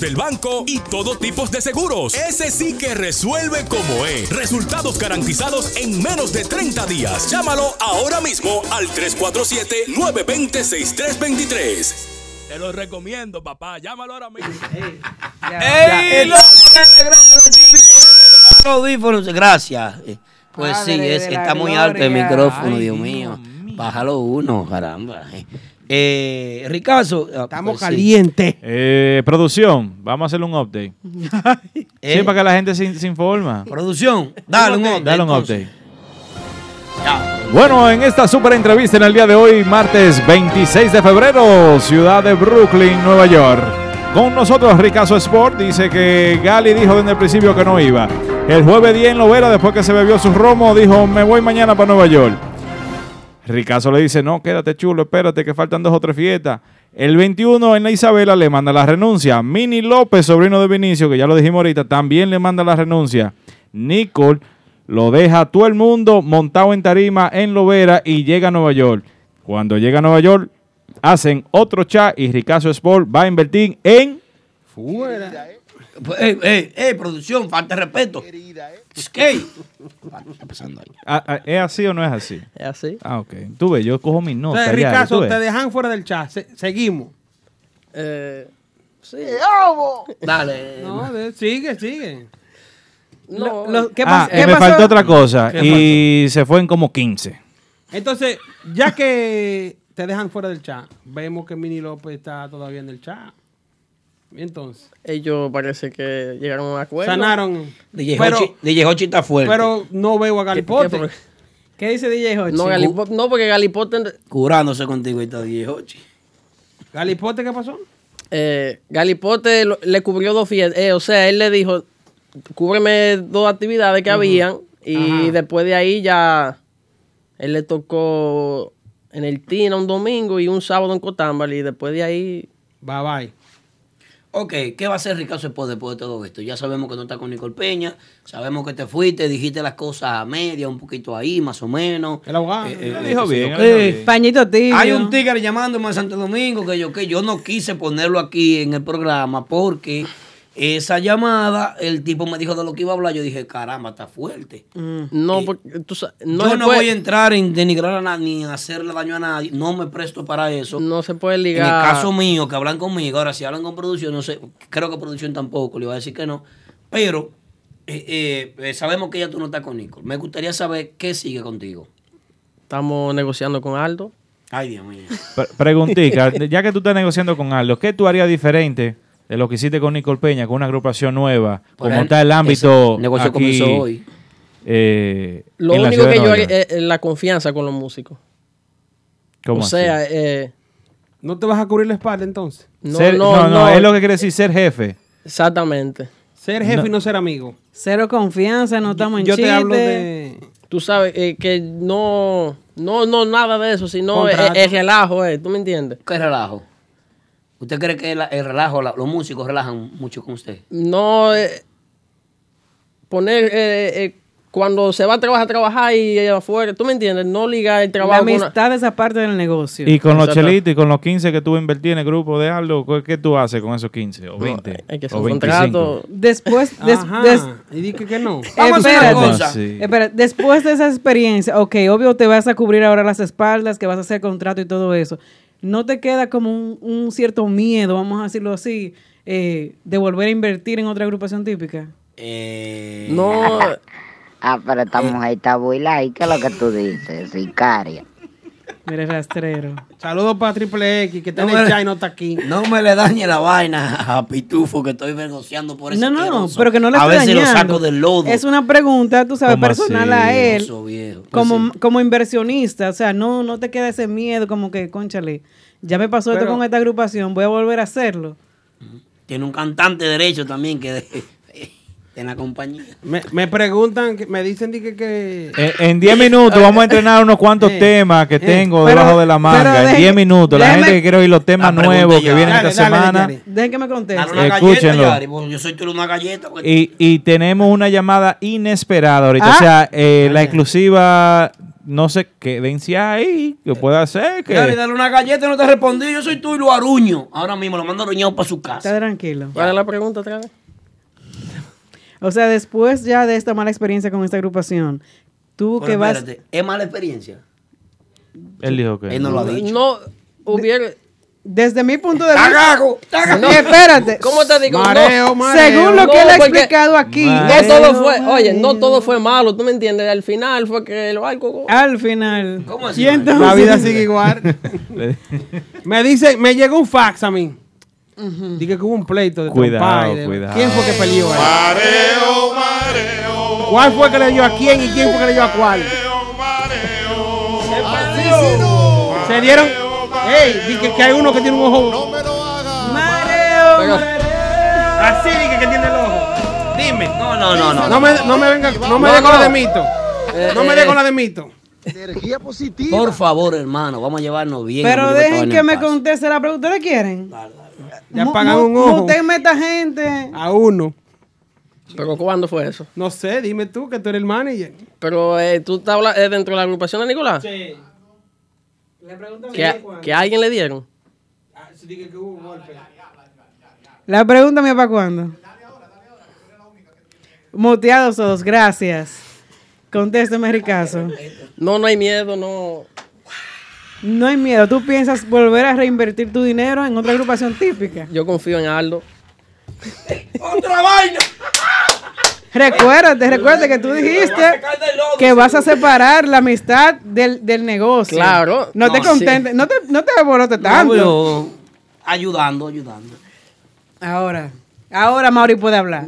del banco y todo tipo de seguros. Ese sí que resuelve como es. Resultados garantizados en menos de 30 días. Llámalo ahora mismo al 347-920-6323. Te lo recomiendo, papá. Llámalo ahora
(laughs)
mismo.
¡Ey! ¡Loco de regreso, los típicos de regreso! Audífonos, gracias. Eh, Pues
Padre
sí, es,
de la
está muy alto el
gloria.
micrófono,
Ay,
Dios
Dios
mío. Bájalo uno, caramba. Eh, Eh, Ricazo. pues Estamos
calientes. Pues Eh, producción, vamos a hacerle un
(laughs)
update. Sí,
Eh.
para que la gente se, se informa.
Producción, dale un update,
Dale un
entonces.
update. Bueno, en esta super entrevista en el día de hoy, martes 26 de febrero, ciudad de Brooklyn, Nueva York. Con nosotros, Ricazo Sport dice que Gali dijo desde el principio que no iba. El jueves 10 en Lovera, después que se bebió su romo, dijo: Me voy mañana para Nueva York. Ricazo le dice, no, quédate chulo, espérate que faltan dos o tres fiestas. El 21 en la Isabela le manda la renuncia. Mini López, sobrino de Vinicio, que ya lo dijimos ahorita, también le manda la renuncia. Nicole lo deja a todo el mundo montado en tarima en Lovera y llega a Nueva York. Cuando llega a Nueva York, hacen otro chat y Ricazo Sport va a invertir en...
Fuera. Eh, eh, eh, producción, falta de respeto. Es que-
Ah, ah, ¿Es así o no es así?
Es así.
Ah, ok. Tú ves, yo cojo mis notas.
Entonces,
ya, tú
Ricardo,
ves.
te dejan fuera del chat. Se- seguimos.
Eh,
Dale.
No, de- sigue, sigue.
No. Lo- ¿qué
Ah,
pas-
eh,
qué
me
pasó?
faltó otra cosa.
¿Qué
Y se fue en como 15.
Entonces, ya que te dejan fuera del chat, vemos que Mini López está todavía en el chat. Entonces,
Ellos parece que llegaron a un acuerdo.
Sanaron.
DJ Hochi- DJ Hochi está fuerte.
Pero no veo a Galipote.
¿Qué- qué-
¿Qué dice DJ Hochi?
No, Galipo- no, porque Galipote.
Curándose contigo está DJ Hochi.
¿Galipote qué pasó?
Eh, Galipote lo- le cubrió dos fiestas. Eh, o sea, él le dijo, cúbreme dos actividades que habían. Y después de ahí ya él le tocó en el Tina un domingo y un sábado en Cotámbal. Y después de ahí.
Bye bye.
Ok, ¿qué va a hacer Ricardo Sepó después de todo esto? Ya sabemos que no está con Nicole Peña, sabemos que te fuiste, dijiste las cosas a media, un poquito ahí, más o menos.
El abogado.
Él dijo bien, él dijo
Eh,
bien.
Pañito tibio.
Hay un tigre llamándome a Santo Domingo que yo que yo no quise ponerlo aquí en el programa porque esa llamada, el tipo me dijo de lo que iba a hablar, yo dije, caramba, está fuerte.
Mm. No, porque tú sabes. No
yo
se
no
puede-
voy a entrar en denigrar a nadie, ni en hacerle daño a nadie, no me presto para eso.
No se puede
En el
ligar.
caso mío, que hablan conmigo, ahora si hablan con producción, no sé, creo que producción tampoco, le iba a decir que no, pero eh, eh, eh, sabemos que ya tú no estás con Nicole. Me gustaría saber qué sigue contigo.
Estamos negociando con Aldo.
Ay, Dios mío.
Pre- Preguntica, (laughs) ya que tú estás negociando con Aldo, ¿qué tú harías diferente de lo que hiciste con Nicole Peña, con una agrupación nueva?
Por
como
ahí,
está el ámbito.
ese negocio
aquí,
comenzó hoy.
eh,
Lo
en la
único
ciudad de
que yo
Nueva
haría
York?
es, es la confianza con los músicos. o
¿Cómo así?
sea, eh,
¿No te vas a cubrir la espalda entonces?
no,
Ser-
no,
no,
no.
es lo que quiere decir ser jefe.
exactamente.
Ser jefe y no ser amigo.
Cero confianza, no estamos en
yo te
chiste.
hablo de-
Tú sabes eh, que no, no, no, nada de eso, sino es,
Contrato.
es relajo, eh, ¿tú me entiendes?
¿Qué relajo? ¿Usted cree que la- el relajo, la- los músicos relajan mucho con usted?
No eh, poner eh, eh, cuando se va a trabajar, a trabajar y eh, afuera, ¿tú me entiendes? No ligar el
La
trabajo con una-
amistad es esa parte del negocio.
Y con los
Exacto.
chelitos y con los 15 que tú invertí en el grupo de Aldo, ¿qué- ¿qué tú haces con esos 15 o 20?
eh, hay que hacer
o
un
25?
contrato.
Después, des- Eh,
Ajá.
des-
y dije que no.
Vamos a hacer una
Espérate.
cosa.
No, sí.
Espera, después de esa experiencia, ok, obvio te vas a cubrir ahora las espaldas, que vas a hacer contrato y todo eso. ¿No te queda como un, un cierto miedo, vamos a decirlo así, eh, de volver a invertir en otra agrupación típica? Eh,
No.
(laughs) ah, pero
Eh.
esta mujer está buila ¿Y ¿Qué es lo que tú dices? Sicaria.
Mira, rastrero.
Saludos para Triple X, que está
No
en el
me-
chat y no está aquí.
No me le dañe la vaina a Pitufo, que estoy negociando por eso.
No, no, no, pero que no le
A
estoy
veces lo
dañando.
saco del lodo.
Es una pregunta, tú sabes,
¿Cómo
personal
así?
a él.
Oso viejo. Pues
Como, como inversionista, o sea, no, no te queda ese miedo como que, conchale, ya me pasó esto
Pero-
con esta agrupación, voy a volver a hacerlo.
Tiene un cantante derecho también que de, en la compañía.
Me, me preguntan, que- me dicen dije que...
Eh, En
(laughs)
10 minutos vamos a entrenar unos cuantos
Eh,
temas que
eh,
tengo
pero-
debajo de la
pero
manga. En
deje-
10 minutos. La
déjeme- Ah,
gente que quiere oír los temas
La pregunta
nuevos que
ya.
vienen
Dale,
esta
dale,
semana.
Yari.
Dejen que me conteste.
Dale una
Escúchenlo.
galleta, Yari, porque yo soy tú una galleta. porque-
Y, y tenemos una llamada inesperada ahorita.
Ah.
O sea, eh, la exclusiva, no sé qué dencia ahí, que pueda ser. Que...
Yari, dale una galleta, no te respondí. Yo soy tú y lo aruño. Ahora mismo lo mando aruñado para su casa.
Está tranquilo.
¿Cuál es la pregunta otra vez?
O sea, después ya de esta mala experiencia con esta agrupación, tú
Pero
que vas...
espérate, ¿Es mala experiencia?
Él dijo que.
Él no lo ha dicho.
No hubiera...
Desde mi punto de
Está
vista...
gago, está gago.
No, espérate.
¿Cómo te digo? No. Mareo, mareo.
Según lo que
No,
él ha
porque-
explicado aquí.
No todo fue, oye, no todo fue malo, ¿tú me entiendes? Al final fue que lo algo...
Al final.
¿Cómo
así?
Y entonces-
La vida (laughs) sigue igual. me dice, me llegó un fax a mí. Dije que hubo un pleito de
Cuidado,
trompa y de-
cuidado.
¿Quién fue que peleó ahí? ¿Cuál fue que le dio a quién y quién fue que le dio a cuál? Se dieron. ¡Ey! Dije que hay uno que tiene un ojo. No me lo hagas. Mareo, Así dije que tiene el ojo. Dime.
No, no, no, Eh, no.
No me, no me venga, no me
No,
dé con
no.
la de mito. No me dé con la de mito.
Energía positiva. Por favor, hermano, vamos a llevarnos bien.
Pero
Amigo,
dejen
esta
que
vaina
me
en paz.
conteste la pregunta. ¿Ustedes quieren?
Ya
Mu-
pagan
mu-
un ojo.
Mútenme esta gente.
A uno.
¿Pero cuándo fue eso?
No sé, dime tú que tú eres el manager.
Pero eh, tú estás habla- eh, dentro de la agrupación de Nicolás.
Sí.
¿Que, a- que a alguien le dieron?
La pregunta mía para cuándo. Muteados todos, gracias. Contésteme, Ricazo.
No, no hay miedo, no.
No hay miedo. ¿Tú piensas volver a reinvertir tu dinero en otra agrupación típica?
Yo confío en Aldo.
¡Otra vaina! Recuérdate, recuérdate que tú dijiste que vas a separar la amistad del, del negocio.
Claro.
No, te
No,
contentes, no te, no te alborotes tanto.
Obvio, ayudando, ayudando.
Ahora, ahora Mauri puede hablar.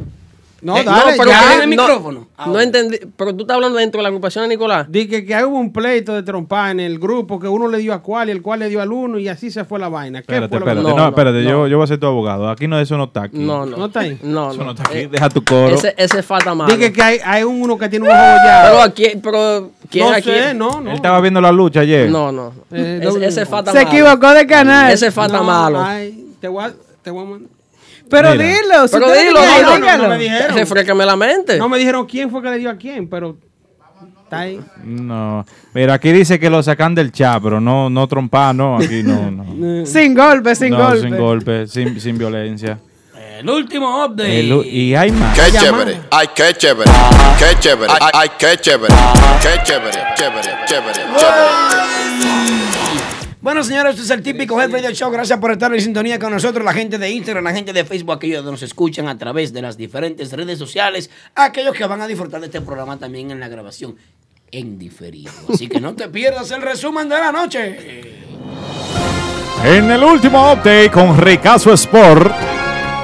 No, Eh, dale, no, pero ya.
que-
tiene el micrófono.
No entendí. Pero tú estás hablando dentro de la agrupación de Nicolás.
ah, Di que, que hubo un pleito de trompa en el grupo, que uno le dio a cual y el cual le dio al uno y así se fue la vaina. ¿Qué
Espérate,
fue lo que-
espérate. No, espérate, Yo, yo voy a ser tu abogado. Aquí no, eso no está aquí.
No, no.
¿No está ahí?
No,
Eso
no.
no está aquí.
Eh,
Deja tu coro.
Ese, ese es Fata Malo.
Dije que hay, hay un- uno que tiene un ojo ya.
Pero aquí, pero ¿quién
No
aquí?
sé, no, Eh,
Él estaba viendo la lucha ayer.
No, no.
Eh,
ese, ese es Fata
Se
Malo.
equivocó de canal.
Ese es Fata
No,
Malo.
ay, te voy a- te voy a mandar-
Pero
Mira.
dilo, si
Pero
usted
dilo,
tiene-
Aldo.
No, no, no me dijeron.
Refrescame la mente.
No me dijeron quién fue que le dio a quién, pero está ahí.
No. Mira, aquí dice que lo sacan del chat, pero no, no trompa, no. Aquí no, no.
Sin golpe, (laughs) sin
No,
golpe.
Sin golpe, sin, sin violencia.
El último update.
El u- y hay más.
Qué chévere, ay, qué chévere, qué chévere, ay, ay, qué chévere, qué chévere, chévere, chévere,
Bueno, señores, este es el típico Head Radio Show. Gracias por estar en sintonía con nosotros, la gente de Instagram, la gente de Facebook, aquellos que nos escuchan a través de las diferentes redes sociales, aquellos que van a disfrutar de este programa también en la grabación en diferido. Así que no te pierdas el resumen de la noche.
En el último update con Ricazo Sport,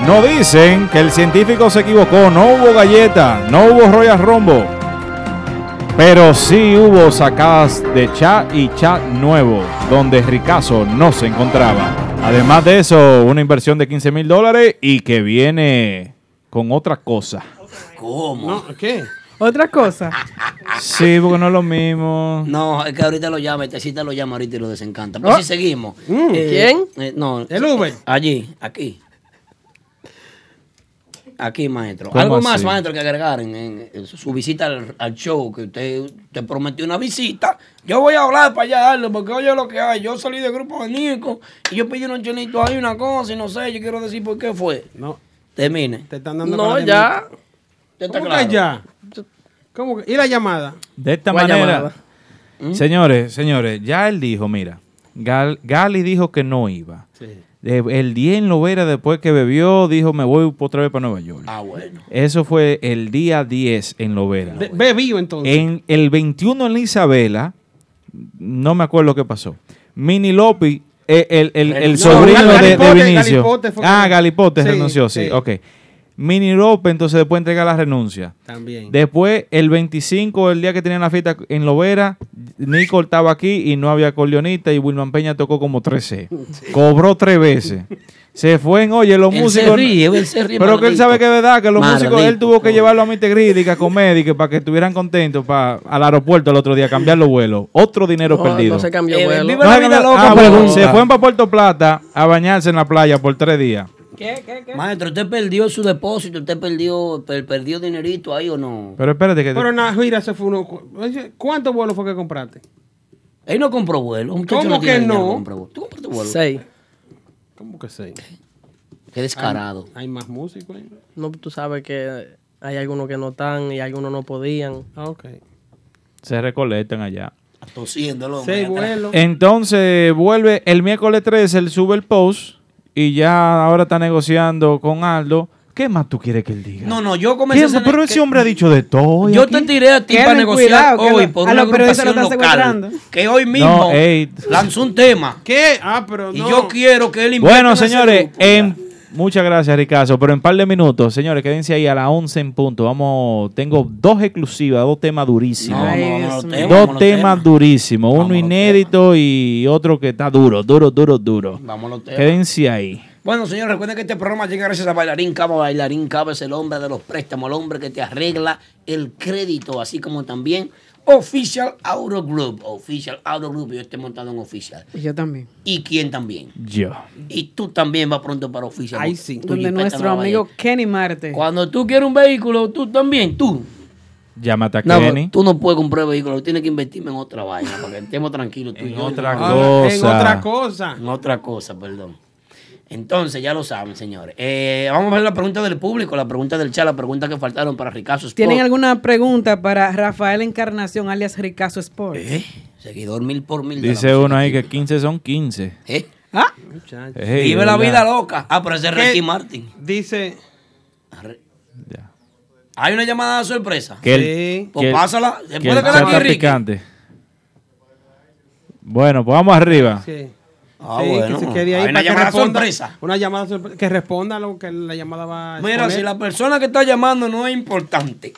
nos dicen que el científico se equivocó, no hubo galleta, no hubo Royal Rombo, pero sí hubo sacadas de chat y chat nuevo, donde Ricazo no se encontraba. Además de eso, una inversión de 15 mil dólares y que viene con otra cosa.
¿Cómo?
¿Qué?
Otra cosa.
Sí, porque no es lo mismo.
No, es que ahorita lo llama, esta cita lo llama ahorita y lo desencanta. Pues
Ah.
si seguimos.
Mm.
¿Quién? no.
¿El Uber?
allí, aquí. Aquí, maestro.
¿Cómo
Algo más,
así?
maestro, que agregar en, en su visita al, al show, que usted te prometió una visita. Yo voy a hablar para allá darle, porque oye lo que hay. Yo salí del grupo de Nico y yo pedí unos chelitos ahí, una cosa, y no sé, yo quiero decir por qué fue.
No.
Termine.
Te están dando con
No,
la de
ya.
mí.
¿Cómo
claro.
que ya? ¿Cómo que- ¿Y la llamada?
De esta
Guayabada.
manera.
¿Mm?
Señores, señores, ya él dijo, mira, Gal- Gali dijo que no iba. Eh, El día en Lovera, después que bebió, dijo, me voy otra vez para Nueva York.
Ah, bueno.
Eso fue el día 10 en Lovera.
De- Ve vivo entonces.
En el 21 en la Isabela, no me acuerdo qué pasó. Mini Lopi, eh, el, el- el
No,
sobrino
Gal-
de, de
Galipote,
Vinicio.
Galipote fue que-
ah, Galipote
Sí,
renunció, sí.
sí.
Ok. Mini Lopi, entonces después entrega la renuncia.
También.
Después, el 25, el día que tenían la fiesta en Lovera, Nico estaba aquí y no había acordeonista y Wilman Peña tocó como 13. Cobró tres veces. Se fue en, oye, los
Él se
músicos.
ríe, él se ríe,
pero que él
maldito.
sabe que es verdad, que los músicos, él
Maldito,
tuvo que llevarlo a Mitegrid y que a Comedy, que para que estuvieran contentos para al aeropuerto el otro día, cambiar los vuelos. Otro dinero
No,
perdido.
no se cambió
Eh,
vuelo.
viva la
se
vida
cambió-
loca,
Ah, bueno,
pregunta.
se fueron para Puerto Plata a bañarse en la playa por tres días.
Maestro, ¿usted perdió su depósito? ¿Usted perdió, per- perdió dinerito ahí o no?
Pero espérate que.
Pero en la gira se fue uno. cu- oye, ¿Cuántos vuelos fue que compraste?
Él no compró vuelo. un muchacho
¿Cómo
no tiene
que
dinero,
no?
compra vuelo. ¿Tú compraste vuelo?
Seis.
¿Cómo que seis?
Qué descarado.
Hay, hay más músicos ahí.
No, tú sabes que hay algunos que no están y algunos no podían.
Ah, ok.
Se recolectan allá.
Tosiéndolo.
Seis vuelos.
Entonces vuelve el miércoles 13, él sube el post y ya ahora está negociando con Aldo. ¿Qué más tú quieres que él diga?
No, no, yo
¿Qué-
comencé a
pero ese hombre ha dicho de todo.
Yo te tiré a ti
Quédenle
para negociar
cuidado, que
hoy
lo-
Ah,
por
a
una
los periodistas
agrupación
lo
local
están secuestrando.
que hoy mismo
No, ey.
lanzó un tema.
¿Qué? Ah, pero
Y yo quiero que él invierta en
Bueno,
ese
señores,
grupo.
en- muchas gracias, Ricazo. Pero en par de minutos, señores, quédense ahí a las 11 en punto. Vamos, tengo dos exclusivas, dos temas durísimos.
No, no, no, los temas,
dos
vamos
temas,
los temas.
durísimos. Uno inédito y otro que está duro, duro, duro, duro.
Vamos los temas.
Quédense ahí.
Bueno, señores, recuerden que este programa llega gracias a Bailarín Cava. Bailarín Cava es el hombre de los préstamos, el hombre que te arregla el crédito, así como también Official Auto Group. Official Auto Group, yo estoy montado en Official.
Y yo también.
¿Y quién también?
Yo.
Y tú también vas pronto para Official.
Ahí
sí.
Donde nuestro amigo Kenny Marte.
Cuando tú quieres un vehículo, tú también, tú.
Llámate a
No,
Kenny.
tú no puedes comprar vehículo, tienes que invertirme en otra vaina para que estemos tranquilos tú y yo.
otra
Ah,
cosa. En otra
cosa.
En otra cosa, perdón. Entonces, ya lo saben, señores. Eh, vamos a ver la pregunta del público, la pregunta del chat, la pregunta que faltaron para Ricazo Sport. ¿Eh?
¿Tienen alguna pregunta para Rafael Encarnación, alias Ricazo Sport?
Seguidor mil por mil. de la
Dice uno ahí que 15 son 15.
¿Eh? ¿Ah?
Ey,
Vive la
¿verdad?
vida loca. Ah, pero ese es
¿Qué?
Ricky Martin.
Dice.
Hay una llamada de sorpresa.
Que el-
Pues
que el-
pásala.
que
¿Se
el
puede
chat
quedar aquí,
está
Ricky?
picante. Bueno, pues vamos arriba.
Sí.
Ah,
Sí,
bueno.
Que se quede ahí
Hay
para
una
que
llamada
responda-
sorpresa.
Una llamada sorpresa. Que responda a lo que la llamada va a
Mira,
exponer.
si la persona que está llamando no es importante,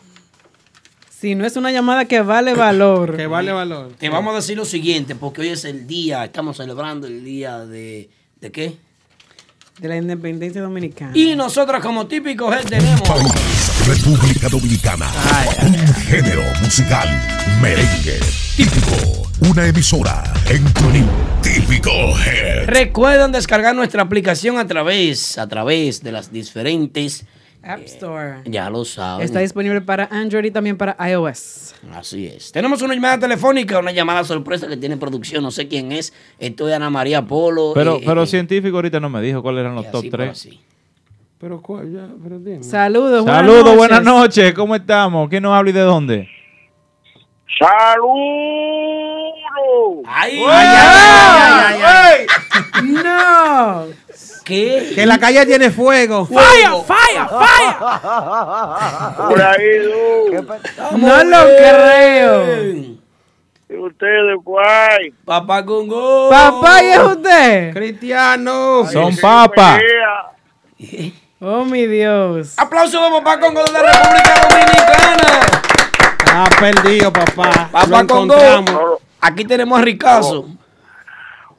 Si no es una llamada que
(laughs)
vale valor. que
vale valor.
te vamos a decir lo siguiente, porque hoy es el día, estamos celebrando el día de... ¿De qué?
De la independencia dominicana.
Y nosotros como típicos eh, tenemos...
República Dominicana. Un género musical merengue típico. Una emisora en Turín. Típico Head.
Recuerden descargar nuestra aplicación a través, a través de las diferentes,
App Store.
ya lo saben.
Está disponible para Android y también para iOS.
Así es. Tenemos una llamada telefónica, una llamada sorpresa que tiene producción, no sé quién es. Esto es Ana María Polo.
Pero,
eh,
pero
eh,
científico ahorita no me dijo cuáles eran los top
así, pues, pero
3.
así.
Pero, ¿cuál? Ya, pero dime.
Saludos, buenas
Saludos,
noches.
buenas noches. ¿Cómo estamos? ¿Quién nos habla y de dónde?
¡Saludos!
¡Ay!
ay, ay,
(laughs)
¡No!
¿Qué?
Que la calle tiene fuego.
¡Falla,
falla,
falla! Por
(laughs)
ahí,
No lo creo.
¿Y ustedes, guay?
Papá Congo.
Papá, ¿y es usted?
Cristiano.
Son papas.
Oh, mi Dios.
Aplauso para papá Congo de la República Dominicana.
Está perdido, papá.
Papá
Lo
Congo.
encontramos.
Aquí tenemos a Ricazo.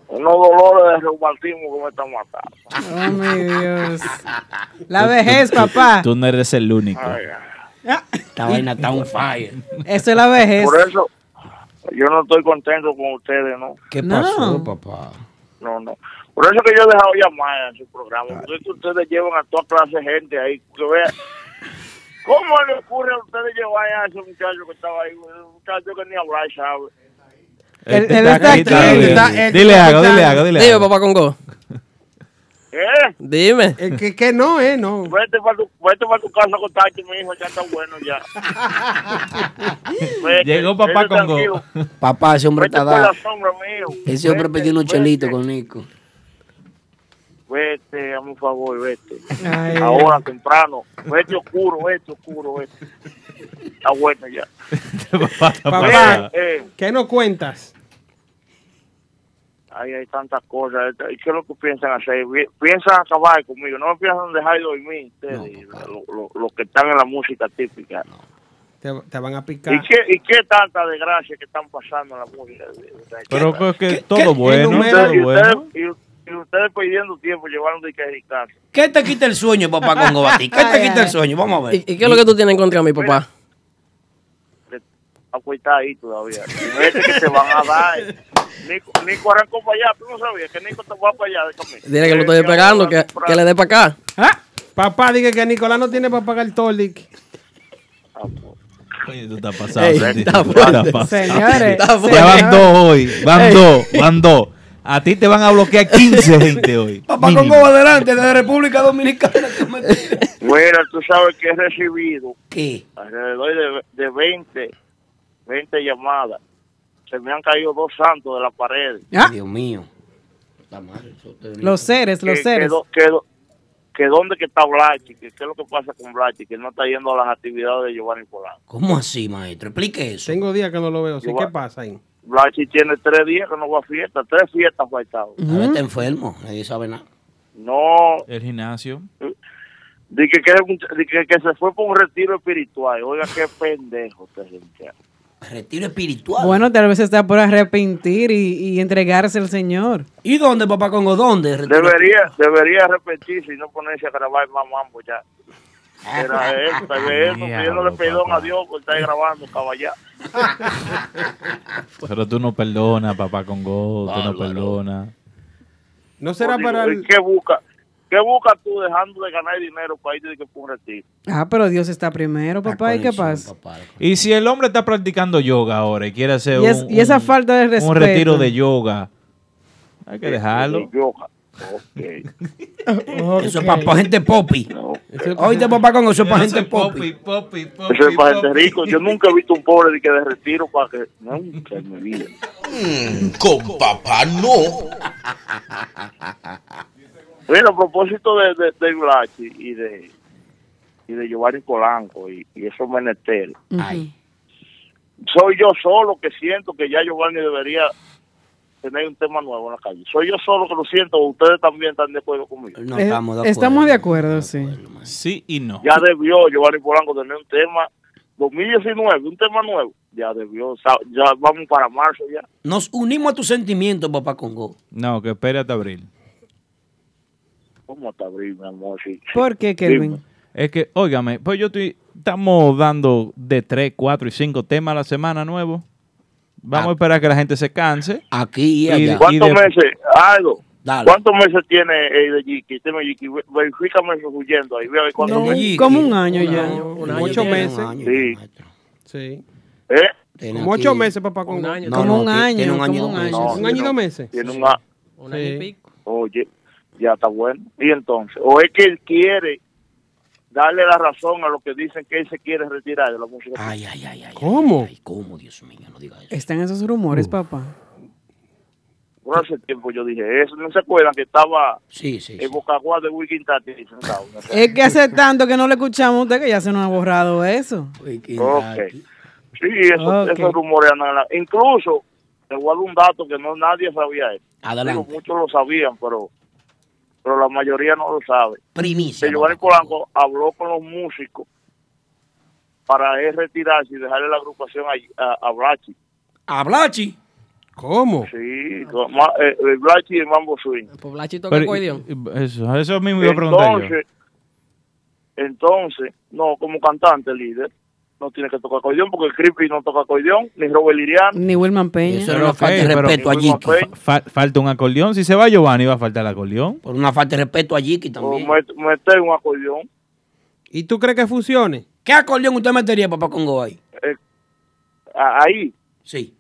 Unos dolores de reumatismo que me están matando.
Oh, mi Dios. La vejez, papá.
Tú no eres el único.
Esta vaina está un fire.
Eso es la vejez.
Por eso, yo no estoy contento con ustedes, ¿no?
¿Qué
No. pasó,
papá?
No, no. Por eso que yo he dejado llamar a su programa. Porque es que ustedes llevan a toda clase de gente ahí. Que vea. ¿Cómo le ocurre a ustedes llevar a ese muchacho que estaba ahí? Un muchacho que ni hablar sabe.
Él-
Este
él
está
está
aquí, está
aquí.
bien.
Está- él
Dile
está
algo, dile
escuchando.
algo, dile
Dime,
algo.
papá Congo.
¿Eh?
Dime.
Eh, que, que no, eh, no.
Vete para tu, vete pa' tu casa a contarte, mi hijo. Ya está bueno,
(laughs)
ya. Vete,
Llegó papá
vete
Congo.
tranquilo.
Papá, ese hombre
Vete
está
por la
dado.
sombra, mío.
Ese hombre
Vete,
pidió unos
vete.
chelitos con Nico.
Vete, hazme un favor, vete.
Ay.
Ahora, temprano. Vete oscuro, vete oscuro, vete. Está bueno ya.
Papá,
Eh, eh,
¿qué no cuentas?
ahí hay tantas cosas. ¿Y qué es lo que piensan hacer? Pi- Piensan acabar conmigo. No me piensan dejar dormir ustedes, los lo- los que están en la música típica.
Te, te van a picar.
¿Y qué, ¿Y qué tanta desgracia que están pasando en la música?
Pero
¿Qué-
es que
qué-
todo
qué-
bueno,
y ustedes-
todo
y ustedes-
bueno.
y- y ustedes pidiendo tiempo, llevaron de que Ricardo.
¿Qué te quita el sueño, papá Congo a ti? ¿Qué te quita el sueño? Vamos a
¿Y,
ver.
y qué es lo que tú tienes en contra de mi papá?
apuesta ahí todavía. Vete que te van a dar. Nico, Nico arrancó para allá. Tú no sabías que Nico te va para allá. Déjame.
Dile que lo estoy
Eh,
esperando, que, que le dé para acá.
¿Ah? Papá, dije que Nicolás no tiene para pagar el Tolic.
Oye, tú estás pasado,
Ey,
Santi.
está
Tú
fuerte.
estás pasado.
Señores, está fuerte.
Ya van dos hoy. Van
Ey.
dos, van dos. A ti te van a bloquear
(laughs)
15 gente hoy.
Papá
mínimo.
Congo va adelante desde República Dominicana.
Mira, tú sabes que he recibido
¿Qué?
alrededor de, de 20, 20 llamadas. Se me han caído dos santos de la pared.
Dios mío. La madre, eso te-
Los seres, los
Que- Que,
seres.
do- que do- que dónde que está Blachi, que qué es lo que pasa con Blachi, que no está yendo a las actividades de Giovanni Polanco.
¿Cómo así, maestro? Explique eso.
Tengo días que no lo veo. ¿sí?
Yo
¿Qué
va-
pasa ahí?
Blachi tiene tres días que no va a fiesta, tres fiestas faltado.
Ahora está enfermo, nadie sabe nada.
No,
El gimnasio.
Dice que, que, que- que se fue por un retiro espiritual. Oiga, qué pendejo te gente.
Retiro espiritual.
Bueno, tal vez está por arrepentir y, y entregarse al Señor.
¿Y dónde, papá Congo? ¿Dónde? Retiro
Debería, debería repetirse y no ponerse a grabar más mambo ya.
Ah,
Era él, tal vez él, no pidiéndole
Diablo,
perdón
papá.
a Dios por estar grabando caballá.
Pero tú no perdonas, papá Congo. Tú no perdonas.
(laughs) No será
Digo,
para
¿y
el...
¿Qué busca? ¿Qué busca tú dejando de ganar dinero para irte de que por un retiro?
Ah, pero Dios está primero, papá. ¿Y qué pasa?
Y si el hombre está practicando yoga ahora y quiere hacer
Y, es-
un,
y esa
un-
falta de respeto.
un retiro de yoga, hay que dejarlo.
Yoga.
Eso es para gente popi. Oíste, papá, con eso es para gente popi.
popi, popi.
Eso es para gente rico. Yo nunca he visto un pobre de que de retiro para que. Nunca en mi vida.
con papá no.
Mira, a propósito de, de, de Blachi y de, y de Giovanni Polanco y, y esos menesteres. soy yo solo que siento que ya Giovanni debería tener un tema nuevo en la calle. Soy yo solo que lo siento, o ustedes también están de acuerdo conmigo.
Eh, estamos de acuerdo, sí.
Sí y no.
Ya debió Giovanni Polanco tener un tema 2019, un tema nuevo. Ya debió, sa- ya vamos para marzo ya.
Nos unimos a tus sentimientos, papá Congo.
No, que espere hasta abril.
¿Cómo está abril, mi amor? Sí, sí.
¿Por qué, Kelvin?
Es que, óigame, pues yo estoy, estamos dando de 3, 4 y 5 temas a la semana nuevo. Vamos a esperar que la gente se canse.
Aquí
¿Cuántos
de-
meses? Algo.
Dale.
¿Cuántos meses tiene el de Jiki? Este me Jiki, ve- verifícame eso huyendo ahí, ve a ver cuántos
Como,
meses.
como un año ya.
año
ocho
tiene.
meses.
Sí.
Sí.
¿Eh?
Como ocho meses, papá. Con...
No, Como no, un tiene- año, tiene un año y como dos un meses. año.
No,
Un año y
no.
dos meses.
Tiene un, a-
Un año y pico.
Oye, ya está bueno. ¿Y entonces? ¿O es que él quiere darle la razón a los que dicen que él se quiere retirar de la música?
Ay, ay, ay.
¿Cómo?
¿Cómo, Dios mío? No diga eso.
Están esos rumores, papá.
Por hace tiempo yo dije eso. ¿No se acuerdan que estaba
sí, sí,
el bocaguá de Wiggin Tati sentado? No sé.
Es que hace tanto que no le escuchamos a usted que ya se nos ha borrado eso.
Ok. Sí, eso-
Ok.
esos rumores andan. en la- Incluso, te voy a dar un dato que no nadie sabía esto.
Adelante.
Digo, muchos lo sabían, pero pero la mayoría no lo sabe.
Primicia,
Que Giovanni Polanco habló con los músicos para él retirarse y dejarle la agrupación a, a, a Blachi.
¿A Blachi? Oh.
¿Cómo?
Sí, con ma- eh, eh, Blachi y Mambo Swing.
Pues Blachi toca
Pero-
acordeón.
eso, eso mismo iba a preguntar yo.
Entonces, entonces, no, como cantante líder, no tiene que tocar acordeón porque el Creepy no toca acordeón, ni Robert Liriano.
Mm.
Ni Wilman Peña.
Eso era una falta de
pero-
respeto a (laughs) Jiki.
Fa- falta un acordeón. Si se va Giovanni, va a faltar el acordeón.
Por una falta de respeto a Jiki
o
también.
met- meter un acordeón.
¿Y tú crees que funcione?
¿Qué acordeón usted metería, papá Congo, ahí?
eh, A- Ahí.
Sí.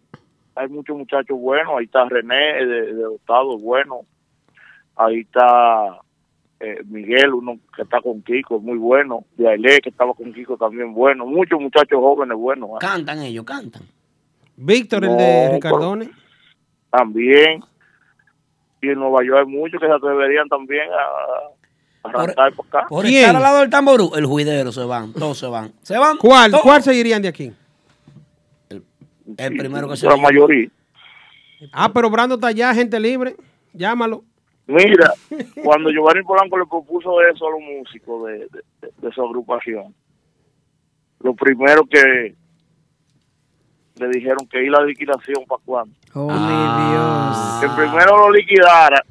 Hay muchos muchachos buenos. Ahí está René eh, de, de Octavo, bueno. Ahí está eh, Miguel, uno que está con Kiko, muy bueno. De Ailé, que estaba con Kiko, también bueno. Muchos muchachos jóvenes buenos. ¿eh?
Cantan ellos, cantan.
Víctor, el
No,
de
pero-
Ricardone.
También. Y en Nueva York hay muchos que se atreverían también a, a arrancar por acá.
Por estar al lado del tamború, el juidero se van, todos se van. Se van.
¿Cuál?
todos.
¿Cuál seguirían de aquí?
El primero que se
La
llama.
mayoría.
Ah, pero Brando está allá, gente libre. Llámalo.
(laughs)
Mira, cuando Giovanni Polanco le propuso eso a los músicos de, de- de- de su agrupación, lo primero que le dijeron que ir la liquidación para cuándo.
Oh,
Que primero lo liquidara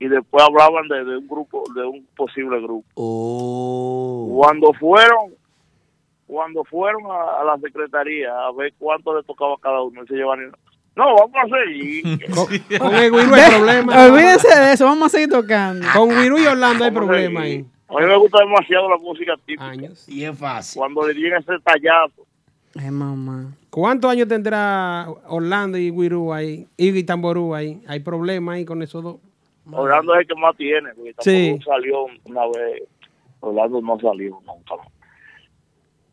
y después hablaban de, de un grupo, de un posible grupo.
Oh.
Cuando fueron, cuando fueron a, a la secretaría a ver cuánto le tocaba a cada uno, dice Giovanni, no, vamos
(laughs)
a seguir.
Con el Guirú
Ve,
hay problema.
Olvídense de eso, vamos a seguir tocando.
Con Guirú y Orlando hay problema ahí.
A mí me gusta demasiado la música típica.
Y es fácil.
Cuando le llega ese tallazo.
Ay, mamá.
¿Cuántos años tendrá Orlando y Guirú ahí? Y Tamború ahí. Hay problema ahí con esos dos.
Orlando es el que más tiene, porque tampoco
Sí.
salió una vez. Orlando no salió nunca. más.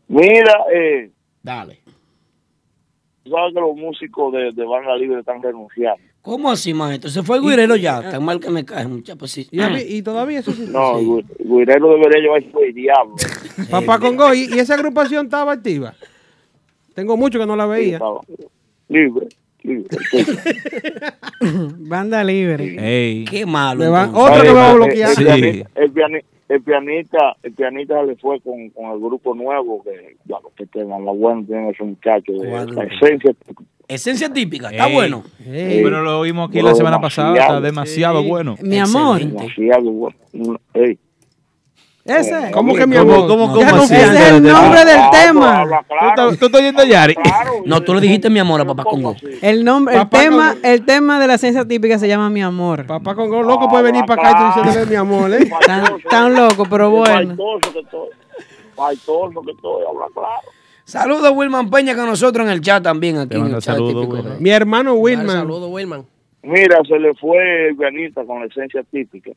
Mira, eh,
Dale.
tú sabes que los músicos de, de banda libre están renunciando.
¿Cómo así, maestro? Se fue el guirero ya. Tan mal que me cae, muchacho. Pues sí. Ah.
Y, a mí- y todavía eso sí.
No, Gu- Guirero debería llevarse el diablo.
Papá Congo, ¿y, y esa agrupación estaba activa? Tengo mucho que no la veía.
Estaba Libre, libre.
Banda libre.
Qué malo.
Me van- entonces. otro que me va a bloquear.
El,
Sí.
piani- el piani- el pianista, el pianista le fue con, con el grupo nuevo, que ya lo que tengan la buena tiene ese muchacho, de- la esencia Eh,
Esencia típica, está
Ey.
bueno.
Ey. Pero lo vimos aquí la
Pero
semana pasada, está
demasiado.
demasiado bueno.
Mi amor.
demasiado bueno. No, ey.
Ese.
¿Cómo que mi amor? Ah, ¿Cómo, cómo, cómo así?
Ese es el nombre del tema.
¿Tú estás- ¿Tú estás oyendo a Yari?
No, tú le dijiste mi amor a papá Congo.
El nombre, el tema, el tema de la ciencia típica se llama Mi amor.
Papá Congo, loco puede venir para acá y tú diciéndole mi amor, ¿eh?
Tan, tan loco, pero bueno.
Faltoso que estoy. Faltoso que estoy, habla claro.
Saludos a Wilman Peña con nosotros en el chat también. Aquí en el chat típico.
Mi hermano
Dale,
Wilman.
Saludos, Wilman.
Mira, se le fue el granista con la esencia típica.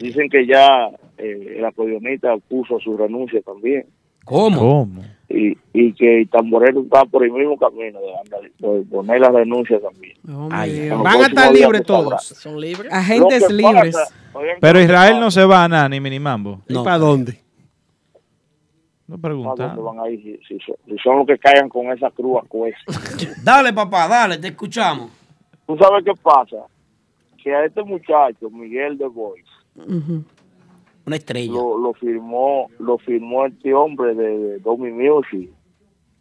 Dicen que ya eh, el acordeonista puso su renuncia también.
¿Cómo?
Y, y que el tamborero está por el mismo camino de, andar- de poner la renuncia también.
Van a estar libres todos.
Son libres.
Agentes
Lo que pasa-
libres.
Oigan,
Pero Israel no se va a nada, ni minimambo.
¿Y para dónde?
No
¿a
pregunta.
dónde van a ir si, si son, si son los que caigan con esa cruz a cuesta?
Dale, papá, dale, te escuchamos.
¿Tú sabes qué pasa? Que a este muchacho, Miguel de Bois,
Una estrella.
lo, lo firmó lo firmó este hombre de, de Domi Music.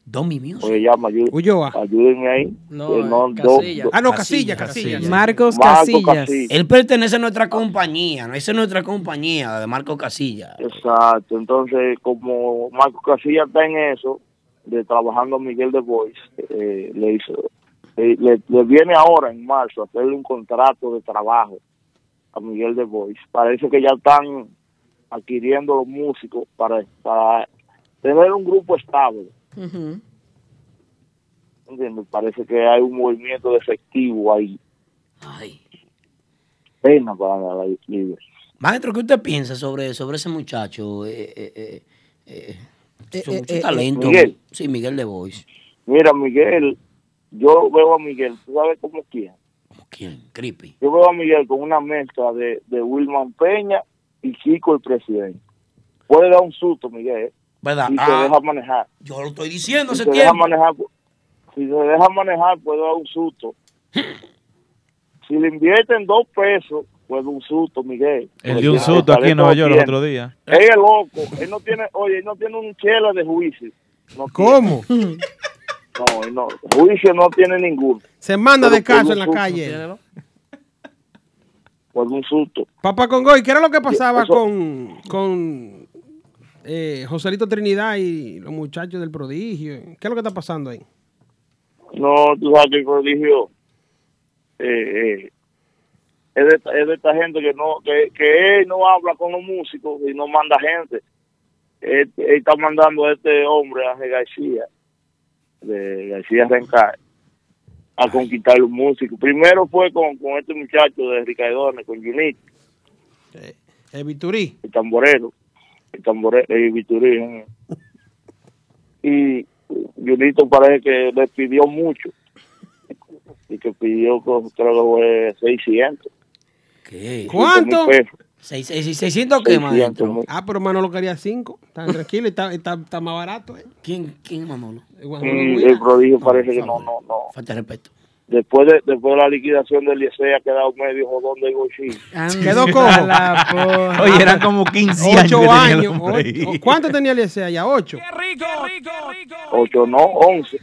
Domi Music.
Se llama, ayú- ayúdenme ahí.
No,
Eh, no,
eh,
Do-
Casillas.
Do-
Ah, no, Casillas, Casillas.
Marcos
Marco
Casillas.
Él pertenece a nuestra compañía, no esa es nuestra compañía, la de Marco Casilla.
Exacto, entonces como Marco Casilla está en eso, de trabajando a Miguel de Bois, eh, le hizo, eh, le, le viene ahora en marzo a hacerle un contrato de trabajo a Miguel de Bois. Parece que ya están adquiriendo los músicos para, para tener un grupo estable. ¿entiendes? Parece que hay un movimiento de efectivo ahí. Pena para la libre.
Maestro, ¿qué usted piensa sobre, sobre ese muchacho? Eh, eh, eh, eh, su,
eh,
su
eh,
talento.
Miguel.
Sí, Miguel de Bois.
Mira, Miguel, yo veo a Miguel, tú sabes cómo quién.
¿Quién? Creepy.
Yo veo a Miguel con una mezcla de, de Wilman Peña y Chico el presidente. Puede dar un susto, Miguel, ¿eh?
¿Verdad?
y se
Ah,
deja manejar.
yo lo estoy diciendo
Si
hace
se deja
tiempo.
manejar, si se deja manejar, puede dar un susto. Si le invierten dos pesos, puede dar un susto, Miguel.
Él dio un susto aquí en Nueva York el otro día.
Él es loco, él no tiene, oye, él no tiene un chela de juicio. No
¿Cómo?
No, él no, juicio no tiene ninguno.
Se manda
Pero
de caso
por
en la
un susto.
calle.
Por un susto.
Papá Congoy, ¿qué era lo que pasaba
Eso-
con, con eh, Joselito Trinidad y los muchachos del prodigio? ¿Qué es lo que está pasando ahí?
No, tú sabes que el prodigio eh, eh, es, de, esta- es de esta gente que no que, que él no habla con los músicos y no manda gente. Él, él está mandando a este hombre, Ángel García, de García Rencar, a conquistar los músicos. Primero fue con, con este muchacho de Ricardones, con Junito.
El Viturí.
el tamborero, el tamborero, el Viturí, ¿eh? Y Junito parece que le pidió mucho. Y que pidió, creo que fue 600.
¿Qué?
¿Cuánto?
Seis- seis- 600 qué, maestro.
Ah, pero Manolo quería cinco. Tan tranquilo, está, está, está más barato. ¿eh?
¿Quién, quién es Manolo?
Y el prodigio parece que no, no, no.
Falta de respeto.
Después de, después de la liquidación del Licea ha quedado medio jodón de gochín.
Quedó como. (laughs)
Oye, eran como 15 años.
Ocho
que tenía el
años.
hombre ahí.
o- o- ¿Cuánto tenía el ICE allá? Ocho.
Ocho, no, once.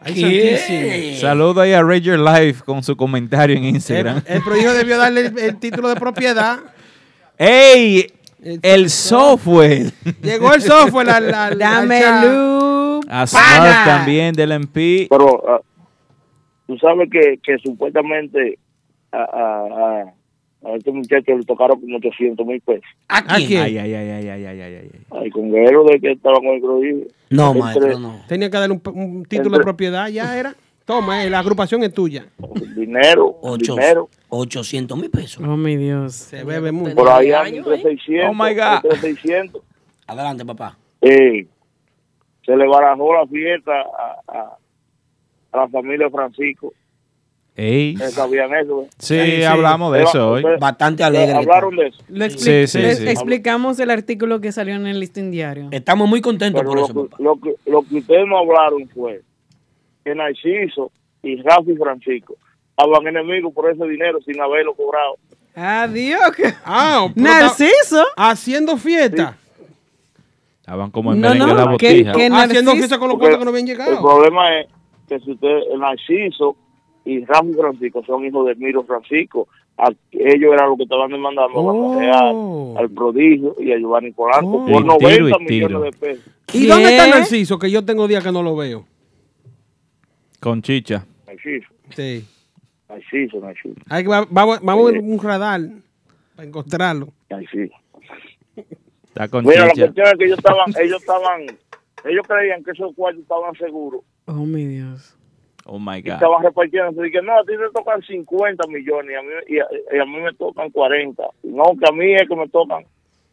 Ay,
¿Qué?
santísimo.
Saludo ahí a Ranger Life con su comentario en Instagram.
El prodigio debió darle el, el título de propiedad.
Eh,
¡Ey! El software.
Llegó el software al, al- al
Dame
chat.
luz.
(laughs) A Smart también del MP.
Pero ah, tú sabes que, que supuestamente a, a, a- a este muchacho le tocaron como 800 mil pesos.
¿A
quién?
Ay, ay, ay, ay, ay, ay, ay, ay.
Al conguero de que estaba con el prodigio.
No,
Entre-
maestro, no.
Tenía que darle un, un título
Entre-
de propiedad, ya era. Toma, eh, la agrupación es tuya.
Dinero,
Ocho-
dinero.
800 mil pesos.
Oh, mi Dios.
Se bebe mucho.
Por ahí hay entre 600.
Oh, my God.
entre 600.
Adelante, papá.
Eh, se le barajó la fiesta a, a- a la familia Francisco.
Ey.
¿Ustedes ¿Sabían eso? eh?
Sí, hablamos de
Era-
eso hoy.
ustedes-
Bastante
ustedes
alegre.
Hablaron de eso.
Lo expli-
Sí, sí,
le-
sí.
Explicamos el artículo que salió en el listín diario.
Estamos muy contentos
Pero lo, que, lo, que, lo que ustedes no hablaron fue que Narciso y Rafi Francisco estaban enemigos por ese dinero sin haberlo cobrado.
Adiós.
Ah, pero
Narciso.
está- Haciendo fiesta.
Estaban como en
No,
merengue
no,
la
que-
botija.
Ah,
que Haciendo fiesta con los cuartos que no habían
El
llegado.
problema es que si usted, Narciso y Rafi Francisco son hijos de Miro Francisco, a- ellos eran los que estaban demandando a la Real, al prodigio y a Giovanni Polanco
Oh.
por
Y tiro
90
y
millones
tiro.
de pesos.
¿Y dónde está Narciso? Que yo tengo días que no lo veo.
Con chicha.
Narciso,
Sí.
Narciso, Narciso,
Hay que- va- vamos vamos a un radar para encontrarlo.
Narciso.
Está con
Mira, la
chicha.
cuestión es que ellos estaban, ellos estaban, ellos creían que esos cuartos estaban seguros
Oh, mi Dios.
Oh my
y
God.
estaban repartiendo. Dije, no, a ti te tocan 50 millones y a, mí, y, a, y a mí me tocan 40. No, que a mí es que me tocan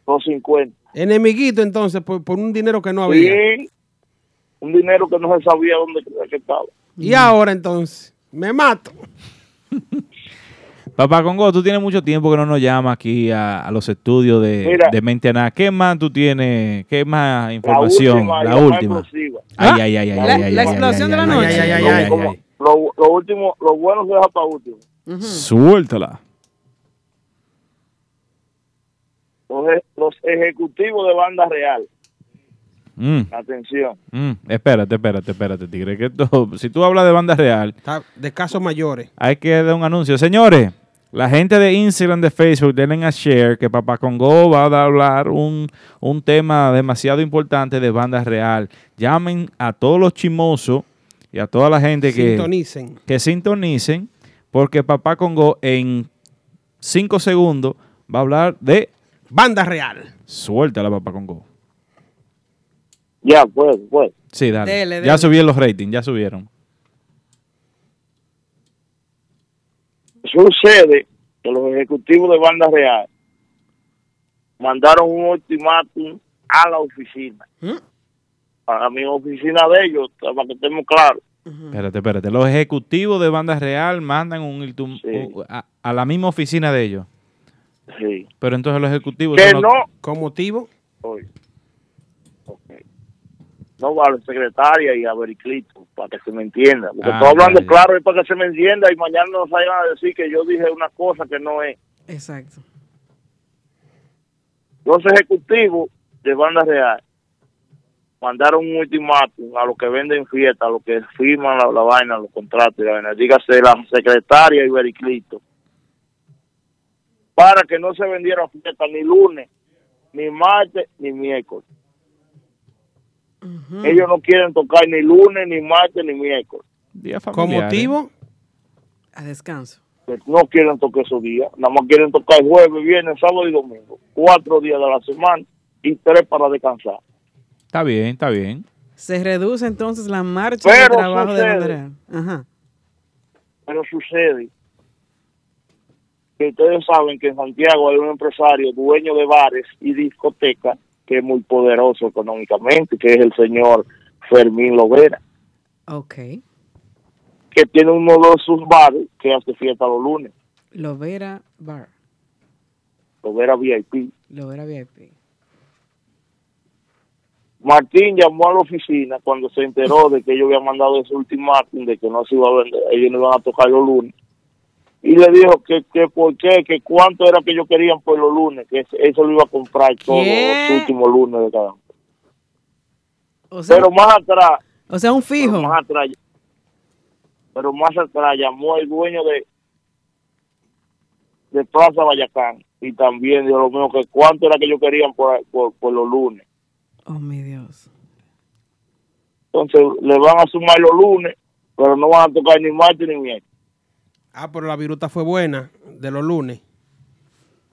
los 50.
Enemiguito entonces por, por un dinero que no
Ah,
había.
Y un dinero que no se sabía dónde que estaba.
Y ahora entonces, me mato.
Papá Congo, tú tienes mucho tiempo que no nos llama aquí a, a los estudios de,
Mira.
de Mente a Nada. ¿Qué más tú tienes? ¿Qué más información?
última,
La
la más
última.
explosiva.
Ay, ay, ay, ay, ay, ay, ay, ay, ay, ay, ay, ay, ay, ay.
Lo, lo último, lo bueno se deja para último.
Suéltala.
Los, e- los ejecutivos de banda real.
Mm,
Atención.
mm. Espérate, espérate, espérate, tigre. Que esto- si tú hablas de banda real,
Está de casos mayores.
Hay que dar un anuncio. Señores, la gente de Instagram, de Facebook, denle a share que Papá Congo va a hablar un, un tema demasiado importante de banda real. Llamen a todos los chimosos y a toda la gente que
Sintonicen.
que sintonicen porque Papá Congo en 5 segundos va a hablar de
banda real.
Suéltala, Papá Congo.
Ya, pues, pues.
Sí, dale.
Dele, dele.
Ya subieron los ratings, ya subieron.
Sucede que los ejecutivos de banda real mandaron un ultimátum a la oficina.
¿Mm?
A mi oficina de ellos, para que estemos claros.
Espérate, espérate. Los ejecutivos de banda real mandan un, ultum- u- a, a la misma oficina de ellos.
Sí.
Pero entonces los ejecutivos...
Que
son los-
no.
¿Con motivo?
No vale, secretaria y a Bericlito, para que se me entienda. Porque
Ah,
estoy hablando
ya, ya.
claro y para que se me entienda y mañana nos vayan a decir que yo dije una cosa que no es.
Exacto.
Los ejecutivos de banda real mandaron un ultimátum a los que venden fiesta, a los que firman la, la vaina, los contratos y la vaina. Dígase la secretaria y Bericlito. Para que no se vendiera fiesta ni lunes, ni martes, ni miércoles. Ellos no quieren tocar ni lunes, ni martes, ni miércoles.
¿Con motivo?
A descanso.
Pues No quieren tocar esos días. Nada más quieren tocar jueves, viernes, sábado y domingo. Cuatro días de la semana y tres para descansar.
Está bien, está bien.
Se reduce entonces la marcha de
Pero
trabajo de
sucede.
Banda Real. Ajá.
Pero sucede que ustedes saben que en Santiago hay un empresario dueño de bares y discotecas que es muy poderoso económicamente, que es el señor Fermín Lovera,
Ok.
que tiene uno de sus bares que hace fiesta los lunes,
Lovera Bar.
Lovera VIP.
Lovera VIP.
Martín llamó a la oficina cuando se enteró de que yo había mandado ese ultimátum de que no se iba a vender, ellos no iban a tocar los lunes. Y le dijo que, que por qué, que cuánto era que ellos querían por los lunes, que eso- eso lo iba a comprar todos los últimos lunes de cada uno.
O sea,
pero más atrás.
O sea, un fijo.
Pero más atrás, pero más atrás llamó el dueño de de Plaza Bayacán y también dijo lo mismo que cuánto era que ellos querían por, por, por los lunes.
Oh, mi Dios.
Entonces le van a sumar los lunes, pero no van a tocar ni martes ni miércoles.
Ah, pero la viruta fue buena de los lunes.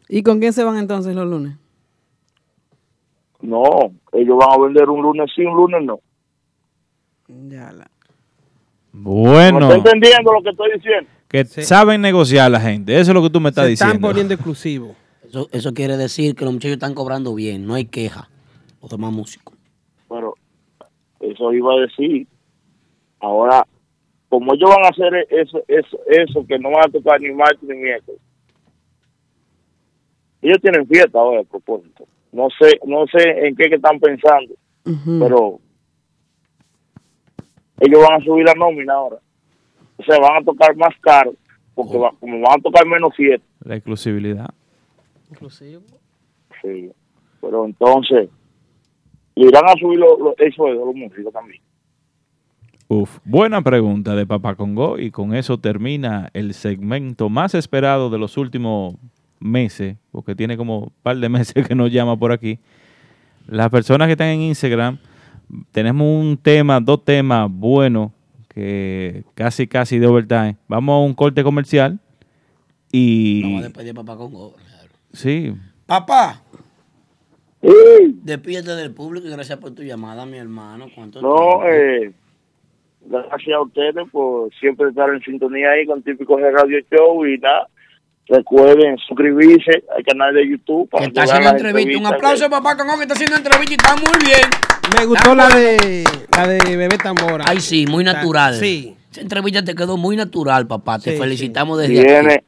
¿Y con quién se van entonces los lunes?
No, ellos van a vender un lunes sí, un lunes no.
Ya la.
Bueno,
¿Está entendiendo lo que estoy diciendo?
que saben negociar la gente. Eso es lo que tú me estás diciendo.
exclusivo.
Eso, eso quiere decir que los muchachos están cobrando bien, no hay queja. Los demás músicos.
Pero eso iba a decir. Ahora, como ellos van a hacer eso, eso, eso que no van a tocar ni martes ni miércoles. Ellos tienen fiesta ahora, a propósito. No sé, no sé en qué que están pensando, pero ellos van a subir la nómina ahora. O sea, van a tocar más caro, porque va- como van a tocar menos fiesta.
La exclusividad.
Inclusive.
Sí. Pero entonces, le irán a subir los lo, eso de los músicos también.
Uf, buena pregunta de Papá Congo y con eso termina el segmento más esperado de los últimos meses, porque tiene como un par de meses que nos llama por aquí. Las personas que están en Instagram, tenemos un tema, dos temas buenos que casi casi de overtime. Vamos a un corte comercial y
Después de papá Congo.
sí,
Papá.
Despídete
del público y gracias por tu llamada, mi hermano. ¿Cuánto
No,
tiempo?
eh, gracias a ustedes por siempre estar en sintonía ahí con Típicos de Radio Show y nada. Recuerden suscribirse al canal de YouTube. Para
Está
que vean
haciendo
las
entrevista. Un
entrevistas
aplauso, papá Cangón, que está haciendo entrevista y está muy bien.
Me gustó la de la de Bebé Tambora.
Ay, sí, muy natural.
Sí.
Esa entrevista te quedó muy natural, papá. Te
Sí,
felicitamos
que
desde aquí.
Viene,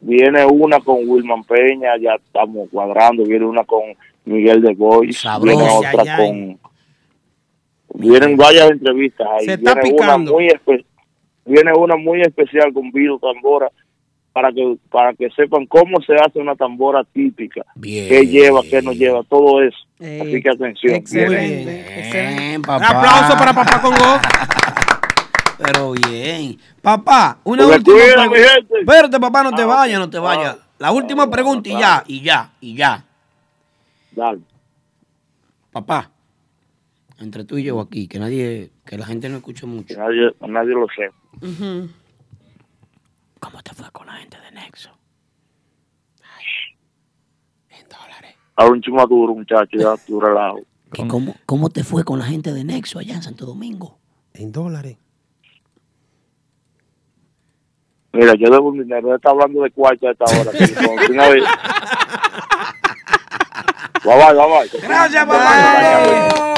viene una con Wilman Peña, ya estamos cuadrando. Viene una con Miguel de Bois. Viene
Ay,
otra
ay, ay.
con. Vienen varias entrevistas ahí.
Se está
viene
picando.
Una muy espe- viene una muy especial con Vito Tambora para que para que sepan cómo se hace una tambora típica, qué lleva, qué no lleva, todo eso.
Eh,
Así que atención. viene.
Bien,
Un aplauso para
papá Congo.
Pero bien. Papá, una
Porque cuida,
última
mi
pregunta. Espérate, papá, no te vayas, no te vayas. La última pregunta y ya, y ya, y ya.
Dale.
Papá, entre tú y yo aquí, que nadie, que la gente no escuche mucho.
Nadie, nadie lo sé. Ahora un chumaduro, muchacho, ya tu relajo.
¿Que cómo, ¿Cómo te fue con la gente de Nexo allá en Santo Domingo?
En dólares.
Mira, yo debo un dinero, él está hablando de cuarto a esta hora. tío, como si no hubiera- Bye bye, bye bye.
Gracias, papá.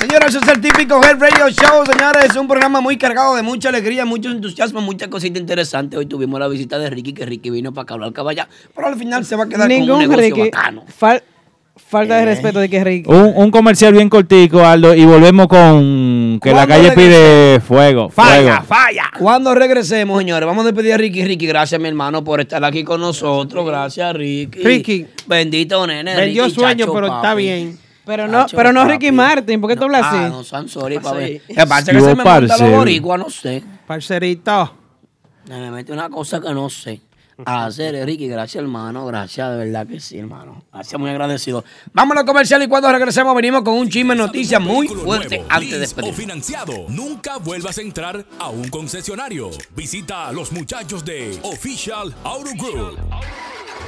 Señores, eso es el típico Head Radio Show, señores.
Es un programa muy cargado de mucha alegría, mucho entusiasmo, muchas cositas interesantes. Hoy tuvimos la visita de Ricky, que Ricky vino para hablar caballá, pero al final se va a quedar con un
Ningún
negocio
Ricky.
bacano. Eh.
fal- falta de respeto de que Ricky.
Un, un comercial bien cortico, Aldo, y volvemos con que la
¿Cuándo
calle
regresa?
pide fuego. fuego.
falla. Cuando regresemos, señores, vamos a despedir a Ricky. Ricky, gracias, mi hermano, por estar aquí con nosotros. Gracias, Ricky.
Ricky.
Bendito, nene.
Vendió
Ricky,
sueño,
chacho,
pero está
papi.
bien. Pero no,
Chacho,
pero no
papi.
Ricky Martin, ¿por qué tú hablas
Ah,
así?
no, I'm sorry,
Pasa ahí.
papi. Lo que pasa es que
Yo,
se me montan los
parce.
boricuas, no sé.
Parcerito.
Me mete una cosa que no sé. A hacer, eh, Ricky, gracias, hermano. Gracias, de verdad que sí, hermano. Gracias, muy agradecido.
Vamos a los comerciales y cuando regresemos venimos con un chisme noticias muy fuerte
nuevo,
antes de
lease o
despedirnos.
financiado. Nunca vuelvas a entrar a un concesionario. Visita a los muchachos de Official Auto Group.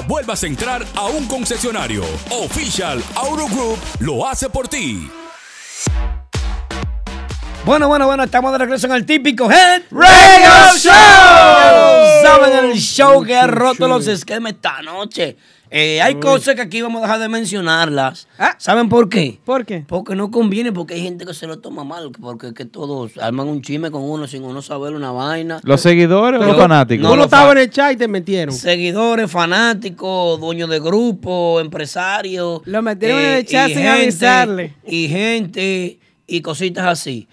vuelvas a entrar a un concesionario. Official Auto Group lo hace por ti.
Bueno, bueno, bueno, estamos de regreso en el típico Head
Radio
Show.
Show.
Saben el show
que ha roto los esquemas esta noche. Eh, hay cosas que aquí vamos a dejar de mencionarlas.
Ah.
¿Saben por qué?
¿Por qué?
Porque no conviene, porque hay gente que se lo toma mal, porque es que todos arman un chisme con uno sin uno saber una vaina.
¿Los seguidores o los
Yo-
fanáticos?
Tú no
lo
estabas en el chat y te metieron.
Seguidores, fanáticos, dueños de grupo, empresarios. eh,
Lo metieron en el chat
y
sin avisarle.
Y gente y cositas así.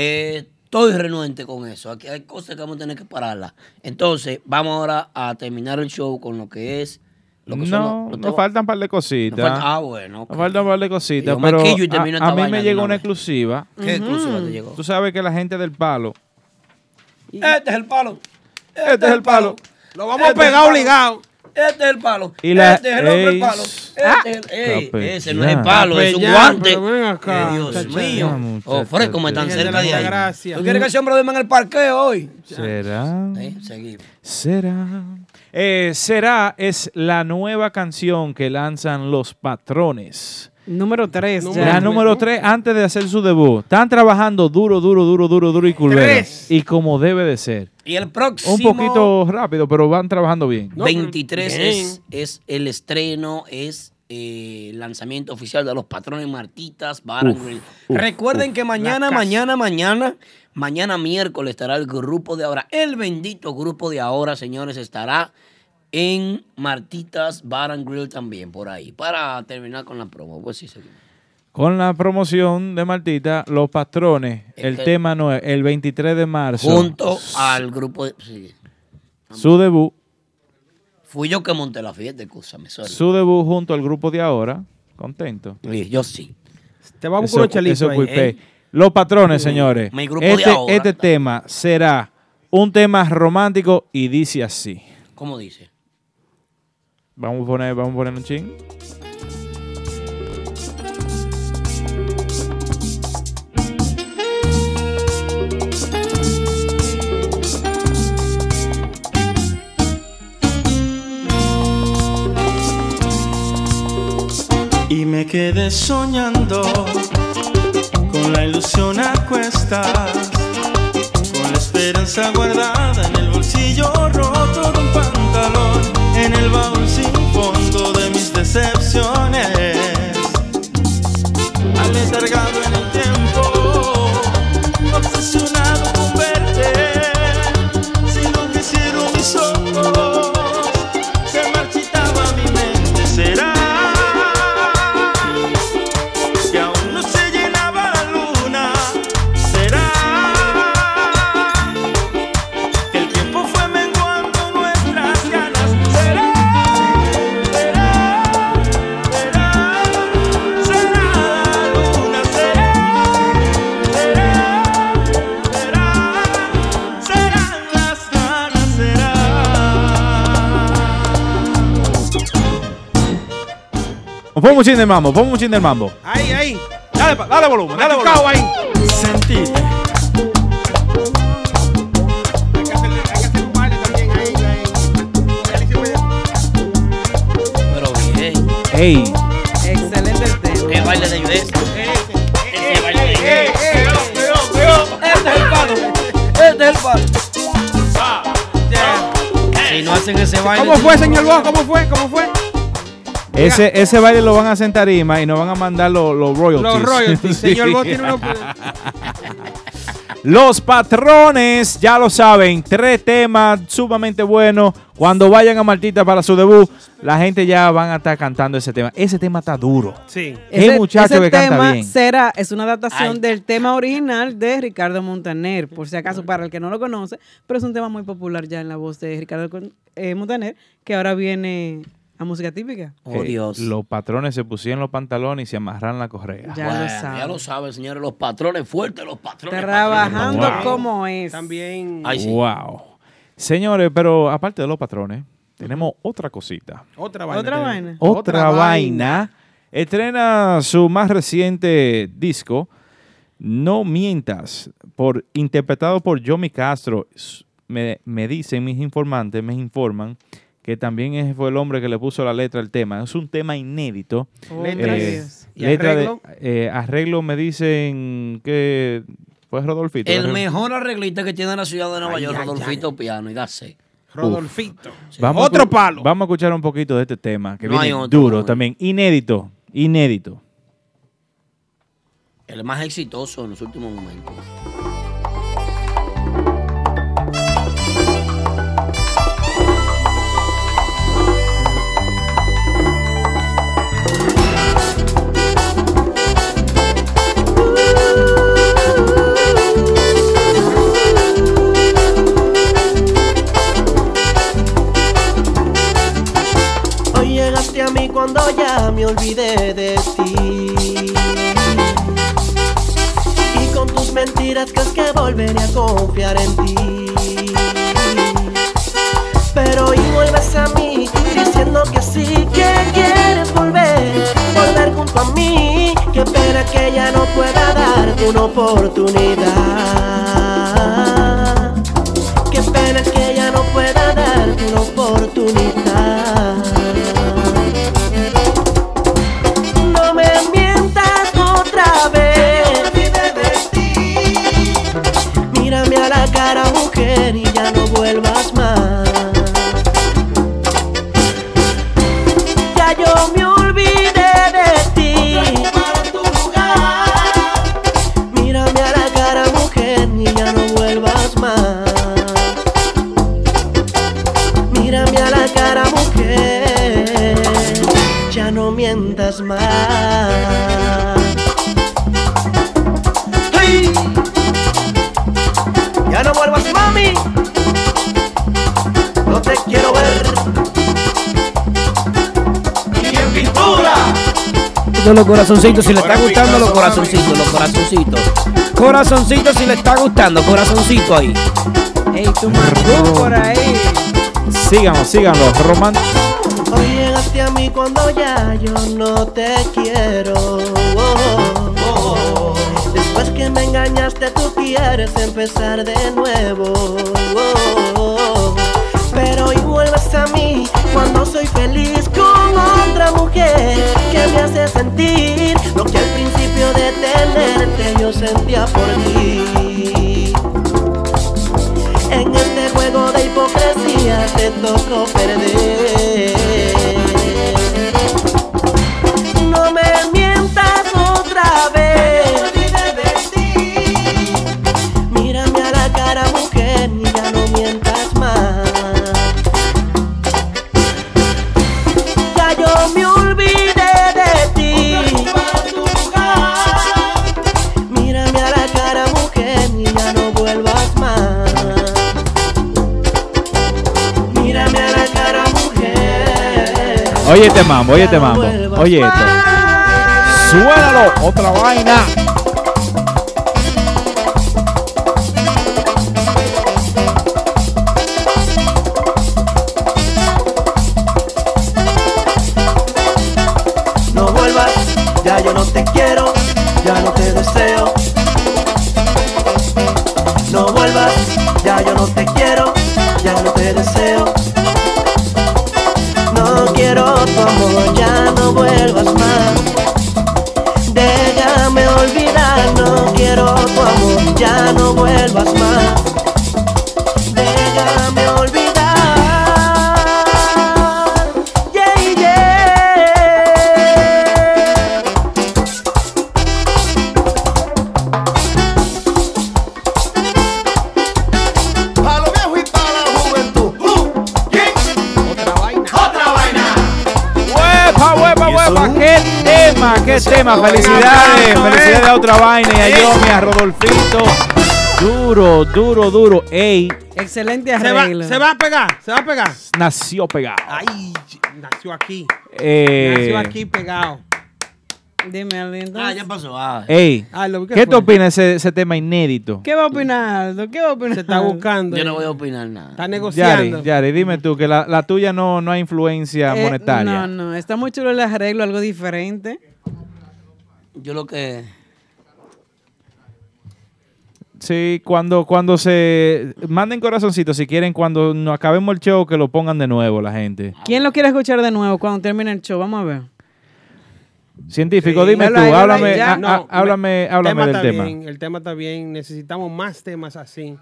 Eh, estoy renuente con eso. Aquí hay cosas que vamos a tener que pararlas. Entonces, vamos ahora a terminar el show con lo que es. Lo que son
No,
los- los
nos
temas.
faltan un par de cositas.
Nos falta- ah, bueno,
Nos faltan un par de cositas,
Yo
pero
maquillo y termino
a,
esta
a mí
vaina
me
de
llegó
una
una
vez.
exclusiva.
¿Qué exclusiva te llegó?
Tú sabes que la gente del palo.
Este es el palo. Este,
es el palo.
Lo
vamos a
Este es el
pegar
palo.
obligado.
Este es el palo.
Y la-
este es el hombre del palo.
Eis-
Este es el- ey,
Capellán.
ese no es el palo, es un
Capellán,
guante.
pero ven acá,
Eh, Dios
muchacho. Ya,
mío.
muchacho,
Ofrezco, me están
Virgen de
cerca
la
de ahí.
Altagracia.
¿Tú quieres que ese hombre duerma en el parqueo hoy?
¿Será?
seguimos.
¿Será? Eh, Será es la nueva canción que lanzan los patrones.
Número 3.
La número 3 antes de hacer su debut. Están trabajando duro, duro, duro, duro, duro y culero.
Tres.
Y como debe de ser.
Y el próximo.
Un poquito rápido, pero van trabajando bien.
23 es, es el estreno, es eh, lanzamiento oficial de los patrones Martitas Bar and
Uf,
Grill.
uf,
Recuerden
uf.
que mañana,
La casa.
mañana, mañana, mañana miércoles estará el grupo de ahora. El bendito grupo de ahora, señores, estará en Martitas Bar and Grill también, por ahí. Para terminar con la promo, pues sí, seguimos.
Con la promoción de Martita, los patrones, el
que-
tema no es el 23 de marzo.
Este Junto al grupo. de- sí.
Su debut,
Fui yo que monté la fiesta, escúchame, sorry.
su debut junto al grupo de ahora. Contento.
Yo sí.
Te vamos
Eso-
con un chelito
eso
ahí.
cuipé.
¿eh?
Los patrones, señores.
Mi grupo de
este,
ahora.
este tema será un tema romántico y dice así.
¿Cómo dice?
Vamos a poner, vamos a poner un ching.
Y me quedé soñando con la ilusión a cuestas, con la esperanza guardada en el bolsillo roto de un pantalón, en el baúl sin fondo de mis decepciones, aletargado en el tiempo, obsesionado con verte, sin lo que hicieron mis ojos, se marchitaba mi mente, será. Que aún no se llenaba la luna, será que el tiempo fue menguando nuestras ganas, será, será, será, será la luna, será, será, será, serán las ganas, será.
Pon un ching del mambo, pon un ching del mambo.
Ahí, ahí. Dale, dale volumen,
dale volumen.
ahí. Sentite.
Pero bien.
Ey,
Excelente el tema.
El baile de Judez. Ese baile de
Eh, eh,
Este es el palo. Este es el palo. Si no hacen ese baile.
¿Cómo fue, señor Bo? ¿Cómo fue? ¿Cómo fue?
ese, ese baile lo van a hacer en tarima y nos van a mandar los los royalties.
Los
(laughs)
royalties.
(laughs) Sí.
Señor Bo tiene uno.
Los patrones, ya lo saben, tres temas sumamente buenos. Cuando vayan a Martita para su debut, la gente ya van a estar cantando ese tema. Ese tema está duro.
Sí.
Es muchacho
ese
que
tema
canta bien. Eh,
será, es una adaptación
Ay.
del tema original de Ricardo Montaner, por si acaso para el que no lo conoce, pero es un tema muy popular ya en la voz de Ricardo Con- eh, Montaner, que ahora viene a música típica.
Oh, Dios.
Los patrones se pusieron los pantalones y se amarran la correa.
Ya lo saben.
Ya lo saben, señores, los patrones fuertes, los patrones.
Trabajando
Wow.
como es.
También.
Wow. Señores, pero aparte de los patrones, tenemos otra cosita.
Otra vaina.
Otra
tenemos.
vaina.
Otra, vaina. Estrena su más reciente disco, No Mientas, por, interpretado por Yomi Castro. S- Me, me dicen mis informantes, me informan que también es- fue el hombre que le puso la letra al tema. Es un tema inédito. Eh,
Oh, Letras. ¿Y
letra de-
arreglo?
eh, arreglo me dicen que fue Rodolfito.
El
Arreglo.
mejor arreglista que tiene la ciudad de Nueva York, Rodolfito Piano, y dase.
Rodolfito.
Vamos a
Otro
escu-
palo.
Vamos a escuchar un poquito de este tema, que
No hay
viene
otro,
duro también, inédito, inédito.
El más exitoso en los últimos momentos.
Hoy llegaste a mí cuando ya me olvidé de ti. Y con tus mentiras crees que volveré a confiar en ti. Pero hoy vuelves a mí diciendo que sí, que quieres volver, volver junto a mí. Qué pena que ya no pueda darte una oportunidad. Qué pena que ya no pueda darte una oportunidad. No me mientas otra vez. Mírame a la cara, mujer, y ya no vuelvas más. Ya yo me olvidé de ti. Mírame a la cara, mujer, y ya no vuelvas más. Mírame a la cara, mujer, ya no mientas más. ¡Ay! Ya no vuelvas, mami.
de los corazoncitos, si le está gustando los corazoncitos, los corazoncitos. Corazoncitos, si le está gustando, corazoncito ahí.
Ey, tu mangú por ahí.
Síganos, síganos. Román.
Hoy llegaste a mí cuando ya yo no te quiero. Oh, oh. Después que me engañaste, tú quieres empezar de nuevo. Oh, oh. Pero hoy vuelves a mí cuando soy feliz con otra mujer que me hace sentir lo que al principio de tenerte yo sentía por ti. En este juego de hipocresía te tocó perder. No me mientas otra vez. Mírame a la cara, mujer, y ya no mientas más. Ya yo me olvidé de ti. Mírame a la cara, mujer, y ya no vuelvas más. Mírame a la cara, mujer.
Oye este mambo, oye este mambo. Oye esto. Suénalo, otra vaina.
No vuelvas, ya yo no te quiero, ya no te deseo. No vuelvas, ya yo no te quiero, ya no te deseo. No quiero tu amor, ya no vuelvas más. Déjame olvidar, no quiero tu amor, ya no vuelvas más. Déjame olvidar. Yeah, yeah.
Pa' lo viejo y pa' la juventud. Otra vaina. Otra vaina.
¡Huepa, huepa, huepa! ¡Qué tema, qué tema! ¡Felicidades! ¡Felicidades a otra vaina! Y a Yomi, a Rodolfito. Duro, duro, duro. Ey,
Excelente
Se va,
arreglo.
se va a pegar, se va a pegar.
nació pegado.
Ay, nació aquí.
Eh.
Nació aquí pegado.
Dime, Aldo.
Ah, ya pasó. Ay,
Ey,
Ah, lo vi que
¿qué te
fue.
opinas de ese, ese tema inédito?
¿Qué va a opinar, Aldo? ¿Qué va a opinar?
Se está buscando.
Yo no
voy a opinar nada.
Está
Yari,
negociando.
Yari, dime tú, que la, la tuya no, no hay influencia
Eh,
monetaria.
No, no, está muy chulo el arreglo, algo diferente.
Yo lo que.
Sí, cuando, cuando se... Manden corazoncitos si quieren, cuando nos acabemos el show, que lo pongan de nuevo la gente.
Ah,
¿Quién lo quiere escuchar de nuevo cuando termine el show? Vamos a ver.
Científico,
Sí.
dime tú,
Déjalo ahí, déjalo
háblame,
ahí, ya.
a-
No,
a- Ah, háblame,
el
háblame
está
del tema.
bien, el tema está bien. Necesitamos más temas así.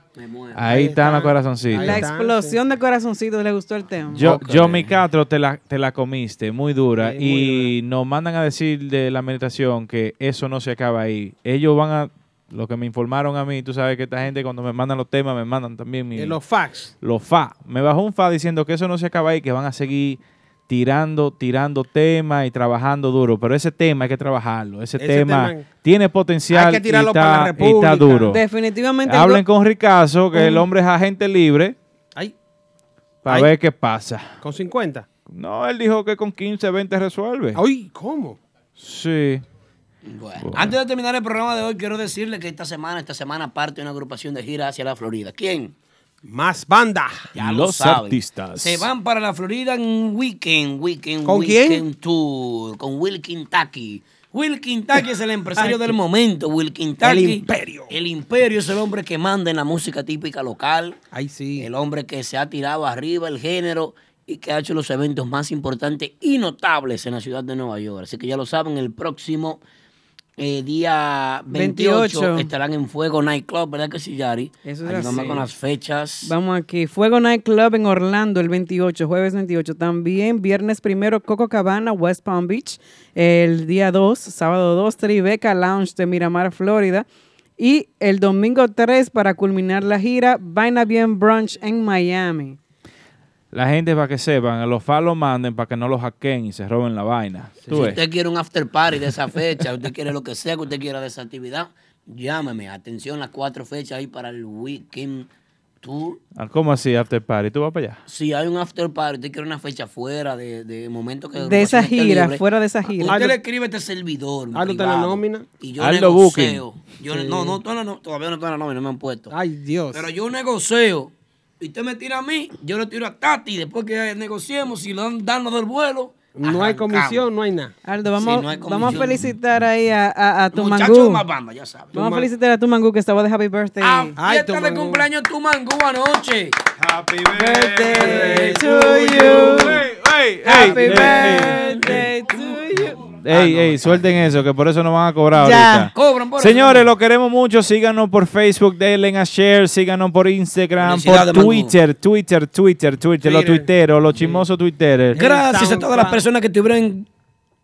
Ahí están los corazoncitos.
La explosión de corazoncitos, ¿le gustó el tema?
Yo, yo mi catro, te la, te la comiste, muy dura. y nos mandan a decir de la meditación que eso no se acaba ahí. Ellos van a, lo que me informaron a mí, tú sabes que esta gente cuando me mandan los temas, me mandan también mi-
Eh, los facts.
los fa. Me bajó un fa diciendo que eso no se acaba ahí, que van a seguir tirando, tirando temas y trabajando duro. Pero ese tema hay que trabajarlo. Ese,
Ese
tema,
tema-
tiene potencial
Hay que tirarlo
y, está,
para la
y está
República.
duro.
Definitivamente el
Hablen
go-
con Ricazo, que el
Mm.
hombre es agente libre.
Ay.
Para
Ay.
ver qué pasa.
Con 50.
No, él dijo que con 15, 20 resuelve.
Ay, ¿cómo?
Sí.
Pues
Antes de terminar el programa de hoy, quiero decirle que esta semana, esta semana parte una agrupación de gira hacia la Florida. ¿Quién?
Más banda.
Ya lo saben. Se van para la Florida en un weekend, weekend,
¿Con quién?
weekend tour, con Will Kentucky. Will Kentucky es el empresario
Ay,
del
qué-
momento, Will Kentucky.
El imperio.
El imperio es el hombre que manda en la música típica local.
Ahí sí.
El hombre que se ha tirado arriba el género y que ha hecho los eventos más importantes y notables en la ciudad de Nueva York. Así que ya lo saben, el próximo eh, día 28,
28.
estarán en Fuego Nightclub, ¿verdad que sí, Yari?
Eso es
Ayúdame
así.
con las fechas.
Vamos aquí. Fuego Night Club en Orlando el 28, jueves 28. También viernes primero, Coco Cabana, West Palm Beach. El día 2, sábado 2, Tribeca Lounge de Miramar, Florida. Y el domingo 3, para culminar la gira, Vaina Bien Brunch en Miami.
La gente para que sepan, a los fa los manden para que no los hackeen y se roben la vaina. Tú
si
ves.
usted quiere un after party de esa fecha, usted quiere lo que sea que usted quiera de esa actividad, llámeme. Atención, las cuatro fechas ahí para el weekend tú,
Ah, ¿Cómo así, after party? ¿Tú vas para allá?
si hay un after party, usted quiere una fecha fuera de, de momento que...
De esa
esté
gira,
libre, ah,
fuera de esa gira.
Usted
Hazlo-
le escribe a este servidor
hazlo de la
privado,
nómina.
Y yo
Hazlo
negocio.
booking.
Yo,
Sí.
No, no, todavía no, todavía no está la nómina, no me han puesto.
Ay, Dios.
Pero yo negocio. Y usted me tira a mí, yo le tiro a Tati. y Después que negociemos, si le dan, danos del vuelo...
No hay comisión, no hay nada.
Aldo, vamos,
Sí, no hay
vamos a
comisión.
felicitar ahí a, a, a tu
Muchacho
mangú.
de más banda, ya sabes.
Vamos a felicitar a tu mangú que estaba de happy birthday.
Ay, Fiesta de cumpleaños tu mangú anoche. Happy
birthday
to
you.
Happy
birthday
Ey, ey, suelten eso, que por eso no van a cobrar
Ya.
ahorita.
Cobran por eso.
Señores, lo queremos mucho. Síganos por Facebook, denle a share, síganos por Instagram, por
Felicidades, Manu.
Twitter, Twitter, Twitter, Twitter, los
Twitter.
tuiteros, los chismosos Twitteres.
Gracias a todas las personas que estuvieron en,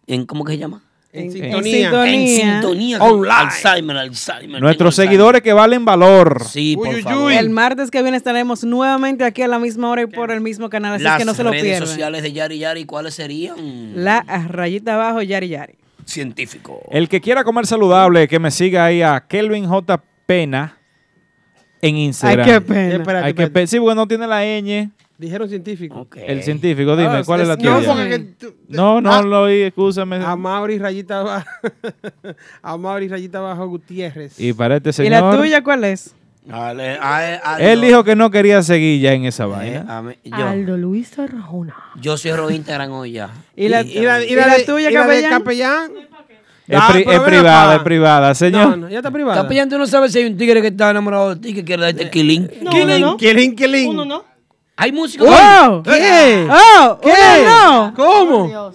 en- ¿cómo que se llama? En,
sintonía.
En
sintonía.
sintonía.
Online.
Alzheimer, Alzheimer.
Nuestros seguidores que valen valor.
Sí, por favor.
El martes que viene estaremos nuevamente aquí a la misma hora y por el mismo canal, así
Las
que no se lo
redes
pierdan.
sociales de Yari Yari, ¿cuáles serían?
La rayita abajo, Yari Yari.
Científico.
El que quiera comer saludable, que me siga ahí a Kelvin J. Pena en Instagram.
qué pena. Espérate,
Hay que
espérate.
pe- sí, porque no tiene la ñ.
Dijeron científico.
El científico, dime,
Ah,
¿cuál es la
no,
tuya?
porque que tú-
No, no,
Ah.
lo oí, escúchame.
A Mauri Rayita Abajo. (laughs) A Mauri Rayita Abajo Gutiérrez.
Y para este
¿Y
señor.
la Ah,
tuya cuál es?
Él dijo que no quería seguir ya en esa vaina.
Aldo
Luis Arjona.
Yo cierro Instagram hoy ya.
¿Y la,
Instagram.
y la, y la, tuya,
y la de
capellán?
Es,
Ah,
pri-
pero
es
ven
privada,
acá.
es privada, señor.
No, no,
ya está
Está pillando, tú no sabes si hay un tigre que está enamorado de ti que quiere darte killing.
No, Killing, no, no. killing, killing. Uno
no. Hay músicos.
¡Oh! ¿Qué?
¡Oh!
¿Qué?
uno
¿Cómo?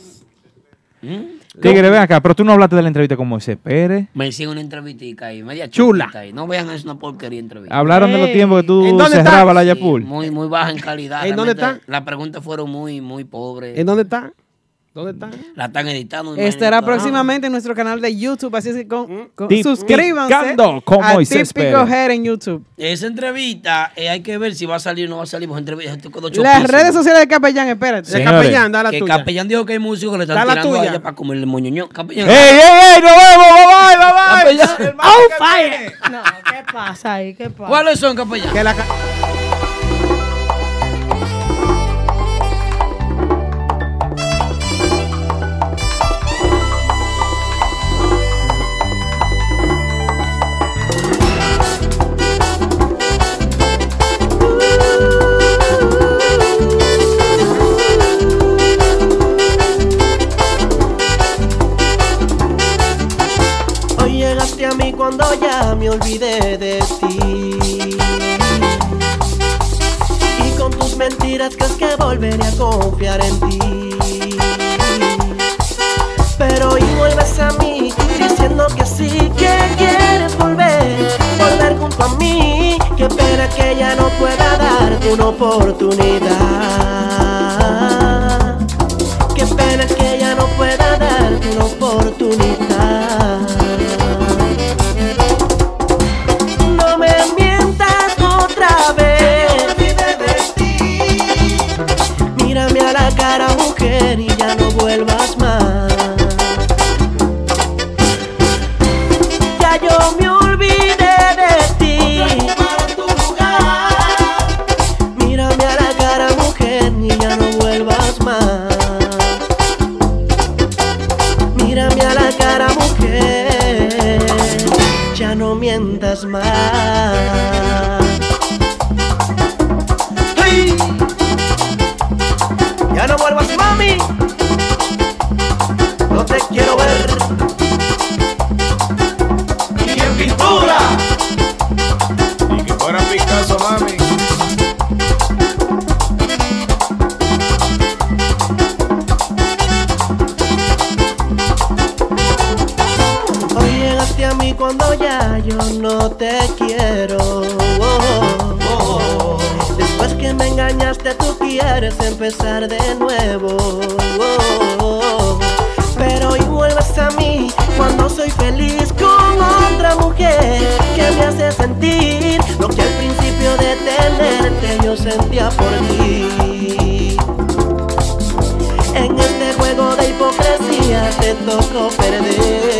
Tigre, ven acá, pero tú no hablaste de la entrevista con Moisés Pérez.
Me hicieron una entrevistica ahí, media
Chula.
chulita ahí. No vean, es una porquería entrevista.
Hablaron de los tiempos que tú cerrabas la Yapul.
Muy, muy baja en calidad.
¿En dónde
realmente Las preguntas fueron muy, muy pobres.
¿En dónde está? ¿Dónde está?
La están editando.
Estará
me imagino, todavía.
próximamente en nuestro canal de YouTube, así es que con, con-
Tipicando
suscríbanse
con
a
Moisés
Típico
Pérez.
Head en YouTube.
Ah. Esa entrevista, eh, hay que ver si va a salir o no va a salir. porque entrevista, esto quedó
Las
chopísimo.
redes sociales de Capellán, espérate.
Señores, que Capellán dijo que hay músicos que le
Da
están
la
tirando
tuya.
allá para comerle moñoñón. Capellán.
¡Ey, ey, ey! ¡Nos vemos! ¡Bye, bye, bye! bye!
Capellán.
¡On Oh, fire! No, ¿qué pasa ahí? ¿Qué pasa?
¿Cuáles son, capellán?
Que la
Hoy llegaste a mí cuando ya me olvidé de ti. Y con tus mentiras crees que volveré a confiar en ti. Pero hoy vuelves a mí diciendo que sí, que quieres volver, volver junto a mí. Qué pena que ya no pueda darte una oportunidad. Qué pena que ya no pueda darte una oportunidad. No me mientas otra vez. Mírame a la cara, mujer, y ya no vuelvas más. Ya yo me olvidé de ti. Mírame a la cara, mujer, y ya no vuelvas más. Mírame a la cara, mujer, ya no mientas más. ¡Ay! Ya no vuelvas, mami. No te quiero ver. Y en pintura.
Y que fuera Picasso, mami.
Hoy llegaste a mí cuando ya yo no te quiero. Después que me engañaste, tú quieres empezar de nuevo. Pero hoy vuelves a mí cuando soy feliz con otra mujer que me hace sentir lo que al principio de tenerte yo sentía por ti. En este juego de hipocresía te tocó perder.